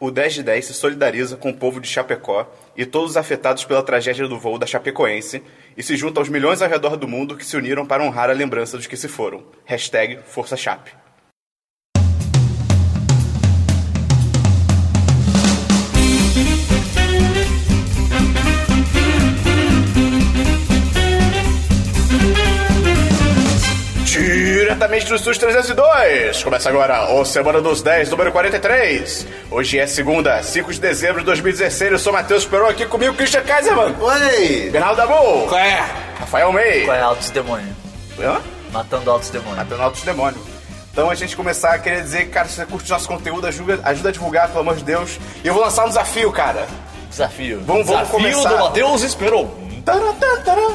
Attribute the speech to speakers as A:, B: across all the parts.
A: O 10 de 10 se solidariza com o povo de Chapecó e todos os afetados pela tragédia do voo da Chapecoense e se junta aos milhões ao redor do mundo que se uniram para honrar a lembrança dos que se foram. Hashtag Força Chape. Diretamente do SUS 302! Começa agora o Semana dos 10, número 43. Hoje é segunda, 5 de dezembro de 2016. Eu sou Matheus Peron, aqui comigo Christian Kaiserman.
B: Oi!
A: Bernardo Dabu.
C: Qual é?
A: Rafael May.
D: Qual é altos demônios?
A: Hã?
D: Matando altos demônios.
A: Matando Altos Demônio. Então, antes de a gente começar, queria dizer que, cara, se você curte nosso conteúdo, ajuda, ajuda a divulgar, pelo amor de Deus. E eu vou lançar um desafio, cara.
D: Desafio.
A: Vamos, vamos
C: Desafio
A: começar.
C: do Matheus esperou.
A: Tará, tá, tará,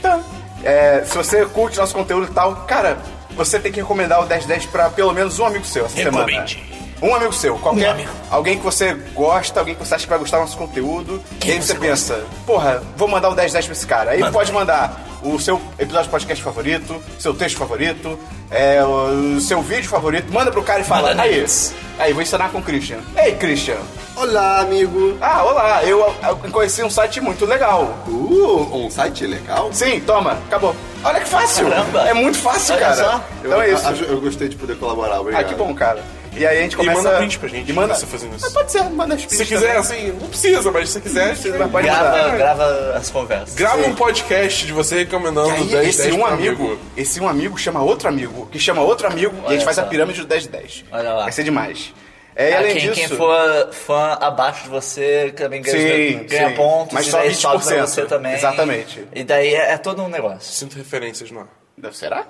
A: tá. É, se você curte nosso conteúdo e tal, cara, você tem que recomendar o 1010 pra pelo menos um amigo seu essa
C: Recomende.
A: semana. Um amigo seu, qualquer.
C: Um amigo.
A: Alguém que você gosta, alguém que você acha que vai gostar do nosso conteúdo. e aí você,
C: você
A: pensa, porra, vou mandar o 1010 pra esse cara. Aí
C: Manda.
A: pode mandar o seu episódio de podcast favorito, seu texto favorito, é, o seu vídeo favorito. Manda pro cara e fala.
C: Manda
A: aí,
C: nudes.
A: aí, vou ensinar com o Christian. Ei, Christian.
B: Olá, amigo!
A: Ah, olá, eu, eu conheci um site muito legal.
B: Uh, um site legal?
A: Sim, toma, acabou. Olha que fácil!
D: Caramba.
A: É muito fácil,
D: Olha
A: cara.
D: só.
A: Então
B: eu,
A: é isso.
B: a- eu gostei de poder colaborar,
A: Ah,
B: obrigado.
A: que bom, cara. E aí a gente
E: E
A: começa.
E: manda print pra gente,
A: E manda...
E: você fazendo isso.
A: Ah, pode ser, manda print.
E: Se você quiser,
A: também.
E: assim, não precisa, mas se você quiser, você
A: Mas pode mandar.
D: Grava, grava as conversas.
E: grava um podcast de você recomendando
A: E aí,
E: 10
A: esse
E: 10
A: um
E: pra
A: amigo, esse um amigo chama outro amigo, que chama outro amigo, e a gente
D: Olha
A: faz a
D: só.
A: pirâmide do 10 de 10.
D: Olha lá.
A: Vai ser demais. É, e
D: Ah,
A: além
D: quem,
A: disso.
D: quem for fã abaixo de você também ganha,
A: Sim,
D: ganha
A: sim.
D: pontos.
A: Mas
D: e
A: só
D: daí sobe pra
A: 20%,
D: você também.
A: exatamente.
D: E daí é, é todo um negócio.
E: Sinto referências no ar.
A: Será?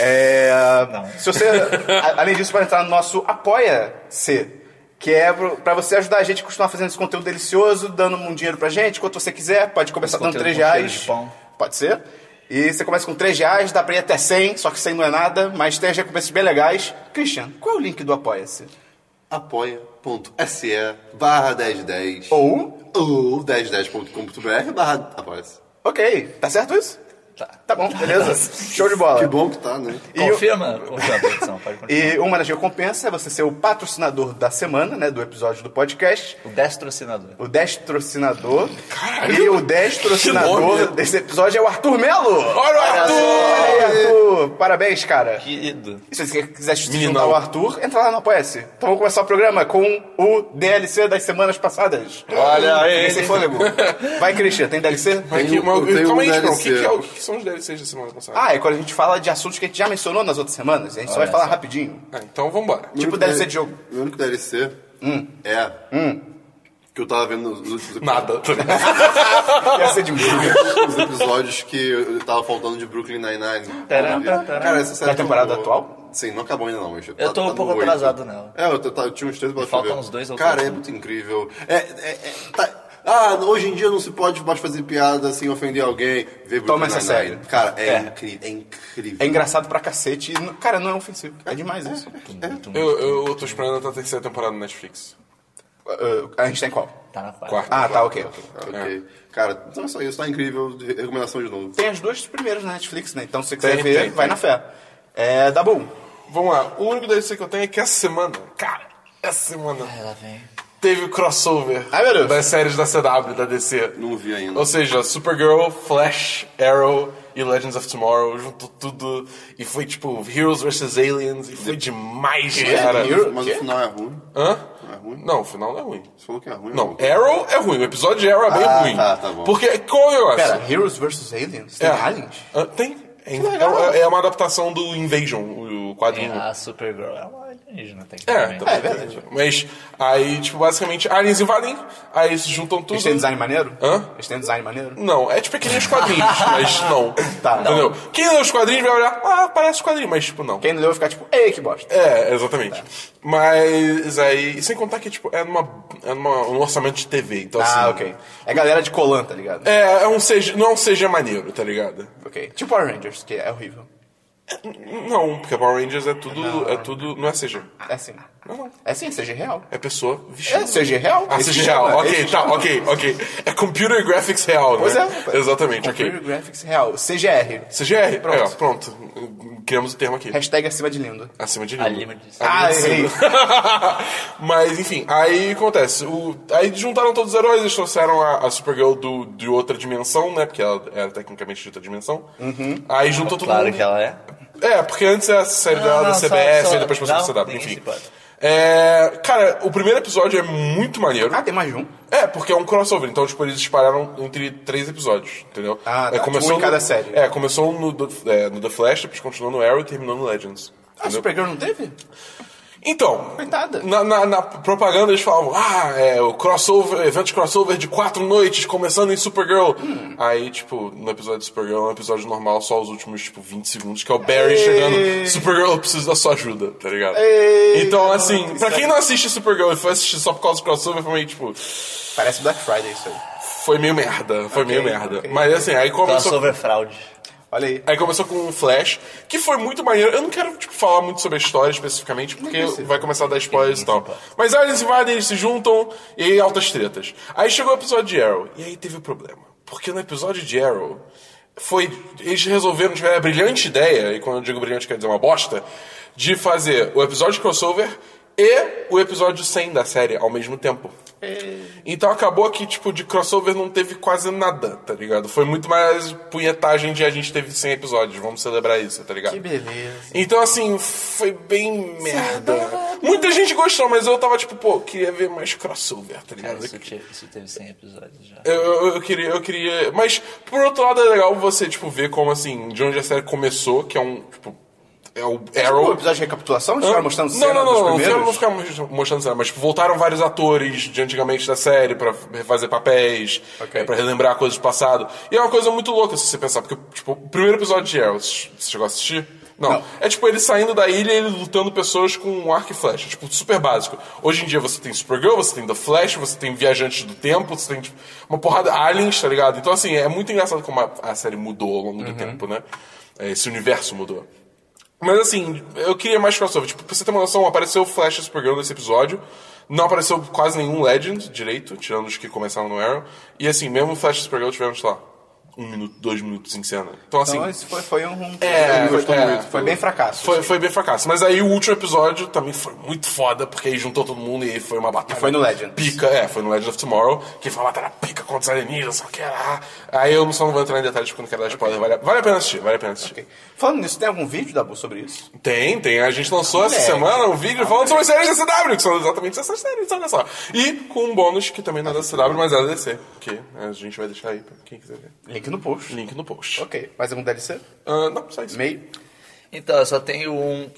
A: É,
D: Não.
A: Se você, a- além disso, pode entrar no nosso Apoia-se, que é pro- pra você ajudar a gente a continuar fazendo esse conteúdo delicioso, dando um dinheiro pra gente, quanto você quiser. Pode começar
D: Esse
A: dando
D: conteúdo
A: 3
D: com cheiro
A: reais.
D: de pão.
A: Pode ser. E você começa com 3 reais, dá pra ir até 100, só que 100 não é nada, mas tem as recompensas bem legais. Christian, qual é o link do Apoia-se?
B: Apoia.se barra 1010
A: Ou,
B: ou 1010.com.br barra apoia-se.
A: ok, tá certo isso? Tá. Tá bom, beleza. Show de bola.
B: Que bom que tá, né?
A: E o-
D: Confirma? Confirma, produção. Pode continuar.
A: E uma das recompensas é você ser o patrocinador da semana, né, do episódio do podcast.
D: O destrocinador.
A: O destrocinador. E o
E: Que nome,
A: destrocinador
E: né?
A: desse episódio é o Arthur Melo!
E: Olha o Arthur!
A: Olha aí, Arthur! Parabéns, cara!
D: Querido.
A: Se você quiser se
E: Meninão.
A: juntar ao Arthur, entra lá no Apoia-se. Então vamos começar o programa com o DLC das semanas passadas.
B: Olha
A: Fiquei
B: ele.
A: sem fôlego. Vai, Christian, tem DLC?
E: Mas que-
B: um-
E: mas-
B: eu tenho
E: Calma
B: um
E: aí, Esperon, o que,
B: DLC.
E: que é, o que que são os DLCs da semana passada?
A: Ah, é quando a gente fala de assuntos que a gente já mencionou nas outras semanas. A gente só vai
D: Olha
A: falar
D: só.
A: rapidinho.
E: Ah, então vambora.
A: Tipo
B: Meu
A: DLC
B: único
A: de jogo.
B: Meu único DLC é que eu tava vendo nos, nos episódios-
E: Nada. tá
A: Ia ser de muito.
B: nos episódios que eu tava faltando de Brooklyn Nine-Nine.
D: Taran, taran, taran.
B: Cara, essa série
A: Da temporada
B: acabou.
A: atual?
B: Sim, não acabou ainda não. Mas tá-
D: Eu tô um pouco atrasado nela.
B: É, eu, t- tá- eu tinha uns três episódios pra
D: faltam
B: ver.
D: uns dois ou
B: Cara,
D: três. né?
B: é muito incrível. É, é- é- tá- Ah, hoje em dia não se pode mais fazer piada sem ofender alguém. Ver
A: Toma
B: Brooklyn
A: essa
B: Nine-Nine.
A: série.
B: Cara, é,
A: É.
B: incrível. É incrível.
A: É engraçado pra cacete. e não- Cara, não é ofensivo. É demais isso.
E: eu, eu tô esperando até a terceira temporada do Netflix.
A: Uh, a gente tem qual?
D: Tá na quarta.
E: Quarta.
A: Ah, tá, ok.
B: Ok. Cara, então é só isso. Tá incrível. De- Recomendação de novo.
A: Tem as duas primeiras na Netflix, né? Então se você quiser
E: Tem,
A: ver,
E: tem,
A: vai
E: tem.
A: na fé. É, dá bom.
E: Vamos lá. O único DLC que eu tenho é que essa semana... Cara, essa semana...
D: Ela É, vem.
E: teve o crossover
A: Ai, meu Deus.
E: das séries da CW, da DC.
B: Não vi ainda.
E: Ou seja, Supergirl, Flash, Arrow e Legends of Tomorrow juntou tudo. E foi tipo Heroes vs Aliens. E foi demais, cara.
A: Hero-
B: Mas
A: quê?
B: o final é ruim.
E: Hã?
B: Não é ruim?
E: Não, o final não é ruim.
B: Você falou que é ruim.
E: Não, Arrow é ruim. O episódio de Arrow é bem
B: Ah,
E: ruim.
B: tá, tá bom.
E: Porque qual é o negócio?
A: Pera, Heroes vs Aliens? Tem
E: é.
A: aliens?
E: Hã? tem. É,
A: legal.
E: é- é uma adaptação do Invasion, o o quadrinho.
D: É A Supergirl é uma alienígena,
E: É,
D: tecnicamente.
E: então,
A: É verdade.
E: Mas aí, tipo, basicamente, aliens invadem, aí eles juntam tudo.
A: Eles têm design maneiro?
E: Hã?
A: Eles têm design maneiro?
E: Não, é tipo aqueles quadrinhos, mas não.
A: Tá.
E: Entendeu? Quem lê os quadrinhos vai olhar, ah, parece quadrinho, mas tipo, não.
A: Quem não leu vai ficar tipo, ei, que bosta.
E: É, exatamente. Mas aí, sem contar que, tipo, é numa, é numa um orçamento de TV, então assim.
A: Ah, ok. É galera de Colan, tá ligado?
E: É, é um CG, não é um CG maneiro, tá ligado?
A: Ok. Tipo Power Rangers, que é horrível.
E: Não, porque Power Rangers é tudo, é tudo, não é CG.
A: É assim.
F: É sim, CG real.
E: É pessoa vestida.
F: É CG real.
E: Ah,
F: Existe,
E: seja real.
F: né?
E: Ok, tá, ok, ok. É computer graphics real, né?
F: Pois é.
E: Exatamente,
F: Computer
E: ok.
F: Graphics real. CGR.
E: CGR, pronto.
F: Pronto.
E: É, ó, pronto. Criamos o termo aqui.
F: Hashtag acima de lindo.
E: Acima de
D: Acima
E: lindo.
D: de-
F: Ah, errei.
E: Mas, enfim, aí acontece. O, aí juntaram todos os heróis, eles trouxeram a, a Supergirl do, de outra dimensão, né? Porque ela era tecnicamente de outra dimensão.
F: Uhum.
E: Aí juntou todo
D: Claro
E: mundo.
D: que ela é.
E: É, porque antes era a série
D: Não,
E: dela da
D: não, só-
E: CBS
D: só-
E: e depois passou
D: não,
E: pra CW,
D: ninguém se
E: enfim.
D: importa.
E: É, cara, o primeiro episódio é muito maneiro.
F: Ah, tem mais um.
E: É, porque é um crossover, então, tipo, eles dispararam entre três episódios, entendeu?
F: Ah, tá.
E: é,
F: Um em cada
E: no-
F: série.
E: É, começou no, The- é, no The Flash, depois continuou no Arrow e terminou no Legends.
F: Ah,
E: entendeu?
F: Supergirl não teve?
E: Então,
F: Coitada.
E: na, na- na propaganda eles falavam, ah, é o crossover, evento de crossover de quatro noites, começando em Supergirl.
F: Hum.
E: Aí, tipo, no episódio de Supergirl, no episódio normal, só os últimos, tipo, 20 segundos, que é o Barry chegando, Supergirl eu preciso da sua ajuda, tá ligado?
F: Ei,
E: então,
F: não,
E: assim,
F: isso é
E: pra
F: aí.
E: quem não assiste Supergirl e foi assistir só por causa do crossover, foi meio, tipo,
F: Parece Black Friday isso aí.
E: foi meio merda, foi meio merda.
F: ok.
E: Mas, assim, aí começou...
D: Crossover fraude.
F: Olha aí.
E: Aí começou com o Flash, que foi muito maneiro. Eu não quero tipo, falar muito sobre a história especificamente, porque vai começar a dar spoilers e tal. Mas aí eles invadem, eles se juntam e aí altas tretas. Aí chegou o episódio de Arrow, e aí teve o problema. Porque no episódio de Arrow, foi, eles resolveram, tiveram a brilhante ideia, e quando eu digo brilhante quer dizer uma bosta, de fazer o episódio de crossover e o episódio 100 da série ao mesmo tempo. Então acabou que, tipo, de crossover não teve quase nada, tá ligado? Foi muito mais punhetagem de a gente teve 100 episódios, vamos celebrar isso, tá ligado?
F: Que beleza.
E: Então, assim, foi bem merda.
F: tá
E: Muita gente gostou, mas eu tava tipo, pô, queria ver mais crossover, tá
D: Cara,
F: É,
E: ligado?
D: isso, te- isso teve 100 episódios já.
E: Eu, eu, eu queria, eu queria. Mas, por outro lado, é legal você, tipo, ver como, assim, de onde a série começou, que é um, tipo, é o
F: Pô,
E: Arrow.
F: episódio de recapitulação? Eles ficaram mostrando
E: Ah, não,
F: cena
E: não, não,
F: dos
E: não, não,
F: primeiros?
E: não ficaram mos- mostrando cena, mas tipo, voltaram vários atores de antigamente da série pra refazer papéis,
F: Ok.
E: é, pra relembrar coisas do passado. E é uma coisa muito louca se você pensar, porque, tipo, o primeiro episódio de Arrow, você chegou a assistir? Não.
F: Não.
E: É tipo ele saindo da ilha e ele lutando pessoas com um arco e flecha. Tipo, super básico. Hoje em dia você tem Supergirl, você tem The Flash, você tem Viajantes do Tempo, você tem tipo, uma porrada aliens, tá ligado? Então, assim, é muito engraçado como a, a série mudou ao
F: Uhum.
E: longo do tempo, né? É, Esse universo mudou. Mas assim, eu queria mais crossover. Tipo, pra você ter uma noção, apareceu o Flash e Supergirl nesse episódio. Não apareceu quase nenhum Legend direito, tirando os que começaram no Arrow. E assim, mesmo o Flash e Supergirl tiveram, sei lá, um minuto, dois minutos em cena. Então assim,
F: Então, isso foi, foi um...
E: É,
F: foi,
E: foi- é.
F: foi bem fracasso.
E: foi,
F: assim.
E: foi bem fracasso. Mas aí o último episódio também foi muito foda, porque aí juntou todo mundo e aí foi uma batalha.
F: E foi no Legends.
E: Pica, é, foi no Legend of Tomorrow, que foi uma batalha pica contra os alienígenas, só que era... Aí eu só não vou entrar em detalhes porque eu não quero dar spoiler. Vale, a- vale a pena assistir, vale a pena assistir.
F: Ok. Falando nisso, tem algum vídeo, Dabu, sobre isso?
E: Tem, tem. A gente lançou
B: É.
E: essa
F: Moleque.
E: semana um vídeo falando sobre as séries da CW, que são exatamente essas séries, olha só. E com um bônus que também não é
B: Ah,
E: da CW, mas é da DC, que a gente vai deixar aí pra quem quiser ver.
F: Link no post.
E: Link no post.
F: Ok. Mais algum DLC?
E: Ah, não, só isso.
F: Meio?
D: Então, eu só tenho um.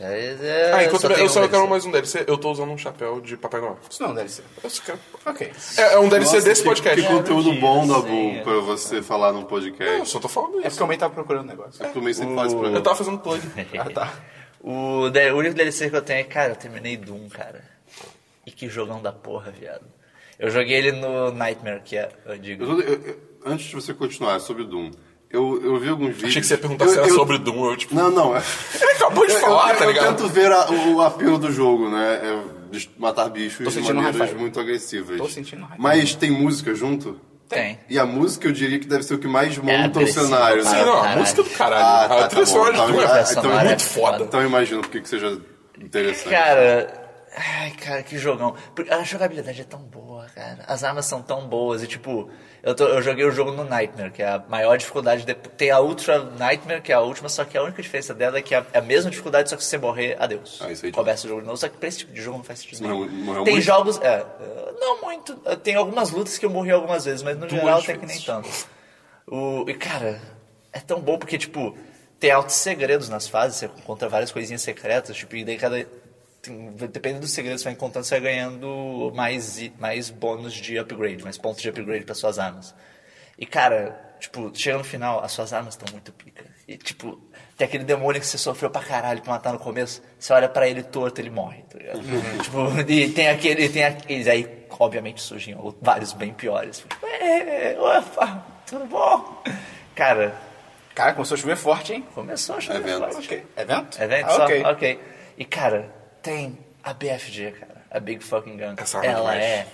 B: é,
E: Ah, enquanto eu,
D: tenho
E: só
D: um
E: quero
D: deles.
E: mais um DLC, eu tô usando um chapéu de Papai Noel.
F: Isso não é um DLC.
E: Eu só quero...
F: Ok.
E: É, é um DLC
B: Nossa,
E: desse
B: que-
E: podcast.
B: Que conteúdo bom,
D: Sim,
B: Dabu,
D: é.
B: pra você falar num
E: Eu
B: podcast.
E: só tô falando
F: É
E: isso.
F: porque o meio tava procurando o negócio.
B: Eu também sempre falo isso pra
E: Eu
B: É mim.
E: tava fazendo plug.
F: Ah, tá.
D: O, de- o único DLC que eu tenho é, cara, eu terminei Doom, cara. E que jogão da porra, viado. Eu joguei ele no Nightmare, que é
B: Eu
D: antigo.
B: tô- eu- eu- Antes de você continuar, é sobre o Doom. Eu, eu vi alguns vídeos.
E: Achei que você ia perguntar
B: Eu-
E: se era
B: eu-
E: sobre Doom, eu tipo...
B: Não, não. é-
E: Ele acabou de
B: Eu-
E: falar,
B: eu,
E: tá
B: eu
E: ligado?
B: tento ver a- o apelo do jogo, né? É des- matar
F: Tô
B: bichos de
F: sentindo
B: maneiras
F: Rafael.
B: muito agressivas.
F: Tô sentindo Rafael.
B: Mas tem música junto?
D: Tem.
B: E a música eu diria que deve ser o que mais monta o
D: agressiva.
B: cenário, né?
E: Sim, não, a
D: Caralho.
E: música do caralho.
B: Ah, tá,
E: a trilha
B: tá bom,
E: sonora de Doom
B: tá
E: é-
B: bom.
E: é
B: Ah, então
D: é
E: muito foda.
B: Então eu imagino porque que seja interessante.
D: Cara. Ai, cara, que jogão. Por- A jogabilidade é tão boa, cara. As armas são tão boas. E tipo, eu, tô- eu joguei o jogo no Nightmare, que é a maior dificuldade. de- Tem a Ultra Nightmare, que é a última, só que a única diferença dela é que é a mesma dificuldade, só que se você morrer, adeus.
B: Ah, isso aí
D: Começa o jogo de novo. Só que pra esse tipo de jogo não faz sentido.
B: Você morreu-
D: nenhum.
B: morreu
D: tem
B: muito?
D: jogos. É, eh, não muito. Eh, Tem algumas lutas que eu morri algumas vezes, mas no geral até que nem tanto. O, e cara, é tão bom porque, tipo, tem altos segredos nas fases, você encontra várias coisinhas secretas, tipo, e daí cada. tem- dependendo dos segredos que você vai encontrando, você vai ganhando mais, i- mais bônus de upgrade, mais pontos de upgrade para suas armas. E cara, tipo, chega no final, as suas armas estão muito pica. E tipo, tem aquele demônio que você sofreu pra caralho pra matar no começo, você olha pra ele torto, ele morre, tá ligado?
E: Uhum.
D: tipo, e tem aquele. Tem aqueles aí, obviamente, surgem ou- vários bem piores. Tipo, "É, opa, tudo bom? Cara,
F: Cara, começou a chover forte, hein?
D: começou a chover
B: É vento.
D: forte.
E: Ah,
F: Ok. É vento?
D: É vento
F: Ah,
D: só?
F: ok.
D: ok. E cara, tem A BFG, cara. A Big Fucking Gun.
E: Essa arma
D: ela
E: demais.
D: é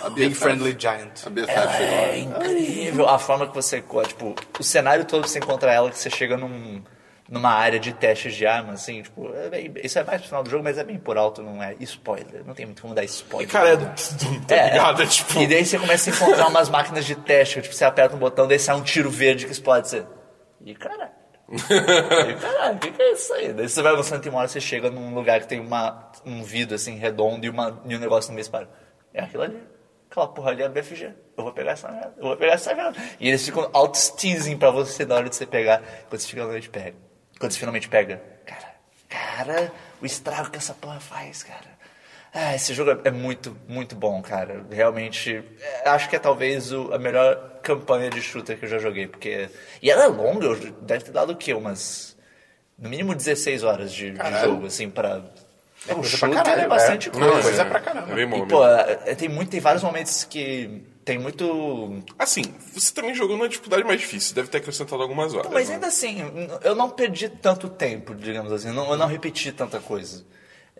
B: A
A: Big
B: BFF.
A: Friendly Giant.
B: A BFF
D: Ela
B: chegou.
D: é incrível a forma que você. co- Tipo, o cenário todo pra você encontrar ela, que você chega num, numa área de testes de arma, assim, tipo, é bem- isso é mais pro final do jogo, mas é bem por alto, não é spoiler. Não tem muito como dar
E: E,
D: spoiler.
E: cara, é do tá ligado? É tipo.
D: E daí você começa a encontrar umas máquinas de teste, tipo, você aperta um botão, daí sai um tiro verde que explode. Você. E caralho. E caralho, o que, que é isso aí? Daí você vai avançando e uma hora você chega num lugar que tem uma, um vidro assim redondo e, uma, e um negócio no meio espalho. É aquilo ali. Aquela porra ali é a BFG. Eu vou pegar essa merda, eu vou pegar essa merda. E eles ficam auto-steasing pra você na hora de você pegar. Quando você finalmente pega. Quando você finalmente pega. Cara, cara, o estrago que essa porra faz, cara. Ah, esse jogo é- é muito, muito bom, cara. Realmente, é, acho que é talvez o- a melhor campanha de shooter que eu já joguei, porque... E ela é longa, eu- deve ter dado o quê? Umas... No mínimo 16 horas de, de jogo, assim, pra... É um
A: coisa pra
D: shooter,
A: caralho,
D: é bastante
A: é.
D: coisa.
A: Não, coisa
E: é-
A: pra caramba.
E: É bem bom,
D: E,
E: bem
D: pô,
E: bom.
D: é- tem, muito, tem vários momentos que tem muito
E: Assim, você também jogou numa dificuldade mais difícil, deve ter acrescentado algumas horas.
D: Mas
E: né?
D: ainda assim, n- eu não perdi tanto tempo, digamos assim. não- eu não repeti tanta coisa.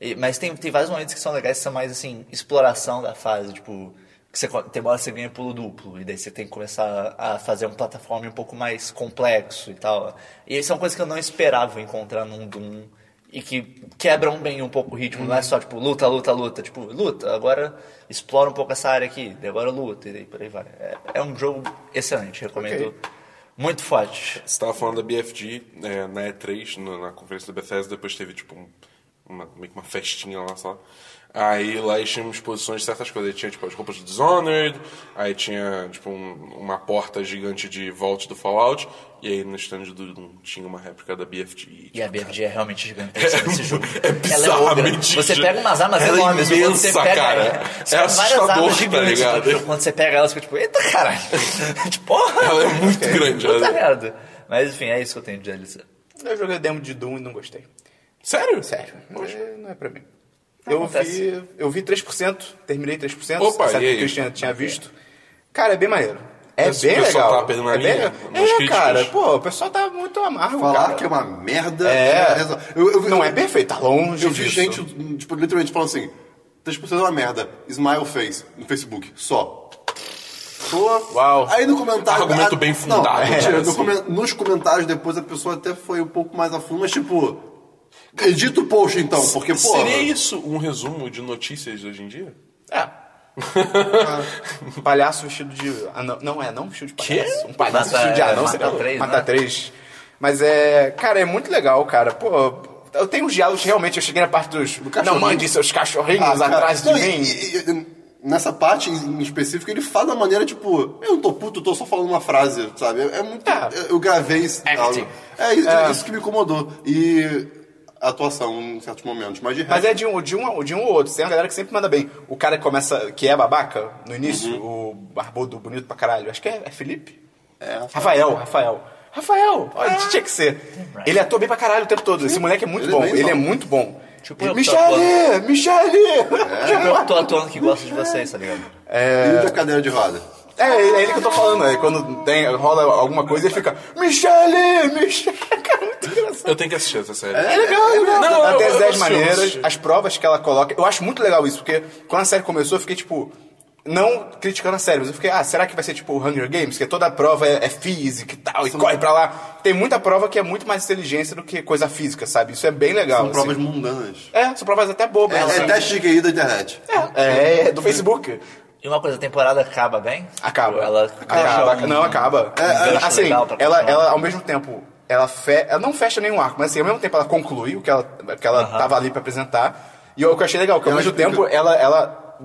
D: E- mas tem, tem vários momentos que são legais, que são mais assim, exploração da fase. Tipo, que você, co- tem uma hora que você ganha pulo duplo, e daí você tem que começar a fazer um plataforma um pouco mais complexo e tal. E são coisas que eu não esperava encontrar num Doom. E que quebram bem um pouco o ritmo, não é só tipo luta, luta, luta. Tipo, luta, agora explora um pouco essa área aqui, daí agora luta, e daí por aí vai. É, é um jogo excelente, recomendo. Muito forte.
E: Você tava falando da BFG é, na E3, no- na conferência da Bethesda, depois teve tipo um- uma, meio que uma festinha lá só. Aí lá eles tinham exposições de certas coisas. Aí tinha tipo as roupas de Dishonored, aí tinha tipo um- uma porta gigante de Vault do Fallout, e aí no stand do Doom tinha uma réplica da BFG.
D: E a BFG é realmente gigantesca nesse jogo. ela
E: é
D: é
E: bizarramente
D: ogra. Você
E: gigante.
D: pega umas armas
E: Ela é
D: enormes. quando você
E: imensa,
D: pega,
E: cara.
D: Você
E: É
D: pega várias
E: assustador,
D: armas
E: tá
D: gigantes.
E: ligado?
D: Quando você pega elas, fica tipo, eita caralho. tipo, porra.
E: Ela é muito grande. ela-
D: Puta merda. Mas enfim, é isso que eu tenho de DLC.
A: Eu joguei demo de Doom e não gostei.
E: Sério?
A: Sério, é, não é pra mim. Eu
D: Acontece.
A: vi, eu vi 3%, terminei 3%,
E: Opa,
A: certo
E: e
A: que
E: aí?
A: o Christian tinha visto. Cara, é bem maneiro. É
E: Esse
A: bem
E: pessoal
A: legal.
E: tava perdendo a
A: é bem
E: linha
A: legal.
E: nas
A: É,
E: críticas.
A: cara, pô, o pessoal tá muito amargo,
B: Falar
A: cara.
B: que é uma merda.
A: É.
B: né? Eu- eu-
A: não
B: eu-
A: é perfeito, tá longe
B: Eu vi
A: disso.
B: gente, tipo, literalmente falando assim: 3% é uma merda. Smile face no Facebook, só. Pô,
A: Uau.
B: Aí no comentário.
E: Argumento bem fundado,
B: Não, mentira,
A: né?
E: é,
B: no
E: assim.
B: comen- nos comentários depois a pessoa até foi um pouco mais a fundo, mas tipo. Edita o post então, porque, pô.
E: Seria isso um resumo de notícias hoje em dia?
A: É. palhaço vestido de. Ah, não, não é, não vestido de palhaço. Um palhaço
D: Mata-
A: vestido de anão,
D: mata
A: seria louco.
D: três,
A: Mata
D: né?
A: três. Mas é. Cara, é muito legal, cara. Pô, eu tenho uns diálogos realmente. Eu cheguei na parte dos. não
B: cachorrinho.
A: mande seus cachorrinhos
B: cara,
A: atrás de
B: Ah, não, e-
A: mim.
B: e- e- nessa parte em específico, ele faz da maneira tipo: eu não tô puto, eu tô só falando uma frase, sabe? É muito.
A: É.
B: eu- Eu gravei isso.
A: Acting.
B: É, isso-
A: É.
B: isso que me incomodou. E a atuação em certos momentos, mas de resto.
A: Mas é de um, de, um, de um ou outro. Tem uma galera que sempre manda bem. O cara que começa, que é babaca no início, o barbudo bonito pra caralho. Acho que é, é Felipe?
B: Uhum. É.
A: Rafael, Rafael. Rafael, olha, tinha que ser. Ele atua bem pra caralho o tempo todo. Esse moleque é muito
B: Ele é
A: bom.
B: bem
A: ele
B: bom.
A: é muito bom.
D: Tipo eu que tô
A: Michele! Michele!
B: É.
D: Tipo, eu tô atuando que gosto de vocês, tá ligado?
B: E da cadeira de roda.
A: É, é ele que eu tô falando. É quando tem, rola alguma coisa, ele fica... Michele! Michele! Cara, muito engraçado.
E: Eu tenho que assistir essa série.
A: É legal, é legal.
E: Não,
A: Ela
E: eu-
A: tem as
E: eu
A: 10
E: gosto, eu
A: maneiras,
E: gosto.
A: as provas que ela coloca. Eu acho muito legal isso, porque quando a série começou, eu fiquei tipo. Não criticando a série, mas eu fiquei, ah, será que vai ser tipo o Hunger Games? Que toda prova é, é física e tal, e corre pra lá. Tem muita prova que é muito mais inteligência do que coisa física, sabe? Isso é bem legal.
B: São provas
A: assim.
B: mundanas.
A: É, são provas até bobas.
B: É,
A: assim.
B: é teste de QI da internet.
A: É, é do Facebook.
D: E uma coisa, a temporada acaba bem?
A: Acaba.
D: Ela
A: acaba.
D: fecha um-
A: Não, acaba.
D: um gancho
A: assim,
D: legal pra
A: ela,
D: continuar.
A: ela, ao mesmo tempo, ela, fe... ela não fecha nenhum arco, mas assim, ao mesmo tempo ela conclui o que ela, que ela
D: Aham.
A: tava ali pra apresentar. E eu- o que eu achei legal, que ao
B: Ela
A: mesmo
B: explica.
A: tempo ela, ela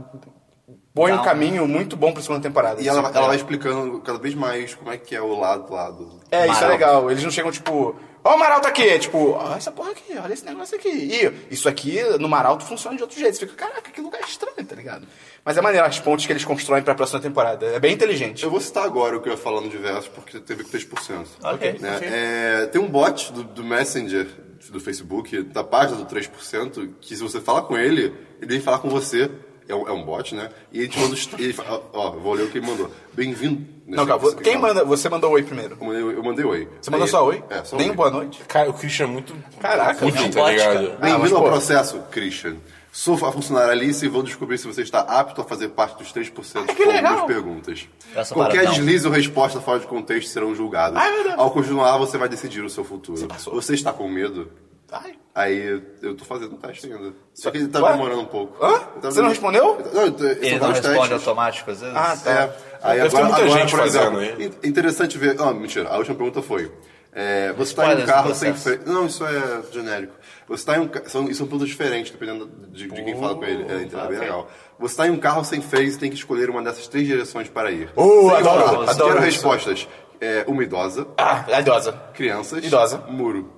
A: põe
D: Dá
A: um
D: um-
A: caminho muito bom pra segunda temporada.
B: E ela,
A: assim.
B: ela vai explicando cada vez mais como é que é o lado lá do.
A: É, isso é
D: Amaral.
A: legal. Eles não chegam tipo, ó, o Maralto aqui. É tipo, ó, essa porra aqui, olha esse negócio aqui. E isso aqui no Maralto funciona de outro jeito. Você fica, caraca, que lugar estranho, tá ligado? Mas é maneiro as pontes que eles constroem pra próxima temporada. É bem inteligente.
B: Eu vou citar agora o que eu ia falar no diverso, porque teve que 3%.
D: Ok,
B: Né?
D: ok.
B: É, tem um bot do, do Messenger do Facebook, da página do 3%, que se você fala com ele, ele vem falar com você. É um, é um bot, né? E ele te manda. os- Ele fala, ó, ó, vou ler o que ele mandou. Bem-vindo.
A: Não, calma.
B: nesse-
A: Quem manda? Você mandou oi primeiro.
B: Eu mandei, eu mandei oi.
A: Você mandou
B: Aí-
A: só um oi?
B: É, só
A: Nem
B: oi.
A: boa noite.
E: Cara, o Christian é muito.
A: Caraca,
E: útil,
D: não
E: tá
D: pode,
E: ligado?
D: cara.
A: Ah, mas,
B: Bem-vindo ao
A: pô.
B: processo, Christian. Sou a funcionária Alice e vou descobrir se você está apto a fazer parte dos 3%
A: Ah, que
B: com
A: legal.
B: algumas perguntas.
D: Essa
B: Qualquer
D: parada, não.
B: deslize ou resposta fora de contexto serão julgados.
A: Ah, é verdade.
B: ao continuar, você vai decidir o seu futuro. Você,
A: passou.
B: está com medo?
A: Ai.
B: Aí eu tô fazendo um teste ainda. Só que ele tá
A: Ué?
B: demorando um pouco.
A: Hã?
B: Eu tava-
A: Você não respondeu?
B: Não, eu tô-
D: Ele
B: são
D: não
B: vários
D: responde
B: testes.
D: automático às vezes?
A: Ah, tá.
B: É. Aí
E: Deve ter
B: agora,
E: muita
B: agora,
E: gente
B: por exemplo,
E: fazendo aí.
B: in- interessante ver. Ah, mentira. A última pergunta foi. é, você está em
D: Spoilers
B: um
D: do
B: carro sem
D: processo.
B: freio. Não, isso é genérico. Você está em um ca- são Isso são perguntas diferentes, dependendo de, de quem fala com ele. É, é bem legal. Você está em um carro sem freios e tem que escolher uma dessas três direções para ir.
A: Oh,
B: Sem
A: adoro,
B: parar.
A: adoro
B: Quero
A: isso.
B: respostas. É, uma idosa,
A: Ah, a idosa.
B: crianças,
A: Idosa.
B: muro.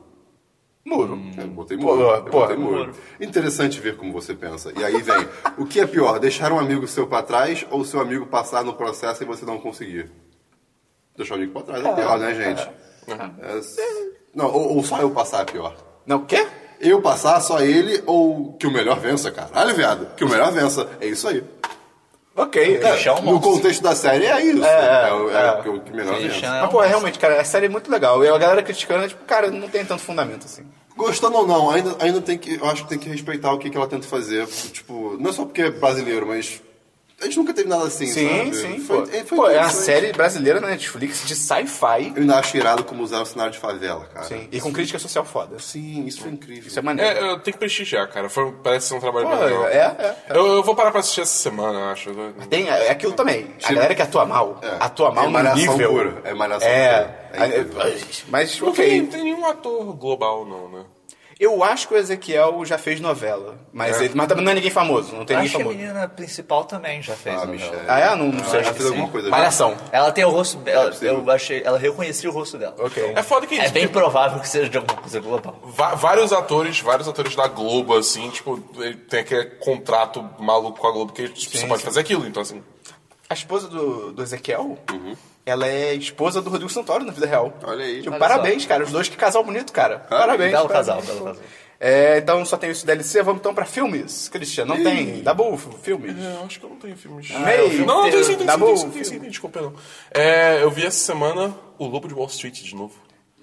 A: Muro.
B: Eu botei
A: Pô,
B: muro. eu
A: pô,
B: botei muro. Interessante ver como você pensa. E aí vem, o que é pior, deixar um amigo seu pra trás ou seu amigo passar no processo e você não conseguir? Deixar o amigo pra trás é pior, né, gente? É s- Não, ou, ou só eu passar é pior.
A: Não, o quê?
B: Eu passar, só ele, ou que o melhor vença, caralho, viado. Que o melhor vença. É isso aí.
A: Ok. É.
D: Christian é um
B: No
D: monstro.
B: contexto da série é isso.
A: É,
B: É, o, é
A: é.
B: o que o melhor
D: Christian
B: vença.
D: é um
A: Mas, pô, realmente, cara, a série é muito legal. E a galera criticando, tipo, cara, não tem tanto fundamento assim.
B: Gostando ou não, ainda, ainda tem que. Eu acho que tem que respeitar o que, que ela tenta fazer. Tipo, não é só porque é brasileiro, mas. A gente nunca teve nada assim,
A: Sim,
B: sabe?
A: sim.
B: Foi,
A: pô,
B: é, foi
A: Pô, é uma
B: interessante.
A: série brasileira na Netflix de sci-fi.
B: Eu ainda acho irado como usar o cenário de favela, cara.
A: Sim. E com crítica social foda.
B: Sim, isso foi incrível.
A: Isso é maneiro.
E: É, eu tenho que prestigiar, cara. Foi, parece ser um trabalho
A: Pô,
E: bem legal.
A: é, é.
E: Eu, eu vou parar pra assistir essa semana, eu acho.
A: Tem, é aquilo também. A galera que atua mal, atua mal
B: É
A: no
B: malhação
A: nível.
B: pura, é malhação
A: É.
B: pura. É incrível.
A: Ai, Mas,
E: Não tem,
A: ok.
E: não tem nenhum ator global, não, né?
A: Eu acho que o Ezequiel já fez novela. Mas, ele, mas também não é ninguém famoso. Não tem
D: Acho que a
A: ninguém famoso.
D: menina principal também já fez.
B: Ah,
D: novela.
B: Michelle.
A: Ah, é? Não, não sei.
B: ela fez alguma coisa, né?
A: Malhação.
D: Ela tem o rosto. Ela,
B: possível.
D: eu achei. Ela reconheci o rosto dela.
A: Ok.
E: É foda que
D: É bem
E: tipo,
D: provável que seja de alguma coisa global.
E: va- vários atores, vários atores da Globo, assim, tipo, ele tem aquele contrato maluco com a Globo que tipo, só pode fazer aquilo, então assim.
A: A esposa do, do Ezequiel, ela é esposa do Rodrigo Santoro na vida real.
B: Olha aí.
A: Tipo,
D: Olha
A: parabéns, cara. Os dois, que casal bonito, cara. Parabéns.
D: Belo
A: parabéns.
D: casal, belo casal.
A: É, então só tem isso DLC. Vamos então pra filmes, Cristian. Não tem. Dá bom, filmes.
D: Uhum.
E: É, eu acho que eu não tenho filmes.
A: é o filme
E: não, não, tem sim, tem sim,
A: inteiro.
E: tem
A: Dabu,
E: sim, tem sim,
A: filme.
E: tem, desculpa, não. É, eu vi essa semana o Lobo de Wall Street de novo.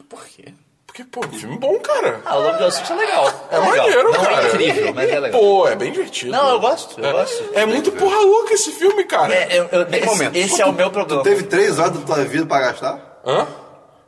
A: Por quê?
E: Porque, pô, filme bom, cara.
D: Ah, o Lobo de Wall Street é legal.
E: É
D: legal.
E: maneiro,
D: Não
E: cara.
D: é incrível, mas é legal.
E: Pô, é bem divertido.
D: Não, eu gosto, eu gosto.
E: É muito porra louca esse filme, cara.
D: É, eu- eu- esse,
A: momento.
D: esse é o meu problema.
B: Teve três horas da tua vida pra gastar?
E: Hã?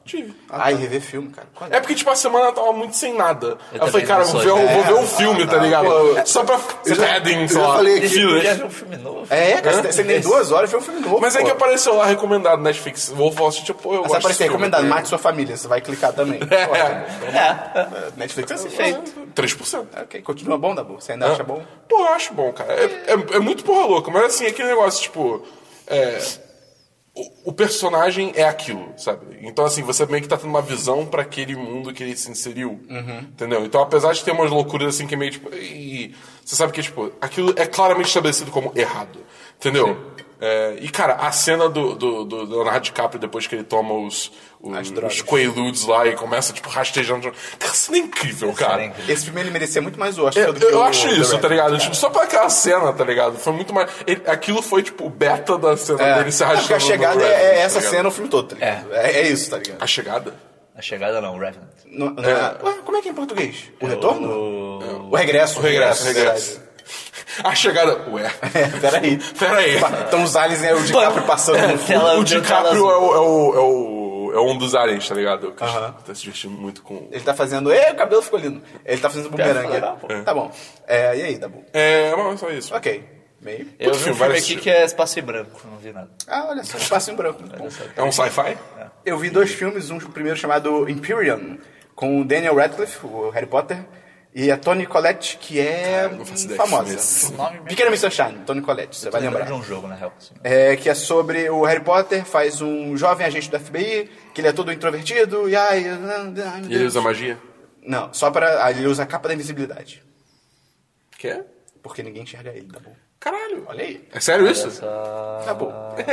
E: Tive.
A: Ai, rever filme, cara. Qual é?
E: É porque, tipo, a semana eu tava muito sem nada. Aí eu
D: também
E: falei, cara,
D: não
E: vou
D: sou,
E: ver, um,
D: é.
E: vou ver um filme, tá ligado? Só pra. Você
B: já-
E: pede,
B: eu
E: sei
B: já
E: lá.
B: falei aqui.
D: Esse
E: fillers.
D: já viu um filme novo.
A: É, cara, você- você tem duas horas pra ver um filme novo.
E: Mas é
A: pô.
E: que apareceu lá recomendado na Netflix. Vou falar assim, tipo, eu
A: Você
E: gosto desse
A: aparecer
E: filme.
A: recomendado, mate sua família, você vai clicar também.
E: É,
D: É.
A: Netflix é assim.
D: Perfeito.
E: 3%.
A: Ok, continua bom, Dabu? Você ainda acha
E: Ah.
A: bom?
E: Pô, eu acho bom, cara. É, é- é muito porra louca, mas assim, é aquele negócio, tipo. É, o, o personagem é aquilo, sabe? Então, assim, você meio que tá tendo uma visão pra aquele mundo que ele se inseriu.
D: Uhum.
E: Entendeu? Então, apesar de ter umas loucuras assim que é meio tipo. "Ih", você sabe que, tipo, aquilo é claramente estabelecido como errado. Entendeu? É, e, cara, a cena do, do, do Leonardo DiCaprio depois que ele toma os, os,
A: drogas.
E: os Quaaludes lá e começa, tipo, rastejando. Cara, isso não é incrível, cara.
D: é incrível.
A: Esse filme ele merecia muito mais o Oscar
E: É,
A: Tipo, do que
E: eu
A: o
E: acho
A: The
E: isso,
A: Raid.
E: tá ligado? Tipo, só pra aquela cena, tá ligado? Foi muito mais. ele- aquilo foi, tipo, o beta da cena
A: É,
E: dele se
A: é porque
E: arrastando.
A: a chegada
E: no
A: é,
E: Reddit,
A: é essa
E: tá ligado?
A: cena o filme todo, tá ligado? É. é isso, tá ligado?
E: A chegada?
D: A chegada não, Revenant.
A: Não- não é- Ué, como é que é em português? O retorno?
D: O...
A: O regresso. O
E: Regresso, É, regresso. A chegada. Ué.
A: É, peraí.
E: Pera aí.
A: Então os aliens é o DiCaprio passando no filme.
D: Tela-
E: O
D: tela
E: DiCaprio é
D: azul.
E: o, é, o, é, o, é um dos aliens, tá ligado? Que
A: Aham.
E: tá se divertindo muito com.
A: Ele tá fazendo. Ei, o cabelo ficou lindo. Ele tá fazendo bumerangue.
D: Tá bom.
A: Tá bom. É, e aí, Dabu?
E: É, bom, é só isso.
A: Ok. Meio.
D: Eu
E: Puta,
D: vi um
E: filme,
D: filme
E: vários
D: aqui
E: filmes.
D: que é Espaço em Branco, não vi nada.
A: Ah, olha só, espaço em branco. Muito bom.
E: É um sci-fi?
A: Eu vi dois filmes, um primeiro chamado Imperium, com o Daniel Radcliffe, o Harry Potter, e a Toni Collette, que é
E: não faço ideia que filme é
A: famosa.
E: esse.
D: Nome mesmo.
A: Pequena Miss Sunshine, Toni Collette, você vai
D: Lembra de
A: lembrar.
D: um jogo, na real. assim.
A: É, que é sobre o Harry Potter, faz um jovem agente do FBI, que ele é todo introvertido, e ai... ai, meu
E: E ele
A: Deus.
E: usa magia?
A: Não, só pra... ah, Ele usa a capa da invisibilidade,
E: Que é?
A: porque ninguém enxerga ele, tá bom?
E: Caralho.
A: Olha aí.
E: É sério isso?
A: Tá bom.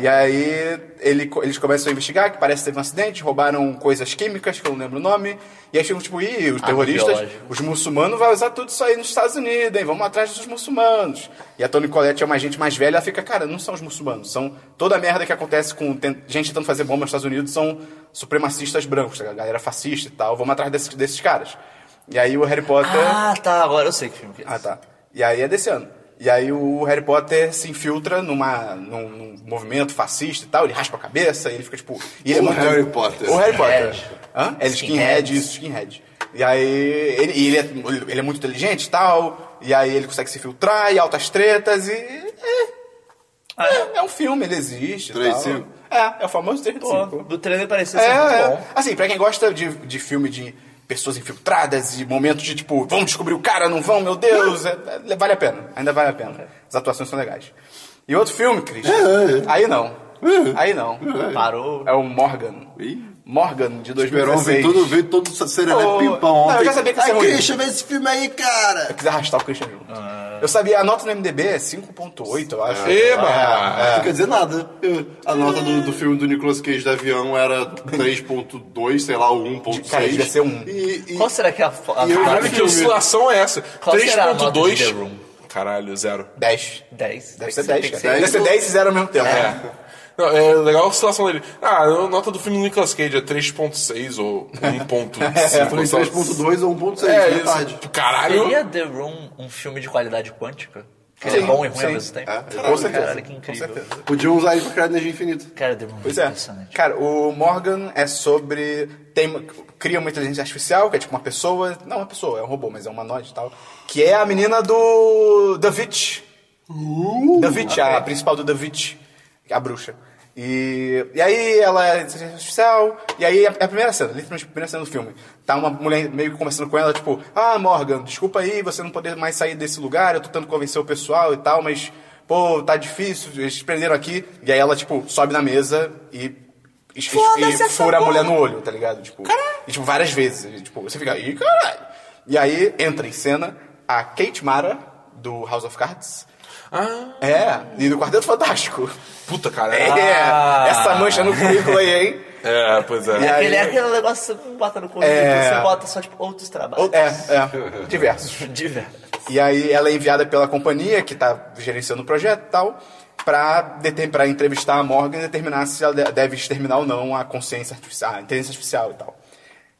A: E aí ele co- eles começam a investigar, que parece que teve um acidente, roubaram coisas químicas, que eu não lembro o nome. E aí ficam tipo, ih, os terroristas,
D: biológico.
A: os muçulmanos vão usar tudo isso aí nos Estados Unidos, hein? Vamos atrás dos muçulmanos. E a Toni Collette é uma gente mais velha, ela fica, cara, não são os muçulmanos, são toda a merda que acontece com ten- gente tentando fazer bomba nos Estados Unidos, são supremacistas brancos, tá ligado? galera fascista e tal, vamos atrás desses, desses caras. E aí o Harry Potter...
D: Ah, tá, agora eu sei que filme que é esse.
A: Ah, tá. E aí é desse ano. E aí o Harry Potter se infiltra numa, num, num movimento fascista e tal, ele raspa a cabeça, ele fica tipo. E ele é
B: O
A: muito-
B: Harry Potter.
A: O Harry Potter.
D: Skinhead.
A: Hã? É skinhead,
D: Skinhead.
A: isso, skinhead. E aí ele, e ele, é, ele é muito inteligente e tal, e aí ele consegue se filtrar e altas tretas e. É, é, é um filme, ele existe. e
B: 3,
A: tal.
B: 5.
A: É, é o famoso 3 de
D: Pô,
A: 5.
D: do trailer parecia ser muito
A: É, é.
D: bom.
A: Assim, pra quem gosta de, de filme de pessoas infiltradas e momentos de tipo, vamos descobrir o cara, não vão, meu Deus, é- é- vale a pena, ainda vale a pena. As atuações são legais. E outro filme, Cris? Aí não. Aí não.
D: Parou.
A: É o Morgan. Morgan, de
B: Esperou, veio
A: 2016.
B: tudo, veio todo serelepe
A: Ô,
B: pimpão
A: não, eu
B: ontem.
A: já sabia que ia ser
B: Ai,
A: ruim.
B: Christian, vê esse filme aí, cara.
A: Eu quis arrastar o Christian junto. Eu sabia, a nota no MDB é 5.8, eu acho. É,
E: Eba!
B: Não quer dizer nada. Eu- É. a nota do, do filme do Nicolas Cage do avião era 3.2, sei lá, ou 1.6.
A: Cara, devia ser um.
B: E, e-
D: Qual será que é a, fo- a
B: E eu-
E: Olha
D: frase?
E: que oscilação é essa.
D: Qual será a nota de
E: 3.2.
D: The Room?
E: Caralho, zero.
A: 10.
D: 10.
A: Deve ser é. 10,
D: Tem que
A: cara.
D: ser-
A: Deve ser 10 e 0 ao mesmo tempo.
E: É. Não, é legal a situação dele. Ah, a nota do filme do Nicolas Cage é 3.6 ou 1.5.
B: eu
A: É,
B: falei 3.2 ou 1.6,
E: É,
B: é, metade.
E: isso. Caralho.
D: Seria The Room um filme de qualidade quântica? Que ele
A: Sim,
D: é bom e ruim ao
A: sim.
D: mesmo tempo?
B: É,
D: Caralho,
A: certeza.
D: Caralho, que
A: Com
D: incrível.
A: certeza.
B: Podiam usar isso pra criar energia infinita.
D: Cara, The Room
A: Pois
D: é
A: é.
D: impressionante.
A: Cara, o Morgan é sobre. Tem, cria uma inteligência artificial, que é tipo uma pessoa. Não, uma pessoa, é um robô, mas é um humanoide e tal. Que é a menina do. The Witch. The Witch, a principal do The Witch, a bruxa. E, e aí ela é inteligência artificial, e aí é a, a primeira cena, literalmente a primeira cena do filme, tá uma mulher meio que conversando com ela, tipo, ah, Morgan, desculpa aí, você não poder mais sair desse lugar, eu tô tentando convencer o pessoal e tal, mas, pô, tá difícil, eles te prenderam aqui. E aí ela, tipo, sobe na mesa e, e, e fura a mulher no olho, tá ligado? Tipo, e, tipo várias vezes. E, tipo, você fica, ih, caralho. E aí entra em cena a Kate Mara, do House of Cards,
E: Ah,
A: é, e do Quarteto Fantástico.
E: puta, cara.
A: É, essa mancha no currículo aí, hein?
E: É, pois é.
A: E aí-
D: Ele é aquele negócio que você bota no currículo,
A: É.
D: você bota só, tipo, outros trabalhos.
A: Ou- É, é, diversos.
D: Diversos.
A: E aí ela é enviada pela companhia que tá gerenciando o projeto e tal, pra, deten- pra entrevistar a Morgan e determinar se ela de- deve exterminar ou não a consciência artificial, a inteligência artificial e tal.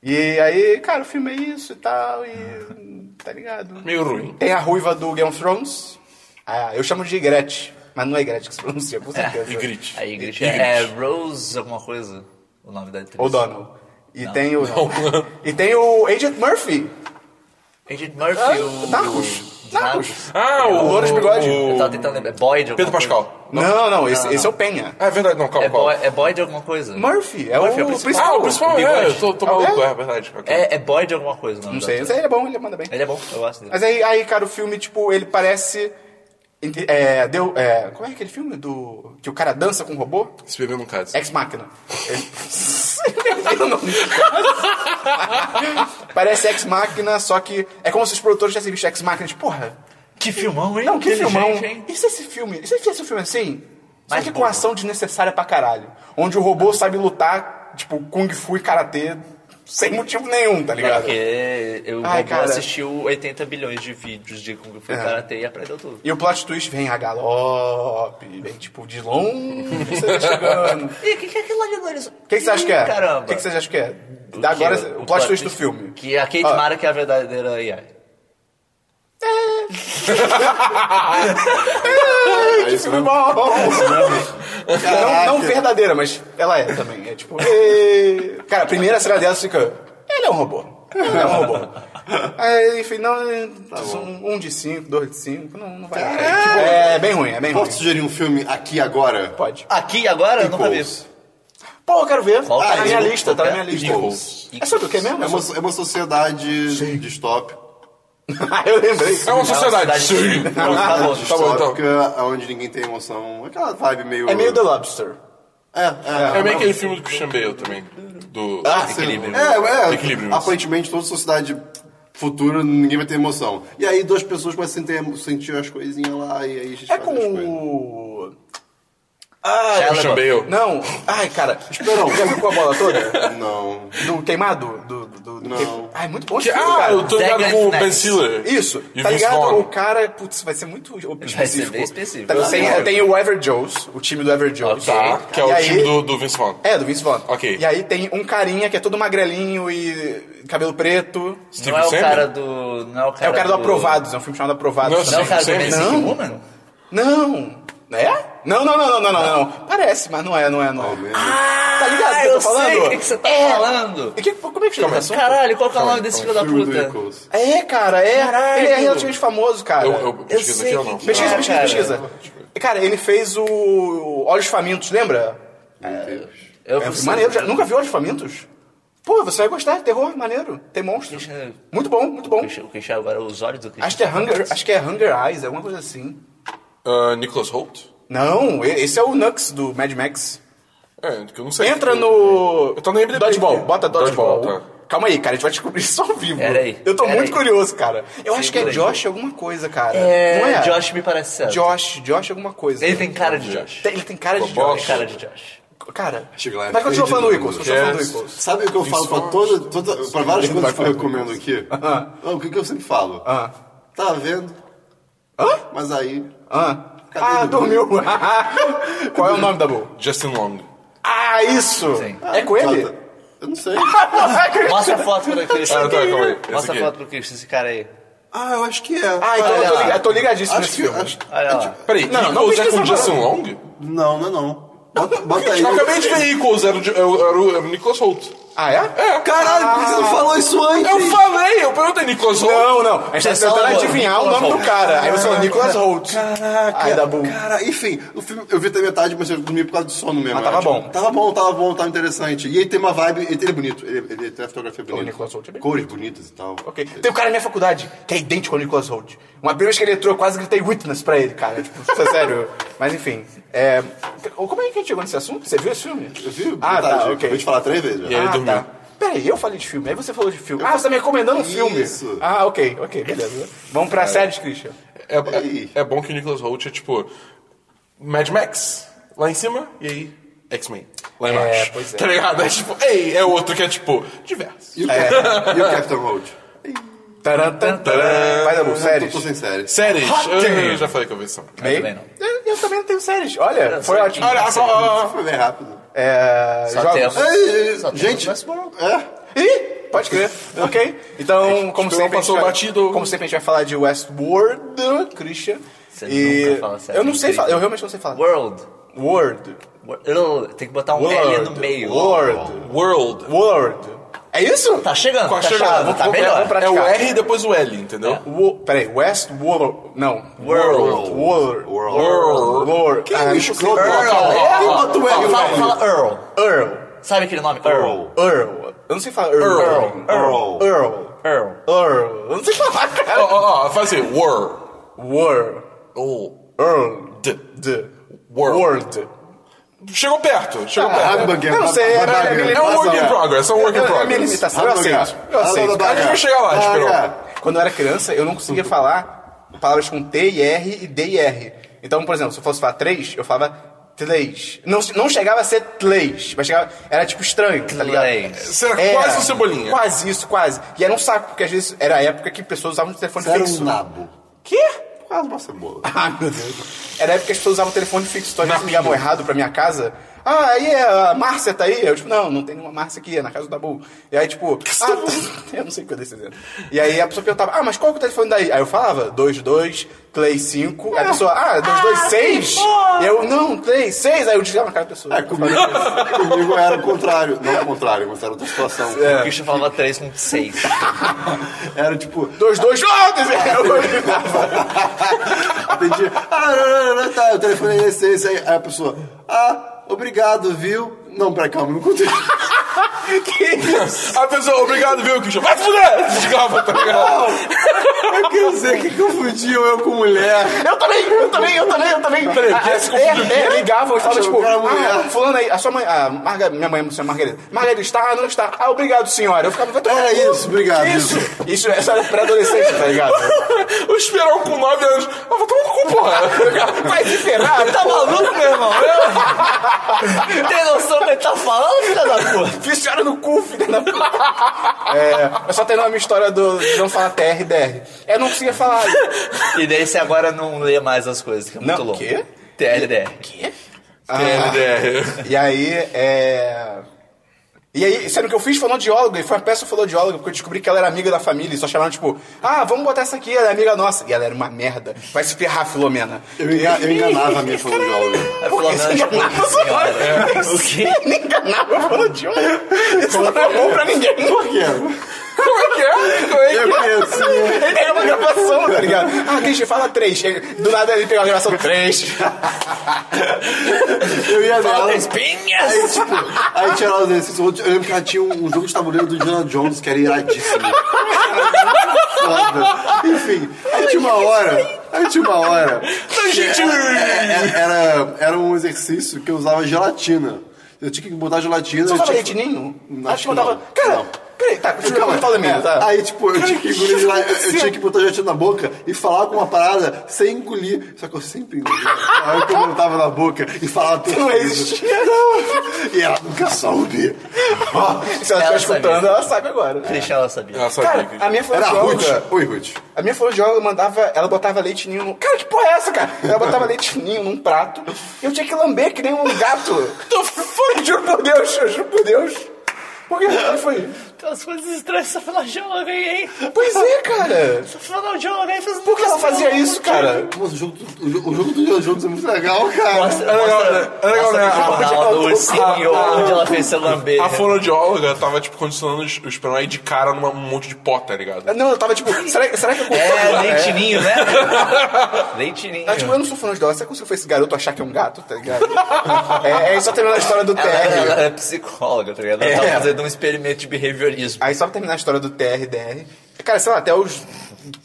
A: E aí, cara, o filme é isso e tal, e. tá ligado?
E: Meio ruim.
A: Tem a ruiva do Game of Thrones. Ah, eu chamo de Gretchen, mas não é Gretchen que se pronuncia, com certeza.
E: E grite.
D: Aí, Grit, é, é Rose alguma coisa, o nome da atriz.
A: O Donald. E tem o. E tem o Agent Murphy. é
D: Agent Murphy, o...
A: Ah, Narcos.
D: Narcos.
A: Narcos.
E: Ah,
A: É O
E: o...
A: Louros Bigode.
E: o-
D: Eu tava tentando lembrar. É Boyd alguma coisa.
E: Pedro Pascal.
A: Não, não, esse,
D: não,
A: esse
D: não.
A: é o Penha.
E: Ah, é verdade. Não, calma,
D: É, Boy,
E: calma.
D: é Boyd alguma coisa?
A: Murphy, é o,
D: Murphy é o
A: principal.
D: principal.
E: Ah, o principal é.
D: Bigode.
E: Eu tô, tô
A: Ah,
E: maluco.
A: é?
E: É, verdade. ok.
D: É, é Boyd alguma coisa o nome
A: Não
D: do
A: sei,
D: ator.
A: mas aí ele é bom, ele manda bem.
D: Ele é bom, eu gosto dele.
A: Mas aí, aí, cara, o filme, tipo, ele parece. ente- É, deu, é, como é aquele filme do. Que o cara dança com um robô?
E: Se beber num é caso.
D: É
A: Ex Machina. Ele- Eu não- Parece Ex Machina, só que. É como se os produtores tivessem visto Ex Machina, tipo, porra,
D: Que filmão, hein?
A: Não, que
D: Inteligente,
A: filmão.
D: hein?
A: E se esse filme, e se ele fizesse um filme assim, só
D: Mais
A: que com
D: bobo.
A: ação desnecessária pra caralho, onde o robô sabe lutar, tipo, kung fu e karatê, sem motivo nenhum, tá ligado?
D: Porque eu
A: Ai,
D: vou
A: cara. É.
D: assistir 80 bilhões de vídeos de Kung Fu Karate e aprendeu tudo.
A: E o plot twist vem a galope, vem tipo de longe, você vai chegando.
D: E o que, que é aquilo ali no horizonte?
A: O que, que você acha que é?
D: Caramba.
A: O que, que você acha que é?
D: O
A: Dá
D: que?
A: agora o, plot twist do filme.
D: Que a Kate
A: Ah.
D: Mara que é a verdadeira AI.
B: Aí isso
A: Filme
B: mesmo.
A: bom! não, não verdadeira, mas ela é também. É tipo. "Ê". Cara, a primeira cena dela você fica. Ele é um robô. Ele é um robô. Aí, enfim, não. um, um de cinco, dois de cinco, não, não vai. É, tipo, é bem ruim, é bem ruim.
B: Posso sugerir um filme aqui e agora?
A: Pode.
D: Aqui agora? Eu nunca vi.
B: Equals.
A: Pô, eu quero ver.
D: Qual
A: tá
D: que
A: na
D: é?
A: minha lista, tá na minha lista.
B: Equals.
A: É sobre o que mesmo?
B: É uma, é uma sociedade distópica.
A: Ah, eu lembrei.
E: É uma sociedade. Sim.
D: Não, tá bom.
E: Tá bom, então.
B: distópica, onde ninguém tem emoção. Aquela vibe meio...
A: É meio The Lobster.
B: É, é.
E: É meio aquele filme do Christian Bale também. Do
B: Ah, sim.
E: Equilíbrio.
B: É, é.
E: Tá Equilíbrio.
B: Aparentemente, toda sociedade futuro ninguém vai ter emoção. E aí duas pessoas vão sentir, sentir as coisinhas lá e aí a gente
A: É
B: faz
A: com
B: as coisas.
A: o. Ah,
E: Christian Bale.
A: não. Ai, cara, Esperão, já viu com a bola toda?
B: Não.
A: Do queimado? Do, do, do, do
B: Não.
A: queim- Ai, muito bom esse
E: Que-
A: filme,
E: ah,
A: cara.
E: eu tô ligado
D: Dagger
E: com o
D: Snacks.
E: Ben Stiller.
A: Isso,
E: É. E
A: tá
E: Vince
A: ligado?
E: Vaughn.
A: O cara, putz, vai ser muito específico.
D: Vai ser bem específico.
A: Tá,
D: Ah,
A: tem,
D: não.
A: tem o Ever Joes, o time do Ever Joes.
E: Tá, que é
A: E
E: o
A: aí-
E: time do, do Vince Vaughn.
A: É, do Vince Vaughn.
E: Ok.
A: E aí tem um carinha que é todo magrelinho e cabelo preto.
E: Steve
D: Não é o
E: Sandler?
D: cara do. Não é o cara,
A: É o cara do
D: do
A: Aprovados, é um filme chamado Aprovados.
E: Não,
D: Não é o cara do
E: Sim,
D: Amazing
A: não.
D: Woman?
A: Não! É? Não, não, não, não, não, não, não, não. Parece, mas não é, não é, não
E: Ah,
B: Ao
A: é.
B: menos.
A: Tá ligado o que eu tô falando?
D: Ah,
A: É.
D: sei o que, que você tá falando.
A: E que- como é que chama essa?
D: Caralho, qual que é o nome desse filho da
B: Filme do
D: puta?
B: Eccles.
A: É, cara, é.
D: Caralho.
A: Ele é relativamente famoso, cara.
E: Eu, eu pesquiso
D: sei
E: aqui ou não?
D: que-
A: Pesquisa,
D: Ah,
A: pesquisa,
D: cara.
A: pesquisa. Cara, ele fez o Olhos Famintos, lembra?
B: Meu Deus.
D: Eu
A: É um
D: fui-
A: filme maneiro. Já, nunca viu Olhos Famintos? Pô, você vai gostar. Terror, maneiro. Tem monstros.
D: Deixa-
A: Muito bom, muito bom.
D: O Christian- O Christian agora, os olhos do Christian.
A: Acho que, é Hunger, acho que é Hunger Eyes, alguma coisa assim.
E: Ah, Nicholas Holt?
A: Não, e- esse é o Nux do Mad Max.
E: É, que eu não sei.
A: Entra no.
E: Eu tô no IMDb.
A: Dodgeball, bota Dodgeball.
E: Dodgeball, tá.
A: Calma aí, cara, a gente vai descobrir isso ao vivo.
D: Pera aí,
A: Eu tô
D: pera
A: muito
D: aí.
A: curioso, cara. Eu acho que é
D: Segura aí.
A: Josh alguma coisa, cara.
D: É,
A: Não é?
D: Josh me parece certo.
A: Josh, Josh alguma coisa.
D: Ele tem cara de Josh.
A: Tem- ele tem cara de
E: Bobox.
A: Josh.
D: Tem cara de Josh.
A: Cara,
B: Chega lá,
A: mas continua
B: perdido,
A: falando do
B: né?
A: Equals, continua falando do
E: Yes.
A: Equals.
B: Sabe o que eu falo pra toda, toda, pra várias
A: Ele vai
B: coisas que eu
A: falar
B: recomendo aqui?
A: Aham.
B: Não, o que, que eu sempre falo?
A: Ah,
B: Tá vendo?
A: Hã?
B: Mas aí.
A: ah,
B: Cadê
A: ah
B: ele?
A: dormiu. Qual é o nome da boa?
E: Justin Long.
A: Ah, isso!
D: Sim.
A: É com ele?
B: Tá- Eu não sei.
A: tá.
D: Mostra a foto pro Christian.
E: Ah, tá, calma aí. Esse
D: Mostra a
E: aqui.
D: foto pro Christian, esse cara aí.
B: Ah, eu acho que é.
A: Ah, então
D: Olha
A: eu, tô
D: lá.
A: liga- eu tô ligadíssimo
B: acho
A: nesse
B: que.
A: filme.
B: Acho...
A: É
D: Olha lá.
E: Peraí,
A: Não, não
E: Equals é com
A: pesquisa
E: Justin
A: agora.
E: Long?
B: Não, não é não. Bota, bota aí.
E: Eu acabei de ver Equals, era o, era o, era o- era o Nicholas Holt.
A: Ah, é?
E: É.
B: Caralho, por que você não falou isso antes?
E: Eu falei, eu perguntei Nicholas Holt.
A: Não, não. A gente tá
D: Você
A: tentando
D: falou.
A: adivinhar o nome do cara. Aí você é o Nicholas Holt.
B: Caraca,
A: Ai, Dabu.
B: cara, enfim, o filme eu vi até metade, mas eu dormi por causa do sono mesmo.
A: Mas tava
B: eu acho.
A: bom.
B: Tava bom, tava bom, tava interessante. E ele tem uma vibe, ele, ele é bonito, ele, ele tem a fotografia bonita.
A: Nicolas Holt é bem
B: Cores bonitas e tal.
A: Ok. Tem um cara na minha faculdade que é idêntico ao Nicholas Holt. Uma primeira vez que ele entrou, eu quase gritei witness pra ele, cara. Tipo, isso é sério. Mas enfim. É... Como é que a gente chegou nesse assunto? Você viu esse filme?
B: Eu vi,
A: Ah,
B: metade,
A: tá,
B: eu
A: ok.
B: acabei de falar três vezes.
E: E aí?
B: já.
E: ele
A: ah,
E: dormiu.
A: tá. Peraí, eu falei de filme, aí você falou de filme. ah, você tá me recomendando um filme.
B: Isso.
A: Ah, ok, ok, beleza. Vamos pra séries, Christian.
E: É,
B: Ei.
E: é, é bom que o Nicholas Holt é tipo Mad Max lá em cima e aí X-Men lá embaixo.
A: pois é.
E: Tá ligado? É tipo, ei, é outro que é tipo diverso.
B: E o, Cap- Ah, e o Captain Holt?
A: Taran, tan, taran. Vai dar bom, séries.
B: Eu tô sem série.
E: Séries,
A: Hot
E: eu,
A: Take.
E: eu já falei que eu vi isso.
D: Eu também não.
A: Eu, eu também não tenho séries. Olha, foi
D: só-
A: ótimo.
E: Olha
A: Ah.
E: só!
B: Foi bem rápido.
A: É,
D: Só
A: jogos.
D: temos.
B: Ei,
D: Só temos
B: gente,
D: Westworld.
B: é.
A: Ih, pode crer. ok. Então, como
E: Esperou,
A: sempre, a gente
E: passou
A: vai,
E: batido.
A: como sempre, a gente vai falar de Westworld, Christian.
D: Você
A: e
D: nunca fala certo,
A: Eu não sei
D: incrível.
A: falar, eu realmente não sei falar.
D: World.
A: Word.
D: World. Tem que botar um L no meio.
A: Word.
E: World.
A: Word. É isso?
D: Tá chegando,
E: Com a
D: tá
E: chegada,
D: chegando, tá
A: vou- vou-
D: melhor.
A: vou pra-
E: É o
A: praticar.
E: R e depois o L, entendeu?
A: Wo- Peraí, Westworld. Não. World.
D: World.
B: World.
E: World.
A: World. Ah,
B: Quem é bicho
A: impossível.
B: World.
D: Earl.
B: É, quem bota o L no
D: Fala,
B: meio?
D: fala Earl.
E: é?
A: Earl.
D: Sabe aquele nome? Earl.
A: Earl. Eu não sei falar Earl.
E: Earl.
B: Earl.
A: Earl.
D: Earl.
A: Earl. Eu não sei falar,
E: É. Ó,
A: cara.
E: ó, ó, faz assim, World.
A: World.
E: Oh,
A: Earl.
E: d.
A: D.
E: World.
A: World.
E: Chegou perto, chegou perto.
B: Hamburger.
A: Eu não sei, era- era
B: Hamburger.
A: ele-
E: É um work in
B: Hamburger.
E: progress, é um work in
A: É a minha
E: progress.
A: limitação. Eu
B: Hamburger.
A: aceito. Eu aceito.
B: Hamburger.
E: A gente vai chegar lá,
B: Ah,
E: Esperon.
B: é.
A: Quando eu era criança, eu não conseguia falar palavras com T e R e D e R. Então, por exemplo, se eu fosse falar três, eu falava três. Não, não chegava a ser três, mas chegava, era tipo estranho, tá ligado?
D: Três.
E: Será que
A: Era
E: quase um cebolinha?
A: Quase isso, quase. E era um saco, porque às vezes era a época que pessoas usavam telefone
B: Era
A: fixo.
B: um nabo.
A: Quê?
B: Por causa de uma cebola.
A: Ah, meu Deus. Era a época que as pessoas usavam telefone fixo, então às vezes
E: Na
A: ligavam
E: rua.
A: errado pra minha casa. Ah, aí a Márcia tá aí? Eu, tipo, não, não tem nenhuma Márcia aqui, é na casa do Dabu. E aí, tipo, ah, tá... eu não sei o que eu dei esse exemplo. E aí a pessoa perguntava, ah, mas qual que é o telefone daí? Aí eu falava, 22, 3, 5. Aí a pessoa, ah, 226? E eu, não, 3, 6. Aí eu desligava na cara da pessoa.
B: É, comigo, comigo era o contrário. Não o contrário, mas era outra situação.
A: É.
D: O Christian falava três com seis.
B: Era tipo,
A: 22, ah,
B: atendi. Ah, não, não, não, tá. O telefone é esse, esse aí. Aí a pessoa, ah, obrigado, viu? Não, pra cá, eu não contei.
A: que isso?
E: A pessoa, obrigado, viu, Christian? Vai se fuder! Desligava, tá ligado?
B: Eu queria dizer que confundiam eu com mulher.
A: Eu também, eu também, eu também, eu também.
B: Ah,
A: Peraí,
E: quem se confundiu
A: é, é, ligava e falava,
B: Achou
A: tipo,
B: que era mulher.
A: ah, fulano aí, a sua mãe, a Marga, minha mãe, sua Margarida. Margarida está, ah, não está. Ah, obrigado, senhora. Eu ficava, vai tomar
B: Era
A: no cu.
B: isso, obrigado.
A: Que Isso, isso, essa era pré-adolescente, tá ligado?
E: O Esperão com 9 anos. Ah, vou tomar no cu, porra.
A: Vai se ferrar,
D: Tá maluco, meu irmão? Eu- Tem noção do que ele tá falando, filha da puta?
A: Fiz senhora no cu, filha da puta. É, eu só tenho a minha história do, de não falar TR, DR. Eu não conseguia falar.
D: E daí você agora não lê mais as coisas, que é muito
A: Não,
D: longo.
A: quê?
D: TLDR.
B: Ah.
E: TLDR.
A: E aí, é... E aí, sendo que eu fiz fonoaudióloga, e foi uma peça fonoaudióloga, porque eu descobri que ela era amiga da família, e só chamaram, tipo, ah, vamos botar essa aqui, ela é amiga nossa. E ela era uma merda. Vai se ferrar, Filomena.
B: Eu, enga- eu enganava a minha fonoaudióloga.
D: Aí falou, não, tipo, senhora. É. O quê?
A: Me enganava o fonoaudióloga. Isso não é bom pra ninguém.
B: Por quê?
E: Como é que é? Como é que é?
B: Eu conheci.
A: Ele pegava uma gravação, tá ligado? Ah, Christian, fala três. Ele- Do nada ele pegou a gravação três.
B: Eu ia
D: Fala
B: nela.
D: das pinhas!
B: Aí, tipo, aí tinha lá os exercícios. Eu lembro que ela tinha um, um jogo de tabuleiro do Indiana Jones que era iradíssimo. Foda. Enfim, aí tinha uma hora. Aí tinha uma hora.
E: Gente,
B: Era, é, era, era um exercício que eu usava gelatina. Eu tinha que botar gelatina.
A: Você
B: eu
A: falava
B: tinha que-
A: leitinho?
B: Não,
A: Acho que eu
B: não.
A: tava... Cara,
B: Não.
A: peraí, tá, continua,
B: Calma,
A: fala minha, tá?
B: Aí, tipo, eu tinha que engolir de lá, eu, eu tinha que botar gelatina na boca e falar com uma parada sem engolir. Só que eu sempre engolia. Aí eu comentava na boca e falava tudo.
A: Não existia.
B: E ela nunca soube.
A: Se ela
D: Ela
A: estiver
D: sabe.
A: escutando, ela sabe agora.
D: Deixa ela saber.
E: Ela sabia
A: Cara,
E: que...
A: a minha
B: Era a Ruth.
A: fonoaudióloga...
B: Oi, Ruth.
A: A minha fonoaudióloga mandava... Ela botava leite ninho... no- Cara, que porra é essa, cara? Ela botava leite ninho num prato e eu tinha que lamber que nem um gato. Tô foda, juro por Deus, eu juro por Deus. Por que Ele foi?
D: As coisas estranhas, você falou de aí, hein?
A: Pois é, cara. é,
D: Você falou de aí, faz um
A: Por que ela fazia isso, cara?
B: Nossa, o jogo, do- o, jo- o jogo do Indiana Jones é muito legal, cara.
D: Mostra,
E: É legal, né?
D: mostra,
E: É legal,
D: mostra
E: né?
D: no jornal do
A: Ah,
D: ursinho
E: ah,
D: onde ela fez seu lamber.
E: A fonoaudióloga tava, tipo, condicionando os, os Esperão aí de cara num monte de pó, tá ligado?
A: Não, eu tava tipo, será, será que eu confundo?
D: É, leitinho, né? Tá, Leitinho.
A: Ah, tipo, eu não sou fã de dela. Será que eu consigo fazer esse garoto achar que é um gato, tá ligado? é, é só terminar a história do TR.
D: Ela, ela é psicóloga, tá ligado? Ela
A: É. Ah,
D: tava fazendo um experimento de behaviorismo.
A: Aí só pra terminar a história do TRDR. Cara, sei lá, até os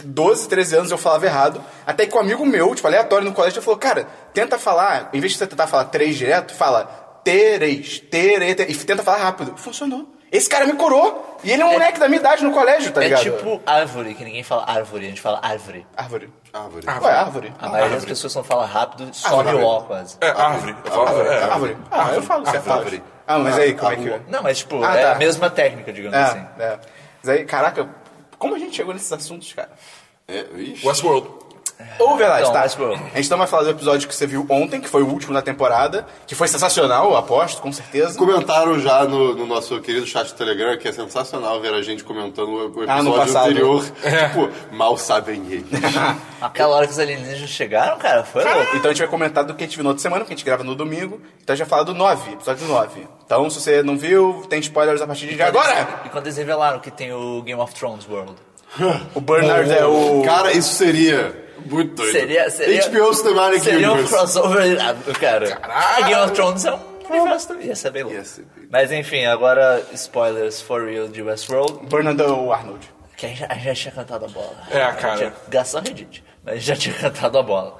A: 12, 13 anos eu falava errado. Até que um amigo meu, tipo, aleatório no colégio, ele falou, cara, tenta falar, em vez de você tentar falar três direto, fala tereis, tere, tere", e tenta falar rápido. Funcionou. Esse cara me curou. E ele é um moleque da minha idade no colégio, tá
D: É
A: ligado?
D: tipo árvore, que ninguém fala árvore, a gente fala árvore.
A: Árvore. Ah,
B: Árvore.
A: Ué, árvore. Ah,
D: A maioria das pessoas não fala rápido, sobe
A: Árvore.
D: o ó quase.
E: É, árvore. Eu falava, é.
A: Árvore. Ah, eu falo certo.
B: Árvore.
A: Ah, mas aí, como é que
B: Árvore.
A: é?
D: Não, mas tipo,
A: Ah,
D: é
A: tá.
D: a mesma técnica, digamos assim.
A: É, é. Mas aí, caraca, como a gente chegou nesses assuntos, cara?
B: É, ixi.
E: Westworld.
A: Ou verdade,
D: Não,
A: tá?
D: mas, pô.
A: A gente não vai falar do episódio que você viu ontem, que foi o último da temporada, que foi sensacional, eu aposto, com certeza.
B: Comentaram já no, no nosso querido chat do Telegram que é sensacional ver a gente comentando o o
A: Ah, no
B: episódio
A: passado. É.
B: anterior. Tipo, mal sabem eles.
D: Aquela hora que os alienígenas chegaram, cara, foi louco.
A: Então a gente vai comentar do que a gente viu na outra semana, porque a gente grava no domingo. Então a gente vai falar do 9, episódio 9. Então se você não viu, tem spoilers a partir de agora!
D: E quando eles revelaram que tem o Game of Thrones World.
A: O Bernard é o.
B: Cara, isso seria muito doido.
D: Seria, seria,
B: HBO Cinematic
D: seria um
B: Universe.
D: crossover irado, cara. Caralho. Game of Thrones é um universo também, ia ser bem louco.
B: Ia ser bem-
D: Mas enfim, agora spoilers for real de Westworld,
A: O Bernard é o Arnold.
D: que a gente, já- a gente já tinha cantado a bola.
E: É,
D: A gente
E: cara.
D: Tinha, Gaston Reddit, mas já tinha cantado a bola.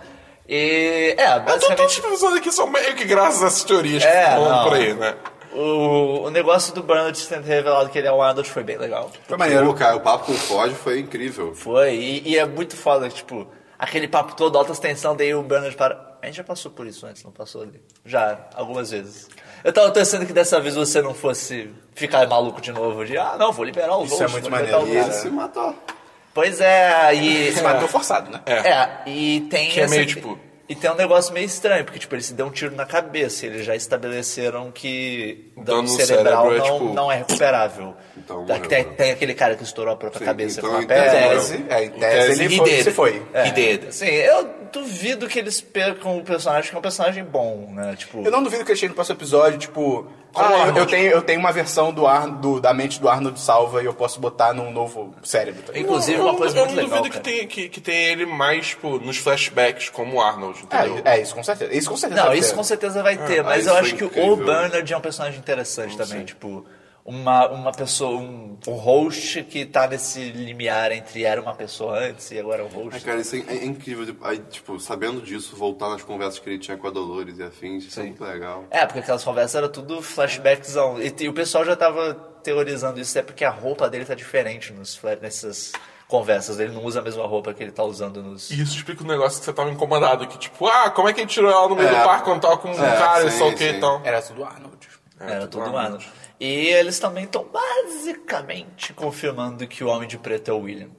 D: E, é,
E: Então, todas as
D: basicamente,
E: pessoas aqui são meio que graças a essas teorias que
D: É,
E: estão
D: não.
E: por aí, né?
D: o, o negócio do Bernard tendo revelado que ele é o Arnold foi bem legal.
A: Foi maneiro.
B: Pô, cara, o papo com o Ford foi incrível.
D: Foi, e, e é muito foda, tipo, aquele papo todo, alta tensão, daí o Bernard para. A gente já passou por isso antes, não passou ali? Já, algumas vezes. Eu tava torcendo que dessa vez você não fosse ficar maluco de novo, de ah, não, vou liberar os
A: Isso é
D: outros.
A: muito
D: vou liberar
A: maneiro.
B: E
D: o
B: ele
D: cara."
B: se matou.
D: Pois é, e.
A: Esse matou forçado, né?
D: É. e tem.
E: Que é
D: essa-
E: meio, tipo-
D: E tem um negócio meio estranho, porque, tipo, ele se deu um tiro na cabeça, e eles já estabeleceram que dano,
E: Dano no
D: cerebral
E: cérebro é,
D: não,
E: tipo-
D: não é recuperável.
B: Então,
D: Tá, que tem,
B: morreu.
D: tem aquele cara que estourou a própria
B: Sim,
D: cabeça
B: então,
D: com a
B: então,
A: Em
D: pedra.
B: É.
A: tese, é, em tese,
E: tese,
A: ele
D: He
A: foi,
D: did.
A: se foi.
D: É.
E: He did.
D: Assim, eu duvido que eles percam o personagem, que é um personagem bom, né? Tipo,
A: Eu não duvido que ele chegue no próximo episódio, tipo. Ah, eu- eu,
E: Arnold.
A: tenho, eu tenho uma versão do ar, do- da mente do Arnold salva e eu posso botar num novo cérebro. Tá? ligado?
D: inclusive, uma coisa
E: eu
D: muito
E: não
D: legal,
E: duvido que
D: cara.
E: tem, que, que tem ele mais, tipo, nos flashbacks, como o Arnold, entendeu?
A: É, é, isso com certeza. Isso com certeza.
D: Não,
A: vai
D: isso
A: ter.
D: com certeza vai ter,
B: ah,
D: mas
B: isso
D: eu
B: foi
D: acho que o
B: incrível.
D: Bernard é um personagem interessante também, tipo... uma, uma pessoa, um, um host que tá nesse limiar entre era uma pessoa antes e agora é um
B: Ai,
D: host.
B: cara, isso é, é incrível. tipo, Aí, tipo, sabendo disso, voltar nas conversas que ele tinha com a Dolores e afins, isso é muito legal.
D: É, porque aquelas conversas eram tudo flashbackzão. E, e o pessoal já tava teorizando isso, é porque a roupa dele tá diferente nos, fla- nessas conversas. Ele não usa a mesma roupa que ele tá usando nos.
E: E isso explica um negócio que você tava incomodado, que tipo, ah, como é que ele tirou ela no meio do parque quando tava com um
B: É,
E: cara e
B: sim,
E: só o que
B: sim.
E: e tal. É, tipo,
A: Era tudo Arnold.
D: Era tudo
E: totalmente.
D: humano. É, E eles também estão basicamente confirmando que o Homem de Preto é o William.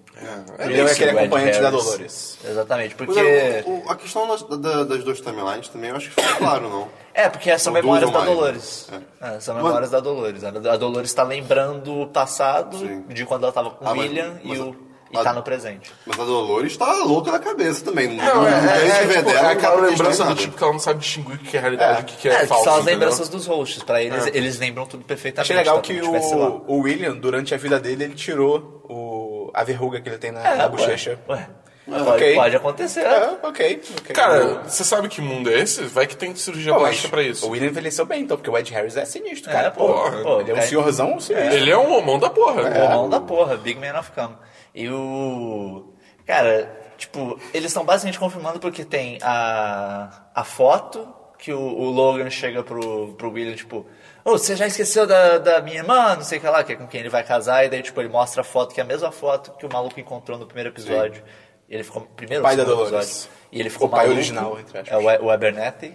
E: É,
A: Ele é
D: Esse
A: aquele
D: Ed
A: acompanhante da
D: Harris.
A: Dolores.
D: Exatamente,
B: Mas
D: porque...
B: é, o- o- a questão das, da- das duas timelines também, eu acho que ficou claro, não?
D: É, porque são
B: Ou duas
D: memórias
B: ou
D: da
B: mais, né?
D: Dolores.
B: É.
D: É, são
B: Mas-
D: memórias da Dolores. A a Dolores está lembrando o passado
B: Sim.
D: de quando ela estava com o
B: Ah, mas-
D: William
B: mas-
D: e, o, e
B: mas-
D: tá no presente.
B: Mas a Dolores tá louca na cabeça também. Não,
E: Não,
B: não
E: é,
B: tem o
E: é,
B: que
E: é,
B: ver
E: tipo,
B: dela,
E: é aquela
B: não tem
E: lembrança do
B: nada.
E: tipo que ela não sabe distinguir o que é realidade e o que, que é,
D: É, que
E: falso.
D: são as
E: entendeu?
D: lembranças dos hosts. Pra eles, eles lembram tudo perfeitamente.
A: Achei legal
D: tá?
A: que
D: Como tivesse lá.
A: o, o William, durante a vida dele, ele tirou o, a verruga que ele tem na,
D: É,
A: na
D: ué, É.
A: bochecha.
D: Ué,
A: ok.
D: pode, pode acontecer.
A: Ah, ok, ok.
E: Cara, você sabe que mundo é esse? Vai que tem cirurgia
A: Pô,
E: plástica pra isso.
A: O William envelheceu bem, então, porque o Ed Harris é sinistro,
D: É,
A: cara. pô,
E: porra.
D: Pô,
A: ele é um
D: cara.
A: senhorzão sinistro.
E: Ele é um homão da porra.
D: O mão da porra, Big Man of Cam. E o. Cara, tipo, eles estão basicamente confirmando porque tem a, a foto que o, o Logan chega pro, pro William, tipo, "Ô, você já esqueceu da, da minha irmã, não sei o que lá, que é com quem ele vai casar, e daí, tipo, ele mostra a foto que é a mesma foto que o maluco encontrou no primeiro episódio. E ele ficou. Primeiro
A: Pai da
D: segundo
A: Dolores.
D: episódio. E ele ficou
A: O pai
D: maluco.
A: original, entre aspas.
D: É o, o Abernathy,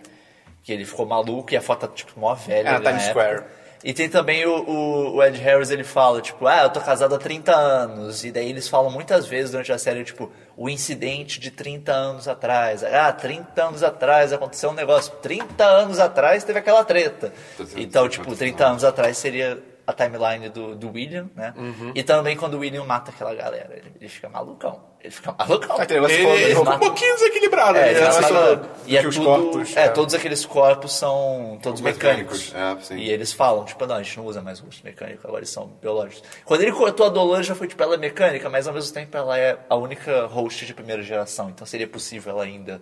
D: que ele ficou maluco e a foto tá, tipo, mó velha.
A: É, na
D: ali na
A: Times
D: época.
A: Square.
D: E tem também o, o, o Ed Harris, ele fala, tipo, ah, eu tô casado há 30 anos. E daí eles falam muitas vezes durante a série, tipo, o incidente de 30 anos atrás. Ah, 30 anos atrás aconteceu um negócio. 30 anos atrás teve aquela treta.
B: Tô sendo
D: Então,
B: simpático,
D: tipo, 30 anos atrás seria a timeline do, do William, né?
A: Uhum.
D: E também quando o William mata aquela galera, ele, ele fica malucão. Ele fica malucão.
A: Aquele negócio
E: Ele,
A: falando,
E: ele
A: ele
E: ficou um
D: mata-
E: pouquinho desequilibrado.
D: É,
E: né?
D: ele
A: Ela
D: fala-
A: fala
D: e é
A: que os
D: tudo,
A: corpos,
D: é,
A: é.
D: todos aqueles corpos são todos
B: Os
D: mecânicos.
B: mecânicos, é, sim.
D: E eles falam, tipo, não, a gente não usa mais rosto mecânico, agora eles são biológicos. Quando ele cortou a Dolores, já foi tipo, ela é mecânica, mas ao mesmo tempo ela é a única host de primeira geração, então seria possível ela ainda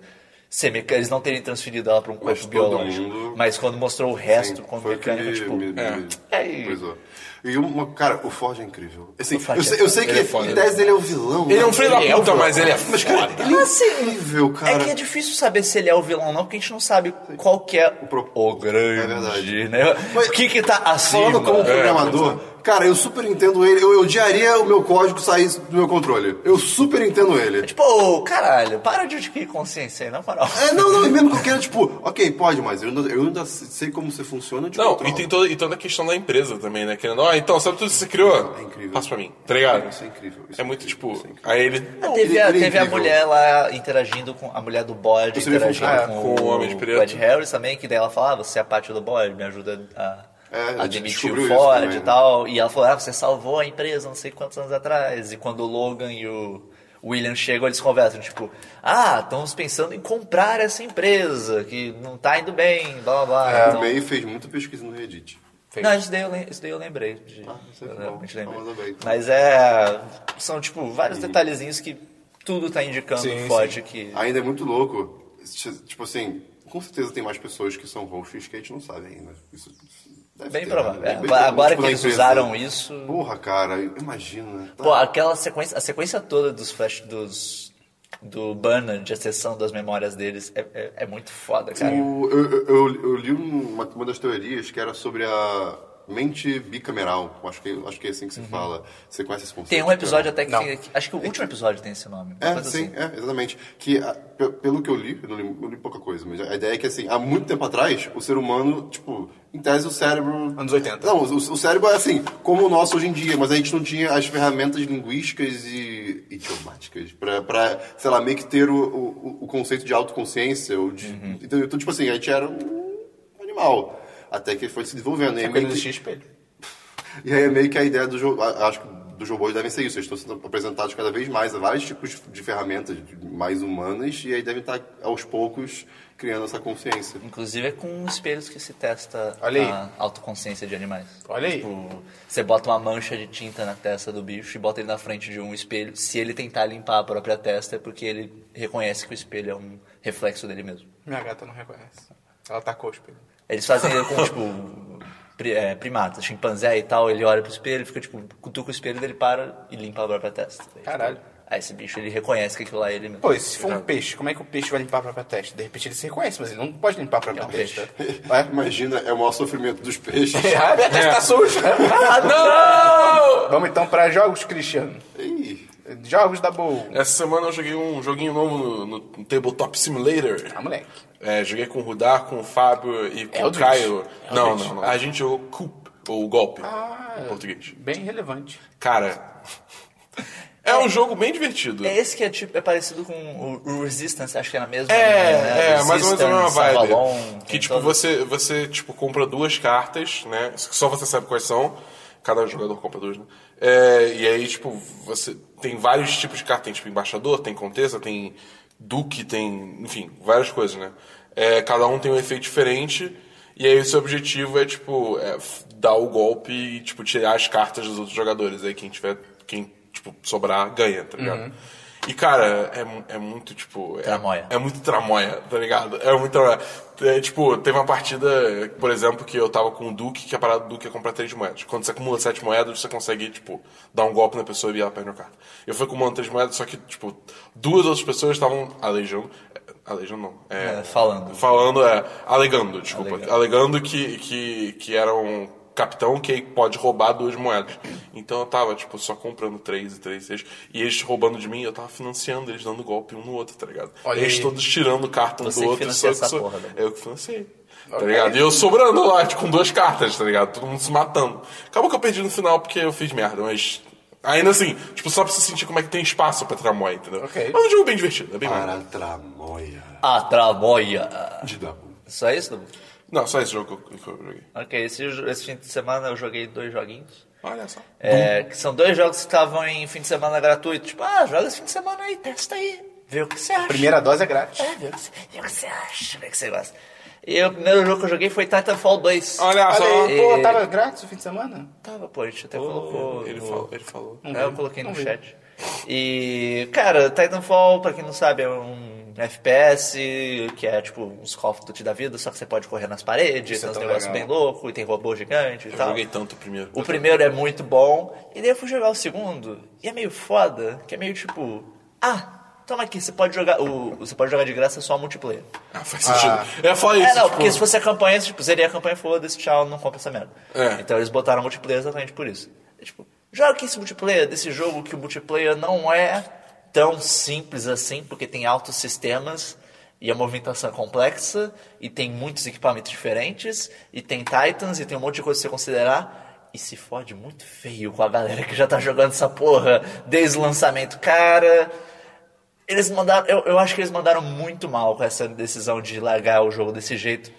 D: ser mecânica, eles não terem transferido ela para um corpo
B: todo
D: biológico.
B: mundo-
D: Mas quando mostrou o resto
B: Sim,
D: como
B: foi o que
D: mecânico,
B: me-
D: tipo,
B: me- me-
E: é.
B: me-
D: É, e-
B: coisou. E uma, cara, o Forge é incrível. Assim,
D: O Forge
B: eu,
D: é
B: sei, eu sei
E: foda.
B: que
E: Ele é foda.
B: em tese ele é um vilão.
E: Ele é um
B: mas-
E: filho da
D: Ele é um
E: puta,
D: vilão.
E: mas ele é
B: Mas, cara,
E: foda.
B: ele é
D: Assim,
B: incrível, cara. Tipo,
D: É que é difícil saber se ele é o vilão ou não, porque a gente não sabe qual que é o,
B: pro-
D: grande,
B: É verdade.
D: né?
B: Mas-
D: o que que tá acima.
B: Falando
E: é.
B: como programador, cara, eu super entendo ele. Eu eu odiaria o meu código sair do meu controle. Eu super entendo ele.
D: Tipo, ô, caralho, para de adquirir consciência aí, na moral.
B: É, não, não, e mesmo que eu queira, tipo, ok, pode, mas eu ainda, eu ainda sei como você funciona, eu te
E: Não,
B: controlo.
E: e tem toda, e toda a questão da empresa também, né? Querendo, ó, então, sabe tudo que você criou?
B: É incrível.
E: Passa pra mim, tá ligado?
B: Isso é incrível. isso
E: É muito
B: incrível,
E: tipo.
B: isso é incrível.
E: Aí ele.
D: Ah, teve
B: ele-
D: a,
B: ele é
D: teve a
B: incrível.
D: mulher lá interagindo com a mulher do bode,
B: Você me
D: interagindo
B: falou,
D: com,
B: cara,
E: com o Homem de Preto.
D: o Ed Harris também, que daí ela falava, você é a parte do bode, me ajuda a,
B: É,
D: a
B: a gente
D: demitir
B: descobriu
D: o
B: isso
D: Ford
B: também,
D: e
B: né?
D: tal. E ela falou, ah, você salvou a empresa não sei quantos anos atrás. E quando o Logan e o William chegam, eles conversam, tipo, ah, estamos pensando em comprar essa empresa, que não tá indo bem, blá blá blá.
B: É. O
D: Então-
B: May fez muita pesquisa no Reddit.
D: não, isso daí eu, lem- isso daí eu lembrei. de-
B: isso é
D: eu
B: bom.
D: realmente lembrei.
B: Famosa bem.
D: Mas é. São, tipo, vários detalhezinhos que tudo tá indicando
A: Sim,
D: forte que.
B: Ainda é muito louco. Tipo assim, com certeza tem mais pessoas que são hosts que a gente não sabe ainda. Isso deve
D: Bem
B: ter,
D: provável.
B: né?
D: É,
B: Bem
D: agora-
B: provável,
D: agora
B: tipo,
D: que
B: na
D: eles
B: empresa.
D: usaram isso.
B: Porra, cara, imagina. Tá.
D: Pô, aquela sequência. A sequência toda dos flash. dos. do banner de acessão das memórias deles é, é, é muito foda, cara.
B: O- eu, eu- eu- eu li um, uma, uma das teorias que era sobre a mente bicameral. Acho que, acho que é assim que se fala. Você conhece esse conceito?
D: Uhum. Tem um episódio até que.
A: Não.
D: que- Acho que o último episódio tem esse nome. uma
B: É,
D: coisa
B: sim,
D: assim.
B: é, exatamente. Que, a- pe- pelo que eu li, eu, não li, eu li pouca coisa, mas a ideia é que, assim, há muito tempo atrás, o ser humano, tipo, em tese o cérebro...
A: Anos 80.
B: Não, o, o cérebro é assim, como o nosso hoje em dia, mas a gente não tinha as ferramentas linguísticas e idiomáticas pra, pra sei lá, meio que ter o, o, o conceito de autoconsciência. Ou de,
D: Uhum.
B: então, então, tipo assim, a gente era um animal. Até que foi se desenvolvendo. E aí
A: Porque
B: meio
A: não
B: que-
A: existia espelho.
B: e aí é meio que a ideia do jogo. a- Acho que dos robôs devem ser isso. Eles estão sendo apresentados cada vez mais a vários tipos de- de ferramentas mais humanas e aí devem estar aos poucos criando essa consciência.
D: Inclusive é com espelhos que se testa
A: Olha aí.
D: a autoconsciência de animais.
A: Olha aí.
D: Tipo, você bota uma mancha de tinta na testa do bicho e bota ele na frente de um espelho. Se ele tentar limpar a própria testa, é porque ele reconhece que o espelho é um reflexo dele mesmo.
A: Minha gata não reconhece. Ela tacou o espelho.
D: Eles fazem ele com, tipo, pri- é, primata, chimpanzé e tal, ele olha pro espelho, fica tipo, cutuca o espelho, ele para e limpa a própria testa. Aí, tipo,
A: Caralho.
D: Aí esse bicho, ele reconhece que aquilo lá é ele mesmo.
A: Pô, e se for um peixe, como é que o peixe vai limpar a própria testa? De repente ele se reconhece, mas ele não pode limpar a própria
D: É um
A: testa.
B: Ah, imagina, é o maior sofrimento dos peixes.
A: É, a minha testa tá suja.
E: Não!
A: Vamos então pra jogos, Cristiano.
B: é? Ih,
A: Jogos da boa.
E: Essa semana eu joguei um joguinho novo no, no Tabletop Simulator.
A: Ah, moleque.
E: É, joguei com o Rudar, com o Fábio e
B: É
E: com o
A: Eldritch.
E: Caio. Não, não,
B: Ah.
E: não. A gente jogou Coup, ou Golpe, em português.
A: Bem relevante.
E: Cara, é um jogo bem divertido.
D: É esse que é tipo, é parecido com o, o Resistance, acho que é na mesma.
E: É, é, mais ou menos a mesma vibe. que tipo,
D: você
E: você, você tipo, compra duas cartas, né? Só você sabe quais são. Cada jogador compra duas, né? É, e aí, tipo, você tem vários tipos de carta. Tem tipo embaixador, tem contessa, tem duque, tem. Enfim, várias coisas, né? É, cada um tem um efeito diferente. E aí o seu objetivo é, tipo, é f- dar o golpe e, tipo, tirar as cartas dos outros jogadores. Aí quem tiver. Quem, tipo, sobrar, ganha, tá ligado? E, cara, é, mu- é muito, tipo. é-
D: Tramóia.
E: é é muito tramóia, tá ligado? É muito tramóia. É, tipo, teve uma partida, por exemplo, que eu tava com o Duque, que a parada do Duque é comprar três moedas. Quando você acumula sete moedas, você consegue, tipo, dar um golpe na pessoa e ela perde uma carta. Eu fui acumulando três moedas, só que, tipo, duas outras pessoas estavam aleijando. Aleijando não. É,
D: É, falando.
E: Falando, é. Alegando, desculpa.
D: Alegando.
E: Alegando, que, que, que era um capitão que pode roubar duas moedas. Então eu tava, tipo, só comprando três e três, três. E eles roubando de mim, eu tava financiando, eles dando golpe um no outro, tá ligado?
A: Olha
E: eles
A: aí.
E: todos tirando carta um
D: Você
E: do
D: que
E: outro.
D: financia
E: só que
D: essa
E: sou-
D: porra, né?
E: Eu que financiei. Tá ligado? E eu sobrando lá, tipo, com duas cartas, tá ligado? Todo mundo se matando. Acabou que eu perdi no final porque eu fiz merda, mas. Ainda assim, tipo, só pra você sentir como é que tem espaço pra tramóia, entendeu?
A: Ok.
E: Mas é um jogo bem divertido, é bem maneiro.
B: para tramóia
D: A tramóia.
B: de Dabu.
D: Ah, Só isso, Dubu?
E: Não, só esse jogo que eu, que eu joguei.
D: Ok, esse, jo- esse fim de semana eu joguei dois joguinhos.
E: Olha só.
D: É, que são dois jogos que estavam em fim de semana gratuito. Tipo, ah, joga esse fim de semana aí, testa aí. Vê o que você acha.
A: Primeira dose é grátis.
D: É, vê o que você, vê o que você acha, vê o que você gosta. E o primeiro jogo que eu joguei foi Titanfall 2.
E: Olha só.
A: Olha aí, pô,
D: E-
A: tava grátis o fim de semana?
D: Tava, pô, a gente até colocou.
E: Ele
D: no-
E: falou, ele falou.
D: É, eu coloquei no chat. E, cara, Titanfall, pra quem não sabe, é um FPS que é tipo uns Call of Duty da vida, só que você pode correr nas paredes,
A: Isso é
D: tem uns
A: tão
D: negócios
A: legal.
D: bem loucos, e tem robô gigante e
E: Eu
D: tal.
E: joguei tanto o primeiro.
D: O primeiro é muito bom, e daí eu fui jogar o segundo, e é meio foda, que é meio tipo, ah, toma aqui, você pode jogar, o, você pode jogar de graça só multiplayer.
E: Ah, faz sentido. É, fala isso.
D: É, não,
E: tipo,
D: porque se fosse a campanha, você, tipo, zerei a campanha, foda-se, tchau, não compra essa merda.
E: É.
D: Então eles botaram multiplayer exatamente por isso. É, tipo, joga aqui esse multiplayer desse jogo que o multiplayer não é tão simples assim, porque tem altos sistemas e a movimentação é complexa, e tem muitos equipamentos diferentes, e tem titans, e tem um monte de coisa pra você considerar, e se fode muito feio com a galera que já tá jogando essa porra desde o lançamento. Cara, eles mandaram. Eu, eu acho que eles mandaram muito mal com essa decisão de largar o jogo desse jeito.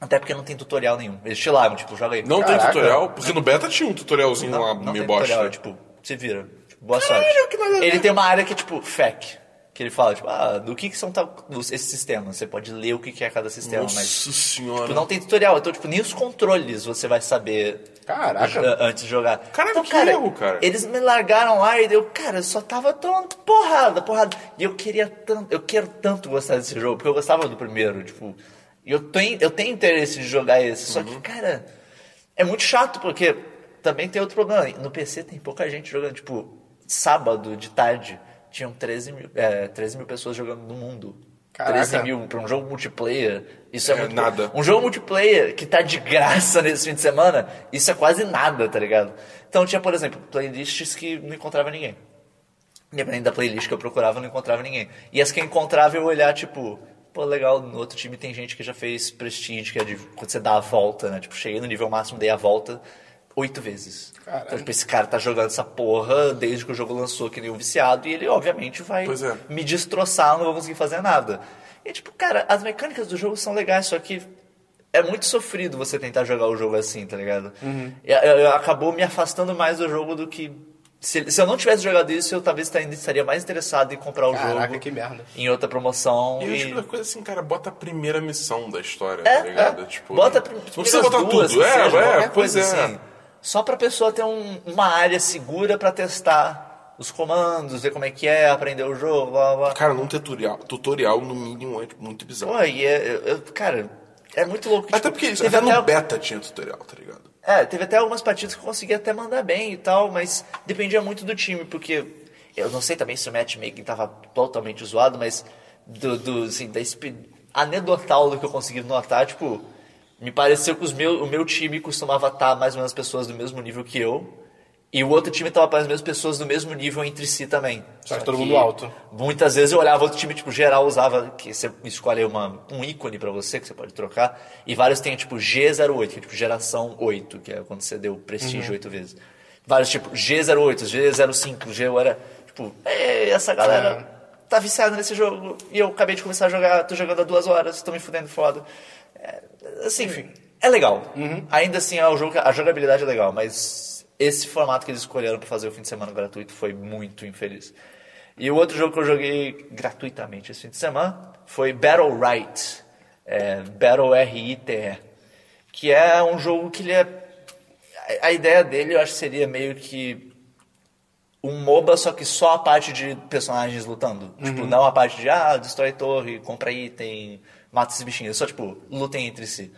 D: Até porque não tem tutorial nenhum. Eles te largam, tipo, joga aí.
E: Não tem
A: Caraca.
E: tutorial? Porque no beta tinha um tutorialzinho lá,
D: não, não
E: meio
D: tem
E: bosta.
D: tutorial, tipo, se vira. Tipo, boa sorte.
E: que nada a ver.
D: ele tem uma área que é tipo FAQ. Que ele fala, tipo, ah, do que, que são tal- os- esses sistemas? Você pode ler o que, que é cada sistema,
E: Nossa
D: mas.
E: senhora.
D: Tipo, não tem tutorial, então, tipo, nem os controles você vai saber.
A: Caraca.
D: j- Antes de jogar.
E: Caraca,
D: então,
E: que erro, cara.
D: Eles me largaram lá e eu, cara, eu só tava tomando porrada, porrada. E eu queria tanto, eu quero tanto gostar desse jogo, porque eu gostava do primeiro, tipo. E eu tenho, eu tenho interesse de jogar esse, só
E: Uhum.
D: que, cara, é muito chato, porque também tem outro problema. No PC tem pouca gente jogando, tipo, sábado de tarde tinham 13 mil, é, 13 mil pessoas jogando no mundo.
A: Caraca.
D: 13 mil pra um jogo multiplayer, isso é,
E: É
D: muito
E: nada.
D: pouco. Um jogo multiplayer que tá de graça nesse fim de semana, isso é quase nada, tá ligado? Então tinha, por exemplo, playlists que não encontrava ninguém. Dependendo da playlist que eu procurava, eu não encontrava ninguém. E as que eu encontrava, eu olhar, tipo... Pô, legal, no outro time tem gente que já fez Prestige, que é de, quando você dá a volta, né? Tipo, cheguei no nível máximo, dei a volta oito vezes.
A: Caralho.
D: Então, tipo, esse cara tá jogando essa porra desde que o jogo lançou, que nem um viciado, e ele, obviamente, vai
E: Pois é.
D: me destroçar, eu não vou conseguir fazer nada. E, tipo, cara, as mecânicas do jogo são legais, só que é muito sofrido você tentar jogar o jogo assim, tá ligado? E, eu- eu- acabou me afastando mais do jogo do que. Se, se eu não tivesse jogado isso, eu talvez ainda estaria mais interessado em comprar o
A: Caraca,
D: jogo
A: que merda.
D: em outra promoção.
E: E o tipo
D: E...
E: da coisa assim, cara, bota a primeira missão da história,
D: É,
E: tá ligado?
D: é.
E: Tipo,
D: Bota
E: não
D: prim-
E: precisa
D: primeiras
E: botar
D: duas,
E: tudo.
D: que
E: É,
D: seja,
E: é,
D: qualquer
E: pois
D: coisa
E: é.
D: assim. Só pra pessoa ter um- uma área segura pra testar os comandos, ver como é que é, aprender o jogo, blá blá. blá.
E: Cara, num tutorial, tutorial, no mínimo, é muito bizarro.
D: Pô, e é, eu- eu- cara, é muito louco.
E: Até
D: tipo,
E: porque isso,
D: teve
E: até no
D: até-
E: beta tinha tutorial, tá ligado?
D: É, teve até algumas partidas que eu consegui até mandar bem e tal, mas dependia muito do time, porque eu não sei também se o matchmaking tava totalmente zoado, mas do, do assim, da espi- anedotal do que eu consegui notar, tipo, me pareceu que os meu, o meu time costumava estar mais ou menos pessoas do mesmo nível que eu, e o outro time tava para as mesmas pessoas do mesmo nível entre si também.
A: Só que todo mundo alto.
D: Muitas vezes eu olhava outro time, tipo, geral usava, que você escolhe uma, um ícone pra você, que você pode trocar, e vários tem, tipo, G08, que é tipo geração 8, que é quando você deu prestígio oito vezes. Vários, tipo, G08, G05, G... Era, tipo, "Ei, essa galera tá viciada nesse jogo, e eu acabei de começar a jogar, tô jogando há duas horas, tô me fudendo foda. É, assim, é legal. Ainda assim, é o jogo, que- a jogabilidade é legal, mas esse formato que eles escolheram pra fazer o fim de semana gratuito foi muito infeliz. E o outro jogo que eu joguei gratuitamente esse fim de semana foi Battle Right. É, Battle R-I-T-E. Que é um jogo que ele é. a- A ideia dele eu acho que seria meio que um MOBA, só que só a parte de personagens lutando.
E: Uhum.
D: Tipo, não a parte de, ah, destrói torre, compra item, mata esses bichinhos. Só, tipo, lutem entre si.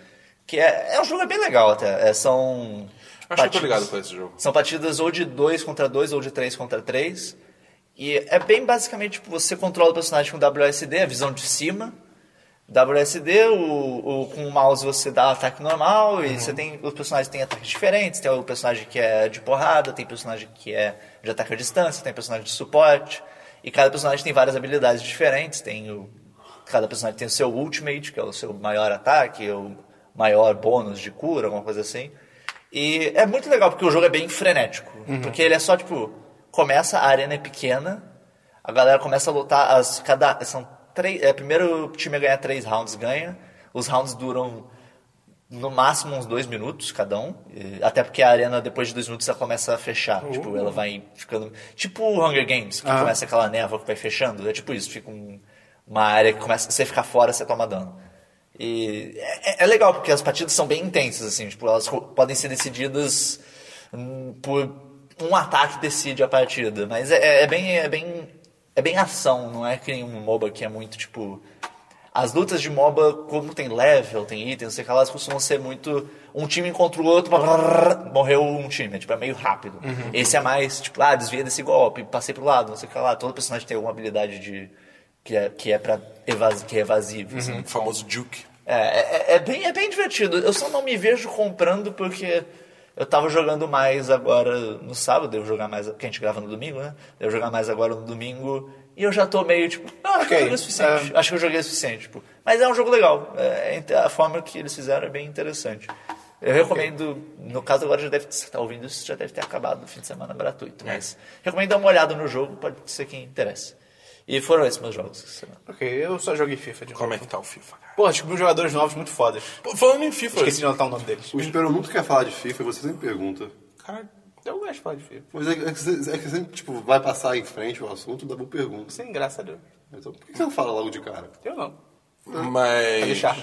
D: Que é, é um jogo bem legal até. É, são.
E: Acho que eu tô
D: partidas-
E: ligado com esse jogo.
D: São partidas ou de 2 contra 2 ou de 3 contra 3. E é bem basicamente, tipo, você controla o personagem com WSD, a visão de cima. WSD, o, o- com o mouse você dá ataque normal e você tem, os personagens têm ataques diferentes. Tem o personagem que é de porrada, tem personagem que é de ataque à distância, tem personagem de suporte. E cada personagem tem várias habilidades diferentes. Tem o, cada personagem tem o seu ultimate, que é o seu maior ataque, o maior bônus de cura, alguma coisa assim. E é muito legal porque o jogo é bem frenético. Porque ele é só tipo: começa, a arena é pequena, a galera começa a lutar. As, cada, são três, é, primeiro o time a ganhar três rounds ganha. Os rounds duram no máximo uns dois minutos cada um. E- Até porque a arena, depois de dois minutos, ela começa a fechar. Tipo, ela vai ficando. Tipo o Hunger Games, que começa aquela névoa que vai fechando. É tipo isso, fica um- uma área que começa. Você ficar fora, você toma dano. E é, é- é legal, porque as partidas são bem intensas, assim, tipo, elas co- podem ser decididas hum, por. Um ataque decide a partida, mas é, é bem. É bem, é bem ação, não é que nem um MOBA que é muito tipo. As lutas de MOBA, como tem level, tem item, não sei o que lá, elas costumam ser muito. Um time encontra o outro, brrr, morreu um time, é, tipo, é meio rápido. Esse é mais, tipo, ah, desvia desse golpe, passei pro lado, não sei o que lá. Todo personagem tem alguma habilidade de. que é, que é para evas, que é evasivo. assim.
E: O famoso Duke.
D: É, é, é bem, é bem divertido. Eu só não me vejo comprando porque eu tava jogando mais agora no sábado, devo jogar mais. Porque a gente grava no domingo, né? Devo jogar mais agora no domingo. E eu já tô meio tipo, não, acho que
A: Ok,
D: eu
A: é.
D: joguei o suficiente. Acho que eu joguei o suficiente. Tipo. Mas é um jogo legal. É, é inte- a forma que eles fizeram é bem interessante. Eu recomendo, no caso agora já deve você tá ouvindo isso, já deve ter acabado no fim de semana gratuito. Mas
A: É.
D: recomendo dar uma olhada no jogo, pode ser que interesse. E foram esses meus jogos. essa semana.
A: Ok, eu só joguei FIFA de novo.
E: Como é que tá o FIFA, cara?
A: Pô, descobri uns jogadores novos muito fodas.
E: Pô, Falando em FIFA.
A: Esqueci de anotar o nome deles.
B: O Espero nunca quer falar de FIFA, você sempre pergunta.
E: Caralho.
A: Eu gosto de falar de FIFA.
B: Mas é, que- é que você é que você sempre tipo, vai passar em frente o assunto, dá uma pergunta.
A: Sim, graças a Deus.
B: Então, por que você não fala logo de cara?
A: Eu não.
E: Mas.
A: Hum. deixar.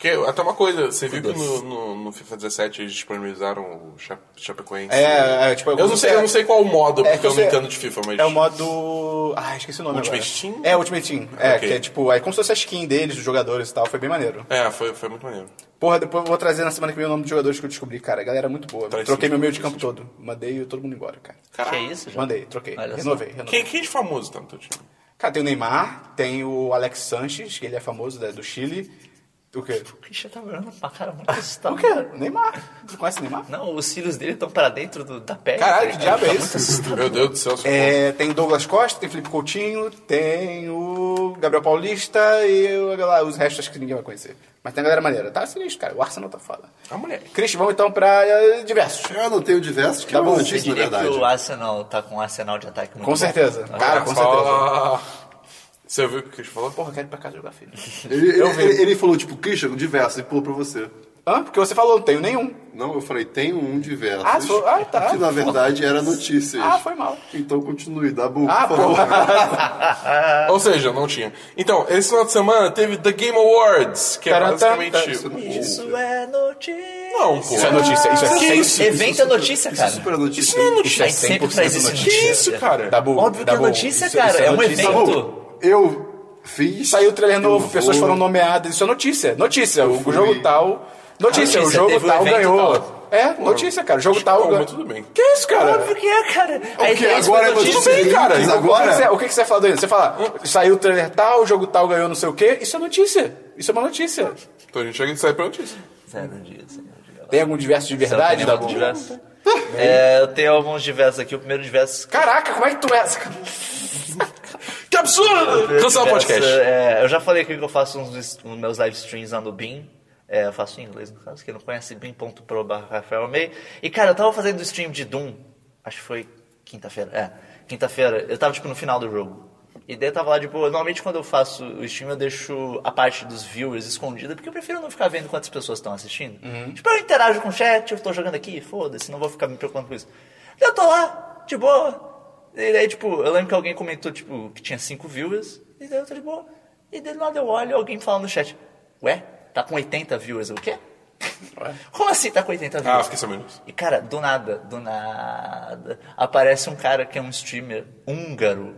E: Porque, até uma coisa, você viu que no, no- no FIFA 17 eles disponibilizaram o Cha- Chapecoense?
A: É, é, tipo,
E: Eu não sei, eu não sei qual o modo, porque eu não entendo de FIFA, mas.
A: É o modo. Ah, esqueci o nome
E: Ultimate
A: agora.
E: Team?
A: É, Ultimate Team. É,
E: Ok.
A: que é tipo, aí como se fosse a skin deles, dos jogadores e tal, foi bem maneiro.
E: É, foi, foi muito maneiro.
A: Porra, depois eu vou trazer na semana que vem o nome dos jogadores que eu descobri, cara. A galera é muito boa.
E: Traz
A: troquei
E: sim,
A: meu meio de campo todo. Mandei todo mundo embora, cara.
D: Que é
E: Caralho.
D: isso, já?
A: Mandei, troquei.
D: Olha só.
A: Renovei, renovei.
E: Quem, quem de famoso tá no teu time?
A: Cara, tem o Neymar, tem o Alex Sanches, que ele é famoso né, do Chile. O quê?
D: O Christian tá olhando pra cara muito assustado.
A: O quê? Neymar. Você conhece o Neymar?
D: tá Não, os cílios dele estão para dentro do- da pele. né?
A: Caralho, que diabo é isso?
E: Meu Deus do céu, sou
A: É, tem o Douglas Costa, tem o Felipe Coutinho, tem o Gabriel Paulista e o- olha lá, os restos acho que ninguém vai conhecer. Mas tem a galera maneira. Tá sinistro, cara. O Arsenal tá foda.
E: a mulher.
A: Cris, vamos então pra eh, diversos.
B: Eu anotei o diversos, que é
A: Tá
B: uma
A: bom,
D: Você
B: notícia, na
D: diria
B: verdade.
D: que o Arsenal tá com um arsenal de ataque muito
A: Com
D: bom.
A: certeza. Cara, com certeza.
E: Só- Você viu o que o Christian falou?
A: Porra, eu quero ir pra casa jogar filho.
B: Ele, ele, ele- ele falou, tipo, Christian, diversos, e pulou pra você.
A: Hã? Porque você falou, não tenho nenhum.
B: Não, eu falei, tem um diversos.
A: Ah, sou- ah, tá.
B: Que na verdade era notícias.
A: Ah, foi mal.
B: Então continue, dá bom.
A: Ah,
B: por favor.
E: Ou seja, não tinha. Então, esse final de semana teve The Game Awards, que é
A: Taran, taran,
E: basicamente.
B: Isso não é
D: Isso é notícia.
E: Não, pô.
A: Isso é notícia, isso é
E: Que
A: sensacional.
E: isso?
D: Evento é notícia,
B: Isso é
D: cara.
B: super notícia.
E: Isso não é
D: A gente
E: notícia.
D: sempre
A: 100%
D: faz isso em
E: Que
A: notícia.
E: isso, cara?
A: Dabu,
D: Óbvio que é
A: Dabu,
D: notícia,
A: isso-
D: cara.
A: isso
D: é um
A: notícia.
B: Tá
D: evento.
B: bom, eu fiz...
A: Saiu o trailer novo,
B: Eu
A: pessoas
B: vou-
A: foram nomeadas. Isso é notícia. Notícia.
B: Eu
A: O
B: fui-
A: jogo tal Notícia, o
D: Notícia,
A: jogo
D: teve um
A: tal
D: evento
A: ganhou.
D: tal.
A: É, notícia, cara. O jogo tal
E: Calma,
A: ganhou.
E: Tá tudo bem.
A: Que isso, cara?
D: Óbvio que é, cara.
B: O que? Agora é
E: notícia.
B: notícia
E: Tudo bem, cara.
B: Mas
E: Então,
A: O que, que você,
B: agora?
A: o que que você fala dele? Você fala, saiu o trailer tal, o jogo tal ganhou não sei o quê. Isso é notícia. Isso é uma notícia.
E: Então a gente chega e sai pra notícia.
D: Zero dia, zero dia.
A: Tem algum diverso de verdade, tá
D: Será
A: da
D: que é tem algum é um diverso? É, eu tenho alguns diversos aqui. O primeiro diverso.
A: Caraca, como é que tu é? essa-
E: Que absurdo! Cancela o
D: diverso,
E: podcast.
D: é, eu já falei aqui que eu faço uns, es- uns meus live streams lá no Beam. É, eu faço em inglês, no caso. Quem não conhece, beam.pro barra Rafael May. E, cara, eu tava fazendo stream de Doom. Acho que foi quinta-feira. É, quinta-feira. Eu tava, tipo, no final do jogo. E daí eu tava lá de boa. Normalmente quando eu faço o stream, eu deixo a parte dos viewers escondida, porque eu prefiro não ficar vendo quantas pessoas estão assistindo.
E: Uhum.
D: Tipo, eu interajo com o chat, eu tô jogando aqui, foda-se, não vou ficar me preocupando com isso. Eu tô lá, de boa. E daí, tipo, eu lembro que alguém comentou, tipo, que tinha cinco viewers, e daí eu tô de boa. E daí do nada eu olho alguém falando no chat, ué, tá com 80 viewers, o quê? Como assim tá com 80
E: Ah,
D: viewers?
E: fiquei sabendo isso.
D: E cara, do nada, do nada, aparece um cara que é um streamer húngaro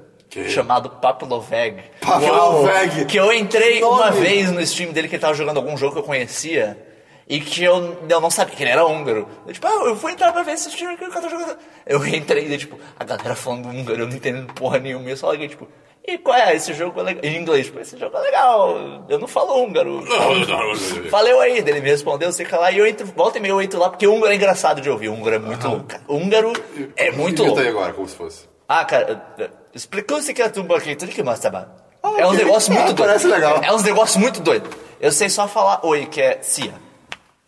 D: chamado Paploveg.
B: Paploveg.
D: Uau! Que eu entrei
B: Que nome.
D: uma vez no stream dele que ele tava jogando algum jogo que eu conhecia e que eu, eu não sabia que ele era húngaro. Eu, tipo, ah, eu fui entrar pra ver esse stream que eu tava jogando. Eu entrei e, tipo, a galera falando húngaro, eu não entendendo porra nenhuma. E eu só liguei, tipo, e qual é? Esse jogo é legal. Em inglês, tipo, esse jogo é legal. Eu não falo húngaro. Valeu aí, dele me respondeu, sei que lá, e eu entro, volta e meia eu entro lá, porque húngaro é engraçado de ouvir, húngaro é muito louco. cara. Húngaro é muito
B: Imita aí
D: louco.
B: agora, como se fosse.
D: Ah, cara, eh, eh, explicou-se que a tumba aqui, tudo que mostra, mano. É um negócio
B: Ah,
D: muito doido.
B: parece legal.
D: É uns negócios muito doido. Eu sei só falar oi, que é Cia.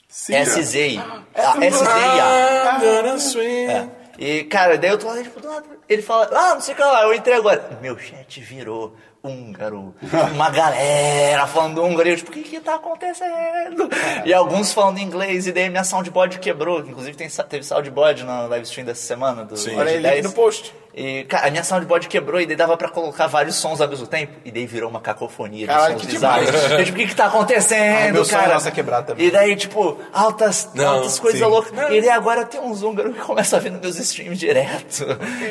B: Sim,
D: É,
B: né?
D: S-Z-I. Ah, S-Z-I-A.
E: I'm gonna swing.
D: É. E, cara, daí eu tô lá, tipo, do lado, ele fala, ah, não sei o que lá, eu entrei agora. Meu chat virou húngaro. Uma galera falando húngaro. E eu, tipo, o que que tá acontecendo? E alguns falando inglês. E daí minha soundboard quebrou. que Inclusive tem, sa- teve soundboard na live stream dessa semana. Do Sim.
A: Olha aí, link no post.
D: E, cara, a minha soundboard quebrou e daí dava pra colocar vários sons ao mesmo tempo. E daí virou uma cacofonia de
A: Caralho,
D: sons
A: que
D: bizarros. Eu, tipo, o que que tá acontecendo,
A: Ah, meu sonho
D: cara?
A: é nossa quebrada também.
D: E daí, tipo, altas,
E: Não,
D: altas coisas
E: sim.
D: loucas. E daí agora tem uns húngaros que começam a vir nos meus streams direto.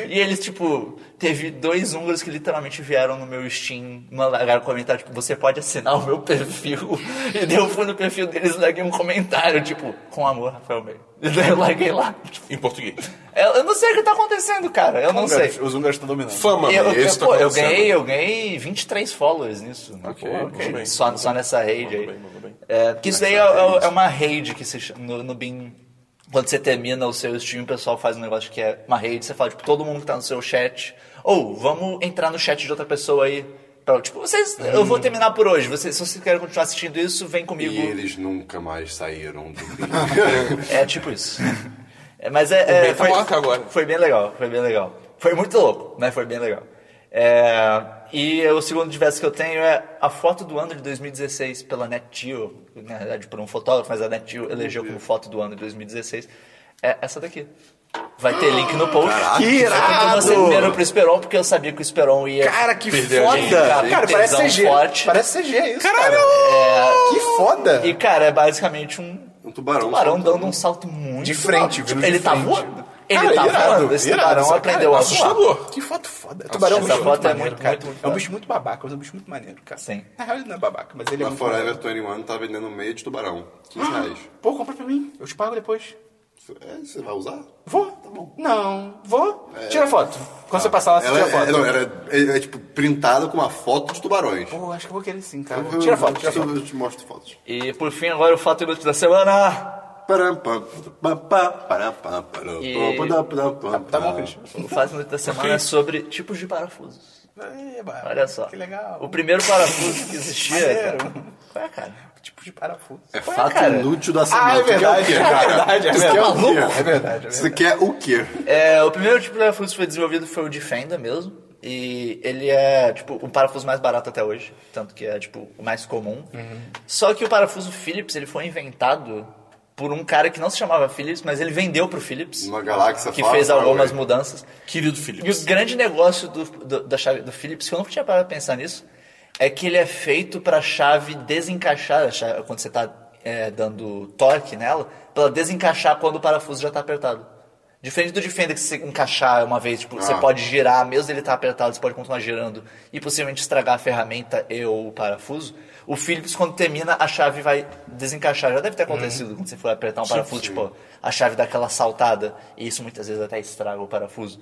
D: E eles, tipo, teve dois húngaros que literalmente vieram no meu Steam, mandaram comentário, tipo, você pode assinar o meu perfil. E daí eu fui no perfil deles e larguei um comentário, tipo, com amor, Rafael Meio. E daí eu larguei lá. Tipo,
E: Em português.
D: eu eu não sei o que tá acontecendo, cara. Eu não sei.
A: Os húngaros estão dominando.
E: Fama,
D: Eu, eu,
E: esse tá
D: pô, eu
E: acontecendo.
D: ganhei, eu ganhei 23 followers nisso. Pô,
E: ok.
D: gente, Só, só nessa rede aí.
E: bem, mandou bem.
D: É, que isso daí é, é- é uma rede que se chama, no, no BIM. Quando você termina o seu stream, o pessoal faz um negócio que é uma rede. Você fala, tipo, todo mundo que tá no seu chat. Ou, vamos entrar no chat de outra pessoa aí. Pra, tipo, vocês, eu
E: Hum.
D: vou terminar por hoje. Vocês, se vocês querem continuar assistindo isso, vem comigo.
B: E eles nunca mais saíram do
D: É tipo isso. É, mas é, é,
E: bem tá moca agora.
D: foi bem legal, foi bem legal. Foi muito louco, mas foi bem legal. É, e o segundo diverso que eu tenho é a foto do ano de 2016 pela NetGeo, na verdade por um fotógrafo, mas a NetGeo elegeu como foto do ano de 2016. É essa daqui. Vai ter link no post.
B: que
D: Então você primeiro pro Esperon, porque eu sabia que o Esperon ia.
A: Cara, que
E: Perdeu a
A: foda!
E: gente,
D: cara.
A: Cara, parece
D: Tesão
A: CG.
D: forte.
A: Parece CG, é isso, Caralho! Que foda!
D: E cara, é basicamente um
B: Um tubarão.
D: tubarão
B: soltando.
D: dando um salto muito.
A: De frente,
D: alto.
A: vindo
D: tipo,
A: de
D: Ele tá
A: frente.
D: voando. Ele
A: Cara,
D: tá
A: irado,
D: voando. Esse
A: irado,
D: tubarão
A: essa-
D: aprendeu
A: cara, é
D: a voar.
E: Assustador.
A: Que foto foda. Tubarão é um
D: Essa
A: bicho
D: foto
A: muito
D: é
A: maneiro,
D: muito,
A: cara.
D: muito, muito
A: É um bicho muito babaca, mas é um bicho muito maneiro, cara.
D: Sim.
A: Na real ele não é babaca, mas ele é
B: A
A: muito
B: Forever
D: um-
B: é
A: maneiro.
B: 21 tá vendendo meio de tubarão. 15
D: Ah.
B: reais.
A: Pô, compra pra mim. Eu te pago depois.
B: É, você vai usar?
A: Vou? Tá bom. Não, vou. Tira foto. Quando você passar lá, você
B: É. Ela
A: tira foto.
B: é, não, era- é- é, tipo printada com uma foto de tubarões.
A: Pô, acho que eu vou querer sim, cara.
B: Eu-
A: Tira foto, tira
B: eu-
A: foto.
B: Eu te mostro fotos.
D: E por fim, agora o fato inútil da semana.
B: Param, pam, pam, pam, param, pam, param,
D: E-
B: pam, pam, pam, pam,
A: Tá bom,
B: pam.
A: Christian.
D: O fato inútil da semana é sobre tipos de parafusos.
A: Eba,
D: Olha só.
A: Que legal.
D: O primeiro parafuso que existia. cara. Qual é, cara?
A: tipo de parafuso.
B: É
D: Ué,
B: fato
D: cara.
B: inútil da semana.
A: Ah, é
B: Tu quer
A: verdade, é
B: o quê, cara?
A: verdade, é
B: Tu
A: verdade.
B: quer o quê?
A: É verdade, é verdade.
B: Você quer o quê?
D: É, o primeiro tipo de parafuso que foi desenvolvido foi o de fenda mesmo. E ele é, tipo, o parafuso mais barato até hoje. Tanto que é, tipo, o mais comum.
A: Uhum.
D: Só que o parafuso Phillips, ele foi inventado por um cara que não se chamava Phillips, mas ele vendeu pro Phillips.
B: Uma galáxia
D: Que
B: fora,
D: fez
B: fora,
D: algumas
B: ué.
D: mudanças.
E: Querido
D: E o
E: Felipe.
D: grande negócio do, do- da chave do Philips, que eu nunca tinha parado pra pensar nisso, é que ele é feito pra chave desencaixar, a chave- quando você tá é, dando torque nela, pra ela desencaixar quando o parafuso já tá apertado. Diferente do Defender, que se você encaixar uma vez, tipo, você
B: Ah.
D: pode girar, mesmo ele tá apertado, você pode continuar girando e possivelmente estragar a ferramenta e ou o parafuso. O Phillips, quando termina, a chave vai desencaixar. Já deve ter acontecido quando você for apertar um parafuso, tipo, a chave dá aquela saltada. E isso muitas vezes até estraga o parafuso.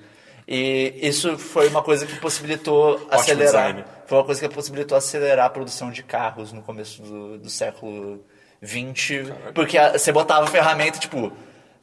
D: E isso foi uma coisa que possibilitou acelerar.
E: design.
D: Foi uma coisa que possibilitou acelerar a produção de carros no começo do, do século XX. Porque a- você botava a ferramenta, tipo,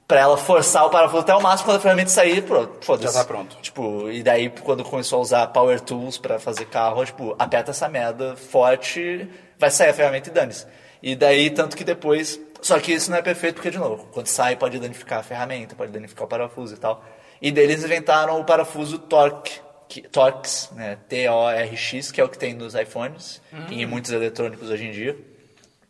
D: pra ela forçar o parafuso até o máximo, quando a ferramenta sair, pronto, foda-se.
A: Já tá pronto.
D: Tipo, e daí quando começou a usar Power Tools pra fazer carro, tipo, aperta essa merda forte, vai sair a ferramenta e dane-se. E daí, tanto que depois. Só que isso não é perfeito porque, de novo, quando sai pode danificar a ferramenta, pode danificar o parafuso e tal. E daí eles inventaram o parafuso Torque, que, Torx, né? T-O-R-X, que é o que tem nos iPhones e em muitos eletrônicos hoje em dia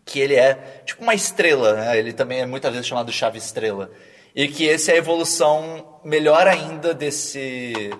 D: que ele é tipo uma estrela, né? Ele também é muitas vezes chamado chave estrela. E que esse é a evolução melhor ainda desse,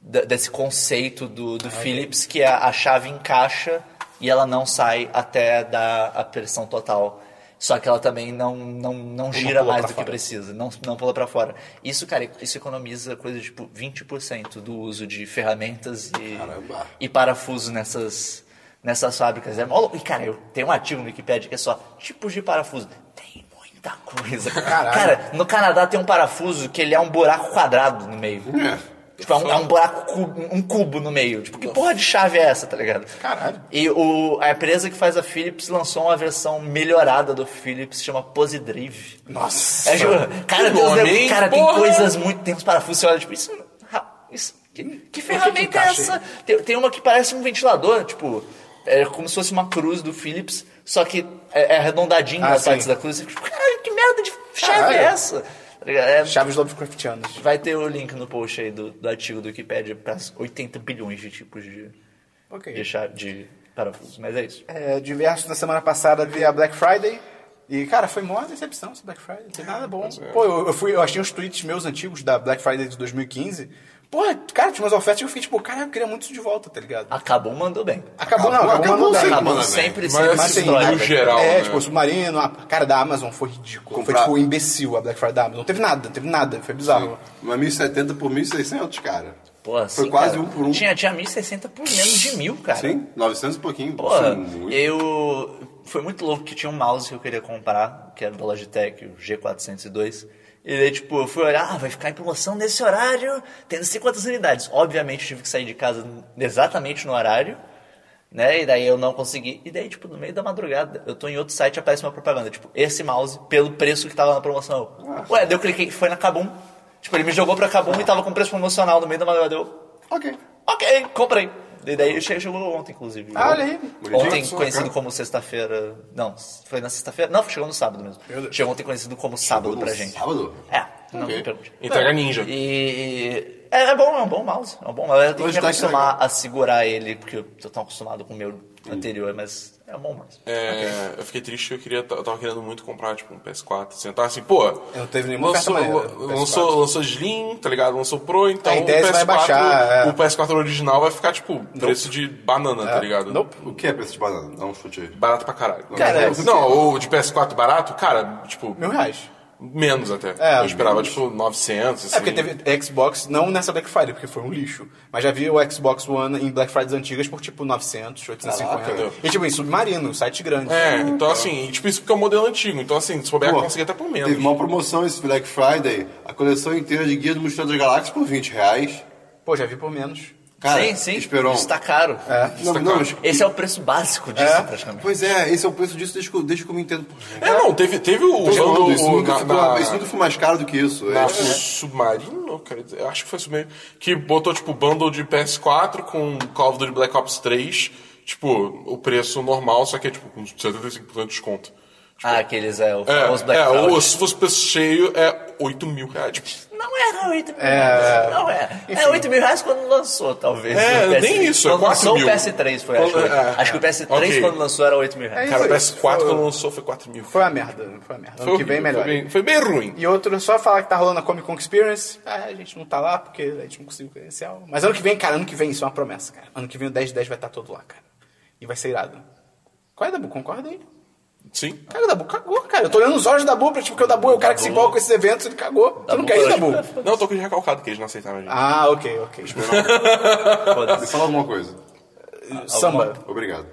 D: da- desse conceito do,
A: Ah,
D: do Philips, que é a chave encaixa e ela não sai até dar a pressão total. Só que ela também não, não, não gira
A: pula
D: mais
A: pra
D: do que
A: fora.
D: precisa, não, não pula pra fora. Isso, cara, isso economiza coisa tipo 20% do uso de ferramentas e,
B: Caramba.
D: e parafuso nessas, nessas fábricas. É mó lou- E, cara, eu tenho um artigo no Wikipedia que é só tipos de parafuso. Tem muita coisa. Cara, no Canadá tem um parafuso que ele é um buraco quadrado no meio. Tipo, é um, é um buraco, cubo, um cubo no meio. Tipo, que porra de chave é essa, tá ligado?
A: Caralho.
D: E o, a empresa que faz a Philips lançou uma versão melhorada do Philips, chama Posidrive.
A: Nossa.
D: É, tipo, cara, tem, uns
E: nome,
D: nego-
E: hein?
D: cara tem
E: Porra!
D: coisas muito. Tem uns parafusos, você olha, tipo, isso. ra- isso que, que ferramenta é
A: encaixa
D: essa? Tem, tem uma que parece um ventilador, tipo. É como se fosse uma cruz do Philips, só que é, é arredondadinho
A: Ah,
D: nas
A: sim.
D: partes da cruz. Você fica, tipo, caralho, que merda de chave
A: Caralho.
D: é essa? Tá ligado? É,
A: Chaves Lovecraftianas.
D: vai ter o link no post aí do, do artigo do Wikipedia para 80 bilhões de tipos de,
A: Ok.
D: de, chave, de parafusos. Mas é isso.
A: É, diversos na semana passada via Black Friday. E, cara, foi mó decepção esse Black Friday. Não tem nada bom. Pô, eu, eu fui, eu achei uns tweets meus antigos da Black Friday de 2015. Porra, cara, tinha umas ofertas que eu fiquei tipo, cara, eu queria muito isso de volta, tá ligado?
D: Acabou, mandou bem.
A: Acabou, não, acabou,
B: acabou
A: mandando.
B: sim.
D: Acabou
B: manda bem.
D: sempre,
E: Mas
D: sempre
E: assim,
D: essa
E: no
D: história.
E: geral, geral,
A: É,
E: né?
A: tipo, o Submarino, a cara da Amazon foi ridículo.
B: Comprar-
A: Foi tipo imbecil a Black Friday da Amazon. Não teve nada, não teve nada, foi bizarro.
B: Mas 1070 por 1600, cara.
D: Pô, assim,
B: Foi quase
D: cara,
B: um por um.
D: Tinha, tinha 1060 por menos de mil, cara.
B: Sim, 900 e pouquinho.
D: Pô,
B: Sim, muito.
D: eu... Foi muito louco que tinha um mouse que eu queria comprar, que era da Logitech, o G402. E daí, tipo, eu fui olhar, ah, vai ficar em promoção nesse horário, tendo 50 unidades. Obviamente, eu tive que sair de casa exatamente no horário, né? E daí eu não consegui. E daí, tipo, no meio da madrugada, eu tô em outro site e aparece uma propaganda. Tipo, esse mouse, pelo preço que tava na promoção. Eu, Ué, daí eu cliquei, foi na Kabum. Tipo, ele me jogou pra Kabum e tava com preço promocional no meio da madrugada. Eu,
B: Ok.
D: Ok, comprei. E daí che- chegou ontem, inclusive.
A: Ah, olha aí.
D: Ontem,
B: Bonitinho.
D: conhecido como sexta-feira. Não, foi na sexta-feira? Não, chegou no sábado mesmo. Chegou ontem conhecido como sábado
B: no
D: pra gente.
B: sábado?
D: É, não me
B: Ok.
D: pergunte.
E: Entrega ninja.
D: E. É, é bom, é um bom mouse. É um bom mouse. Eu tenho que me
B: Logitech é
D: acostumar a segurar ele, porque eu tô tão acostumado com o meu
B: Hum.
D: anterior, mas é um bom mouse.
E: É, Eu fiquei triste que eu queria, eu tava querendo muito comprar tipo um PS4, sentar assim, pô.
A: não teve nenhuma
E: lançou,
A: oferta maneira,
E: lan-
A: PS4.
E: lançou, lançou Slim, tá ligado? Lançou Pro, então
A: É, em
E: o
A: tese
E: PS4,
A: vai baixar, é.
E: o PS4 original vai ficar tipo preço de banana, tá ligado?
A: Nope.
B: O que é preço de banana? Dá um chute aí.
E: Barato pra caralho.
A: Cara, é-
E: não, ou de PS4 barato, cara, tipo,
A: Mil reais.
E: menos até.
A: É,
E: eu esperava tipo 900, assim.
A: É porque teve Xbox, não nessa Black Friday, porque foi um lixo. Mas já vi o Xbox One em Black Fridays antigas por tipo 900, 850.
E: Caraca.
A: e tipo, em Submarino, site grande.
E: É, então assim, e, tipo, isso porque é um modelo antigo. Então assim, se souber,
B: Pô,
E: conseguir até por menos.
B: Teve uma promoção esse Black Friday. A coleção inteira de Guia do Mochileiro das Galáxias por 20 reais.
A: Pô, já vi por menos.
B: Cara,
D: sim, sim.
B: Esperon.
D: Isso tá caro.
B: Não,
E: tá
B: não,
E: caro.
B: mas-
D: Esse é o preço básico disso,
A: É?
E: tá
D: praticamente.
B: Pois é, esse é o preço disso desde que, eu- desde que eu me entendo por gente.
E: É, não, teve, teve o.
B: Tô
E: o-
B: falando,
E: o-
B: isso, nunca
E: na-
B: ficou-
E: na-
B: isso nunca foi mais caro do que isso.
E: na
B: É,
E: Submarino, quer dizer, eu acho que foi Submarino, que botou, tipo, bundle de PS4 com Call of Duty Black Ops 3, tipo, o preço normal, só que é, tipo, com 75% de desconto.
D: Ah, aqueles é, o
E: É,
D: famoso Black
E: é,
D: Friday.
E: ou se fosse preço cheio, é 8 mil reais. Tipo,
D: Não era 8 mil reais. Não era. É 8 mil reais quando lançou, talvez.
E: É,
D: o PS3.
E: nem isso, é
D: Quando
E: 4
D: lançou
E: mil.
D: o PS3, foi, acho.
E: Quando- é,
D: acho que o PS3,
E: ok.
D: quando lançou, era 8 mil reais.
E: cara, o
A: isso aí.
E: PS4
A: Foi-
E: quando lançou foi 4 mil.
A: Foi uma merda, foi uma merda. Ano
E: Foi
A: que vem
E: horrível,
A: melhor.
E: Foi bem, foi bem ruim.
A: E outro, só falar que tá rolando a Comic Con Experience. Ah, a gente não tá lá porque a gente não conseguiu credencial. Mas ano que vem, cara, ano que vem, isso é uma promessa, cara. Ano que vem o 10 de 10 vai estar todo lá, cara. E vai ser irado. Qual é, Dabu? Concorda aí?
E: Sim.
A: Cara, o Dabu cagou, cara. Eu tô olhando os olhos da Dabu, pra, tipo, porque o Dabu é o cara que se empolga com esses eventos, ele cagou. tu não quer
E: tá
A: ir, Dabu?
E: Não, eu tô com o recalcado que eles não aceitaram a gente.
A: Ah, ok, ok.
B: Me fala alguma coisa.
A: Samba.
B: Obrigado.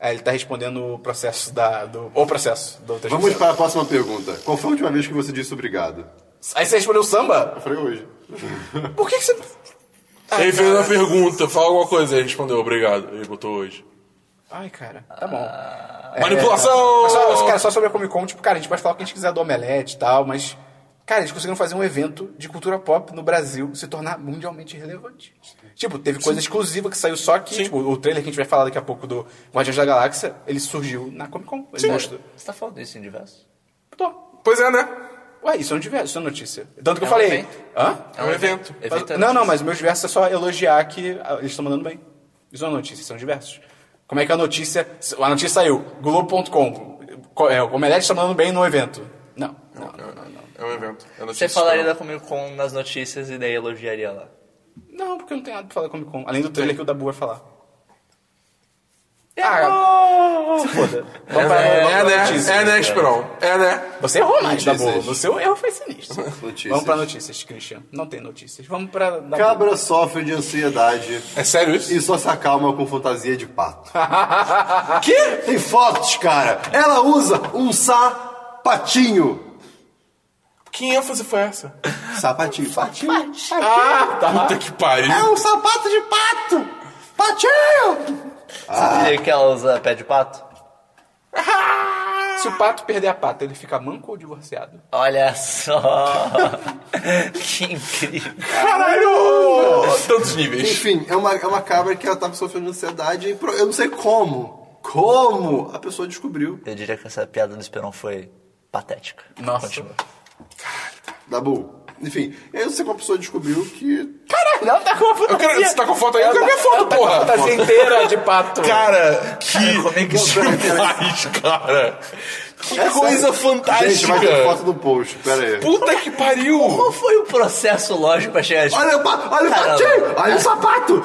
A: É, ele tá respondendo o processo da. Do, o processo da outra
B: Vamos
A: pessoa.
B: para a próxima pergunta. Qual foi a última vez que você disse obrigado?
A: Aí você respondeu samba?
B: Eu falei hoje.
A: Por que, que você. Ai,
E: ele fez
A: cara.
E: uma pergunta, fala alguma coisa, ele respondeu, obrigado. Ele botou hoje.
A: Ai, cara, tá bom.
B: Ah.
E: Manipulação!
A: Mas só, cara, só sobre a Comic Con, tipo, cara, a gente pode falar o que a gente quiser do Omelete e tal, mas. Cara, eles conseguiram fazer um evento de cultura pop no Brasil se tornar mundialmente relevante. Tipo, teve coisa exclusiva que saiu só aqui. Tipo, o trailer que a gente vai falar daqui a pouco do Guardiões da Galáxia, ele surgiu na Comic Con. Ele mostrou.
D: Você tá falando isso em diversos?
A: Tô.
E: Pois é, né?
A: Ué, isso é um diverso, isso é notícia. Tanto que
D: É
A: eu
D: um
A: falei.
D: evento.
A: Hã?
E: É um evento.
A: Mas-
D: é
A: não, não,
D: notícia.
A: mas o meu diverso é só elogiar que ah, eles estão mandando bem. Isso não é notícia, são diversos. Como é que a notícia. A notícia saiu, Globo.com. co- É, o Omelete está mandando bem no evento. Não, não, não, não. Não,
E: É um evento. É
D: Você
E: notícia
D: falaria da
E: histórica.
D: Comic Con nas notícias e daí elogiaria lá.
A: Não, porque não tem nada pra falar da Comic Con. Além do trailer que o Dabu vai falar. É,
D: É, Ah.
A: se foda. Vamos para
E: É,
A: vamos
E: é,
A: pra
E: né?
A: notícia.
E: É, né, Esperão? É, né?
A: Você errou mais, Dabu.
B: Notícias.
A: O seu erro foi sinistro.
B: Notícias.
A: Vamos pra notícias, Christian. Não tem notícias. Vamos pra. Dabu.
B: Cabra sofre de ansiedade
E: É sério isso?
B: e só se acalma com fantasia de pato. que? Tem fotos, cara. Ela usa um sapatinho.
E: Que ênfase foi essa?
B: Sapatinho, patinho.
E: Puta que pariu.
B: É um sapato de pato. Patinho.
D: Você diria que ela usa pé de pato?
A: Se o pato perder a pata, ele fica manco ou divorciado?
D: Olha só! que incrível!
E: Caralho! Tantos níveis.
B: Enfim, é uma, é uma cabra que ela tava sofrendo de ansiedade e pro- eu não sei como. Como a pessoa descobriu.
D: Eu diria que essa piada do Esperão foi patética.
A: Nossa.
D: Continua.
B: Dabu. Enfim, eu não sei como a pessoa descobriu que
A: Caralho, não tá com a fantasia.
E: Eu quero- você tá com foto aí? Eu quero ver a foto,
A: tá com a
E: porra.
A: fantasia inteira de pato.
E: Cara, que
D: Como é que isso-
E: demais, cara. Que
B: É
E: coisa
B: sério. Gente, vai ter
E: fantástica.
B: foto do post, pera aí.
E: Puta que pariu.
D: Qual foi o processo lógico pra chegar a
B: Olha o, pa- olha o
D: Caramba.
B: patinho! Olha o sapato!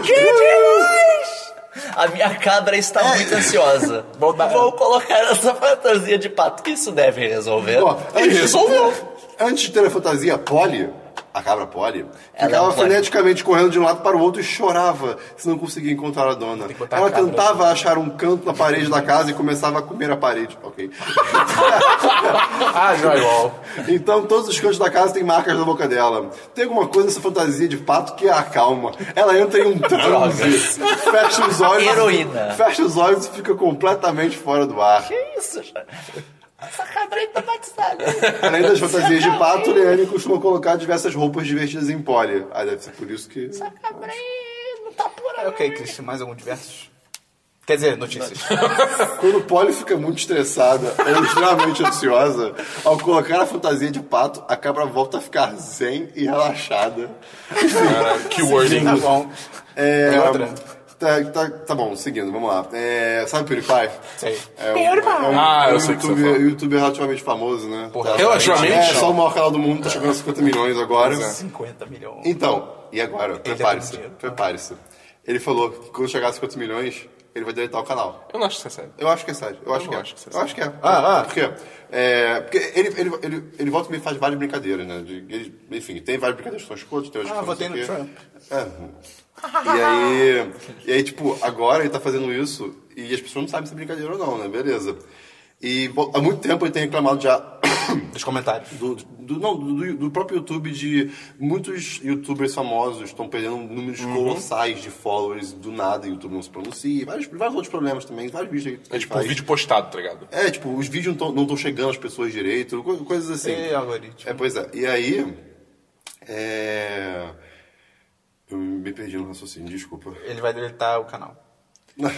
D: A minha cabra está muito ansiosa. Vou colocar essa fantasia de pato que isso deve resolver.
B: Ó,
E: Ele
B: antes-
E: resolveu.
B: Antes de ter a fantasia, Polly, a cabra Polly,
D: Ela é
B: ficava
D: um Polly.
B: freneticamente correndo de um lado para o outro e chorava se não conseguia encontrar a dona.
A: botar a
B: Ela
A: cabra.
B: tentava achar um canto na parede da casa e começava a comer a parede. Ok.
A: Ah, drywall.
B: Então todos os cantos da casa têm marcas na boca dela. Tem alguma coisa nessa fantasia de pato que a acalma. Ela entra em um transe, fecha os olhos,
D: Heroína.
B: fecha os olhos e fica completamente fora do ar.
D: Que isso, gente? Essa cabra está batizada.
B: Além das fantasias de pato, Leane costuma colocar diversas roupas divertidas em Polly. Ah, deve ser por isso que.
D: Cabra não tá por aí.
A: ok, Christian, mais algum diversos? Quer dizer, notícias.
B: Quando Polly fica muito estressada ou extremamente ansiosa, ao colocar a fantasia de pato, a cabra volta a ficar zen e relaxada.
E: Que wording.
A: tá bom.
B: É.
A: Tem outra?
B: Tá, tá, tá bom, seguindo, vamos lá. É, sabe o PewDiePie?
A: Sei.
B: É um, é um,
E: Ah,
B: é um
E: eu sei o que você
B: YouTube,
E: fala.
B: YouTube relativamente famoso, né?
A: Porra,
E: relativamente? é.
B: É, só o maior canal do mundo, tá chegando a 50 milhões agora.
A: 50 milhões.
B: Então, e agora?
A: tem
B: Prepare-se.
A: dinheiro. tá?
B: Prepare-se. Ele falou que quando chegar a 50 milhões, ele vai deletar o canal.
E: Eu não acho que você sabe.
B: Eu acho que é sério. Eu acho
E: não
B: que é.
E: acho que isso é
B: eu acho que é.
A: Ah, ah.
B: Por quê? É, porque ele, ele, ele, ele volta e me faz várias brincadeiras, né? De- ele- enfim, tem várias brincadeiras que são escutas, tem outras
A: Ah,
B: que
A: votei
B: são não
A: no
B: sei o quê. É.
A: Trump.
B: E aí, e aí, tipo, agora ele tá fazendo isso e as pessoas não sabem se é brincadeira ou não, né? Beleza. E bom, há muito tempo ele tem reclamado já
A: Dos comentários.
B: do, do- não, do, do próprio YouTube de muitos youtubers famosos estão perdendo números
E: Uhum.
B: colossais de followers do nada, o YouTube não se pronuncia, e vários, vários outros problemas também, vários vídeos que
E: É
B: ele
E: tipo um
B: faz.
E: vídeo postado, tá ligado?
B: É, tipo, os vídeos não tão- não estão chegando às pessoas direito, co- coisas assim.
A: E algoritmo.
E: tipo.
B: É, pois é. E aí. É... Eu me perdi no raciocínio, desculpa.
A: Ele vai deletar o canal.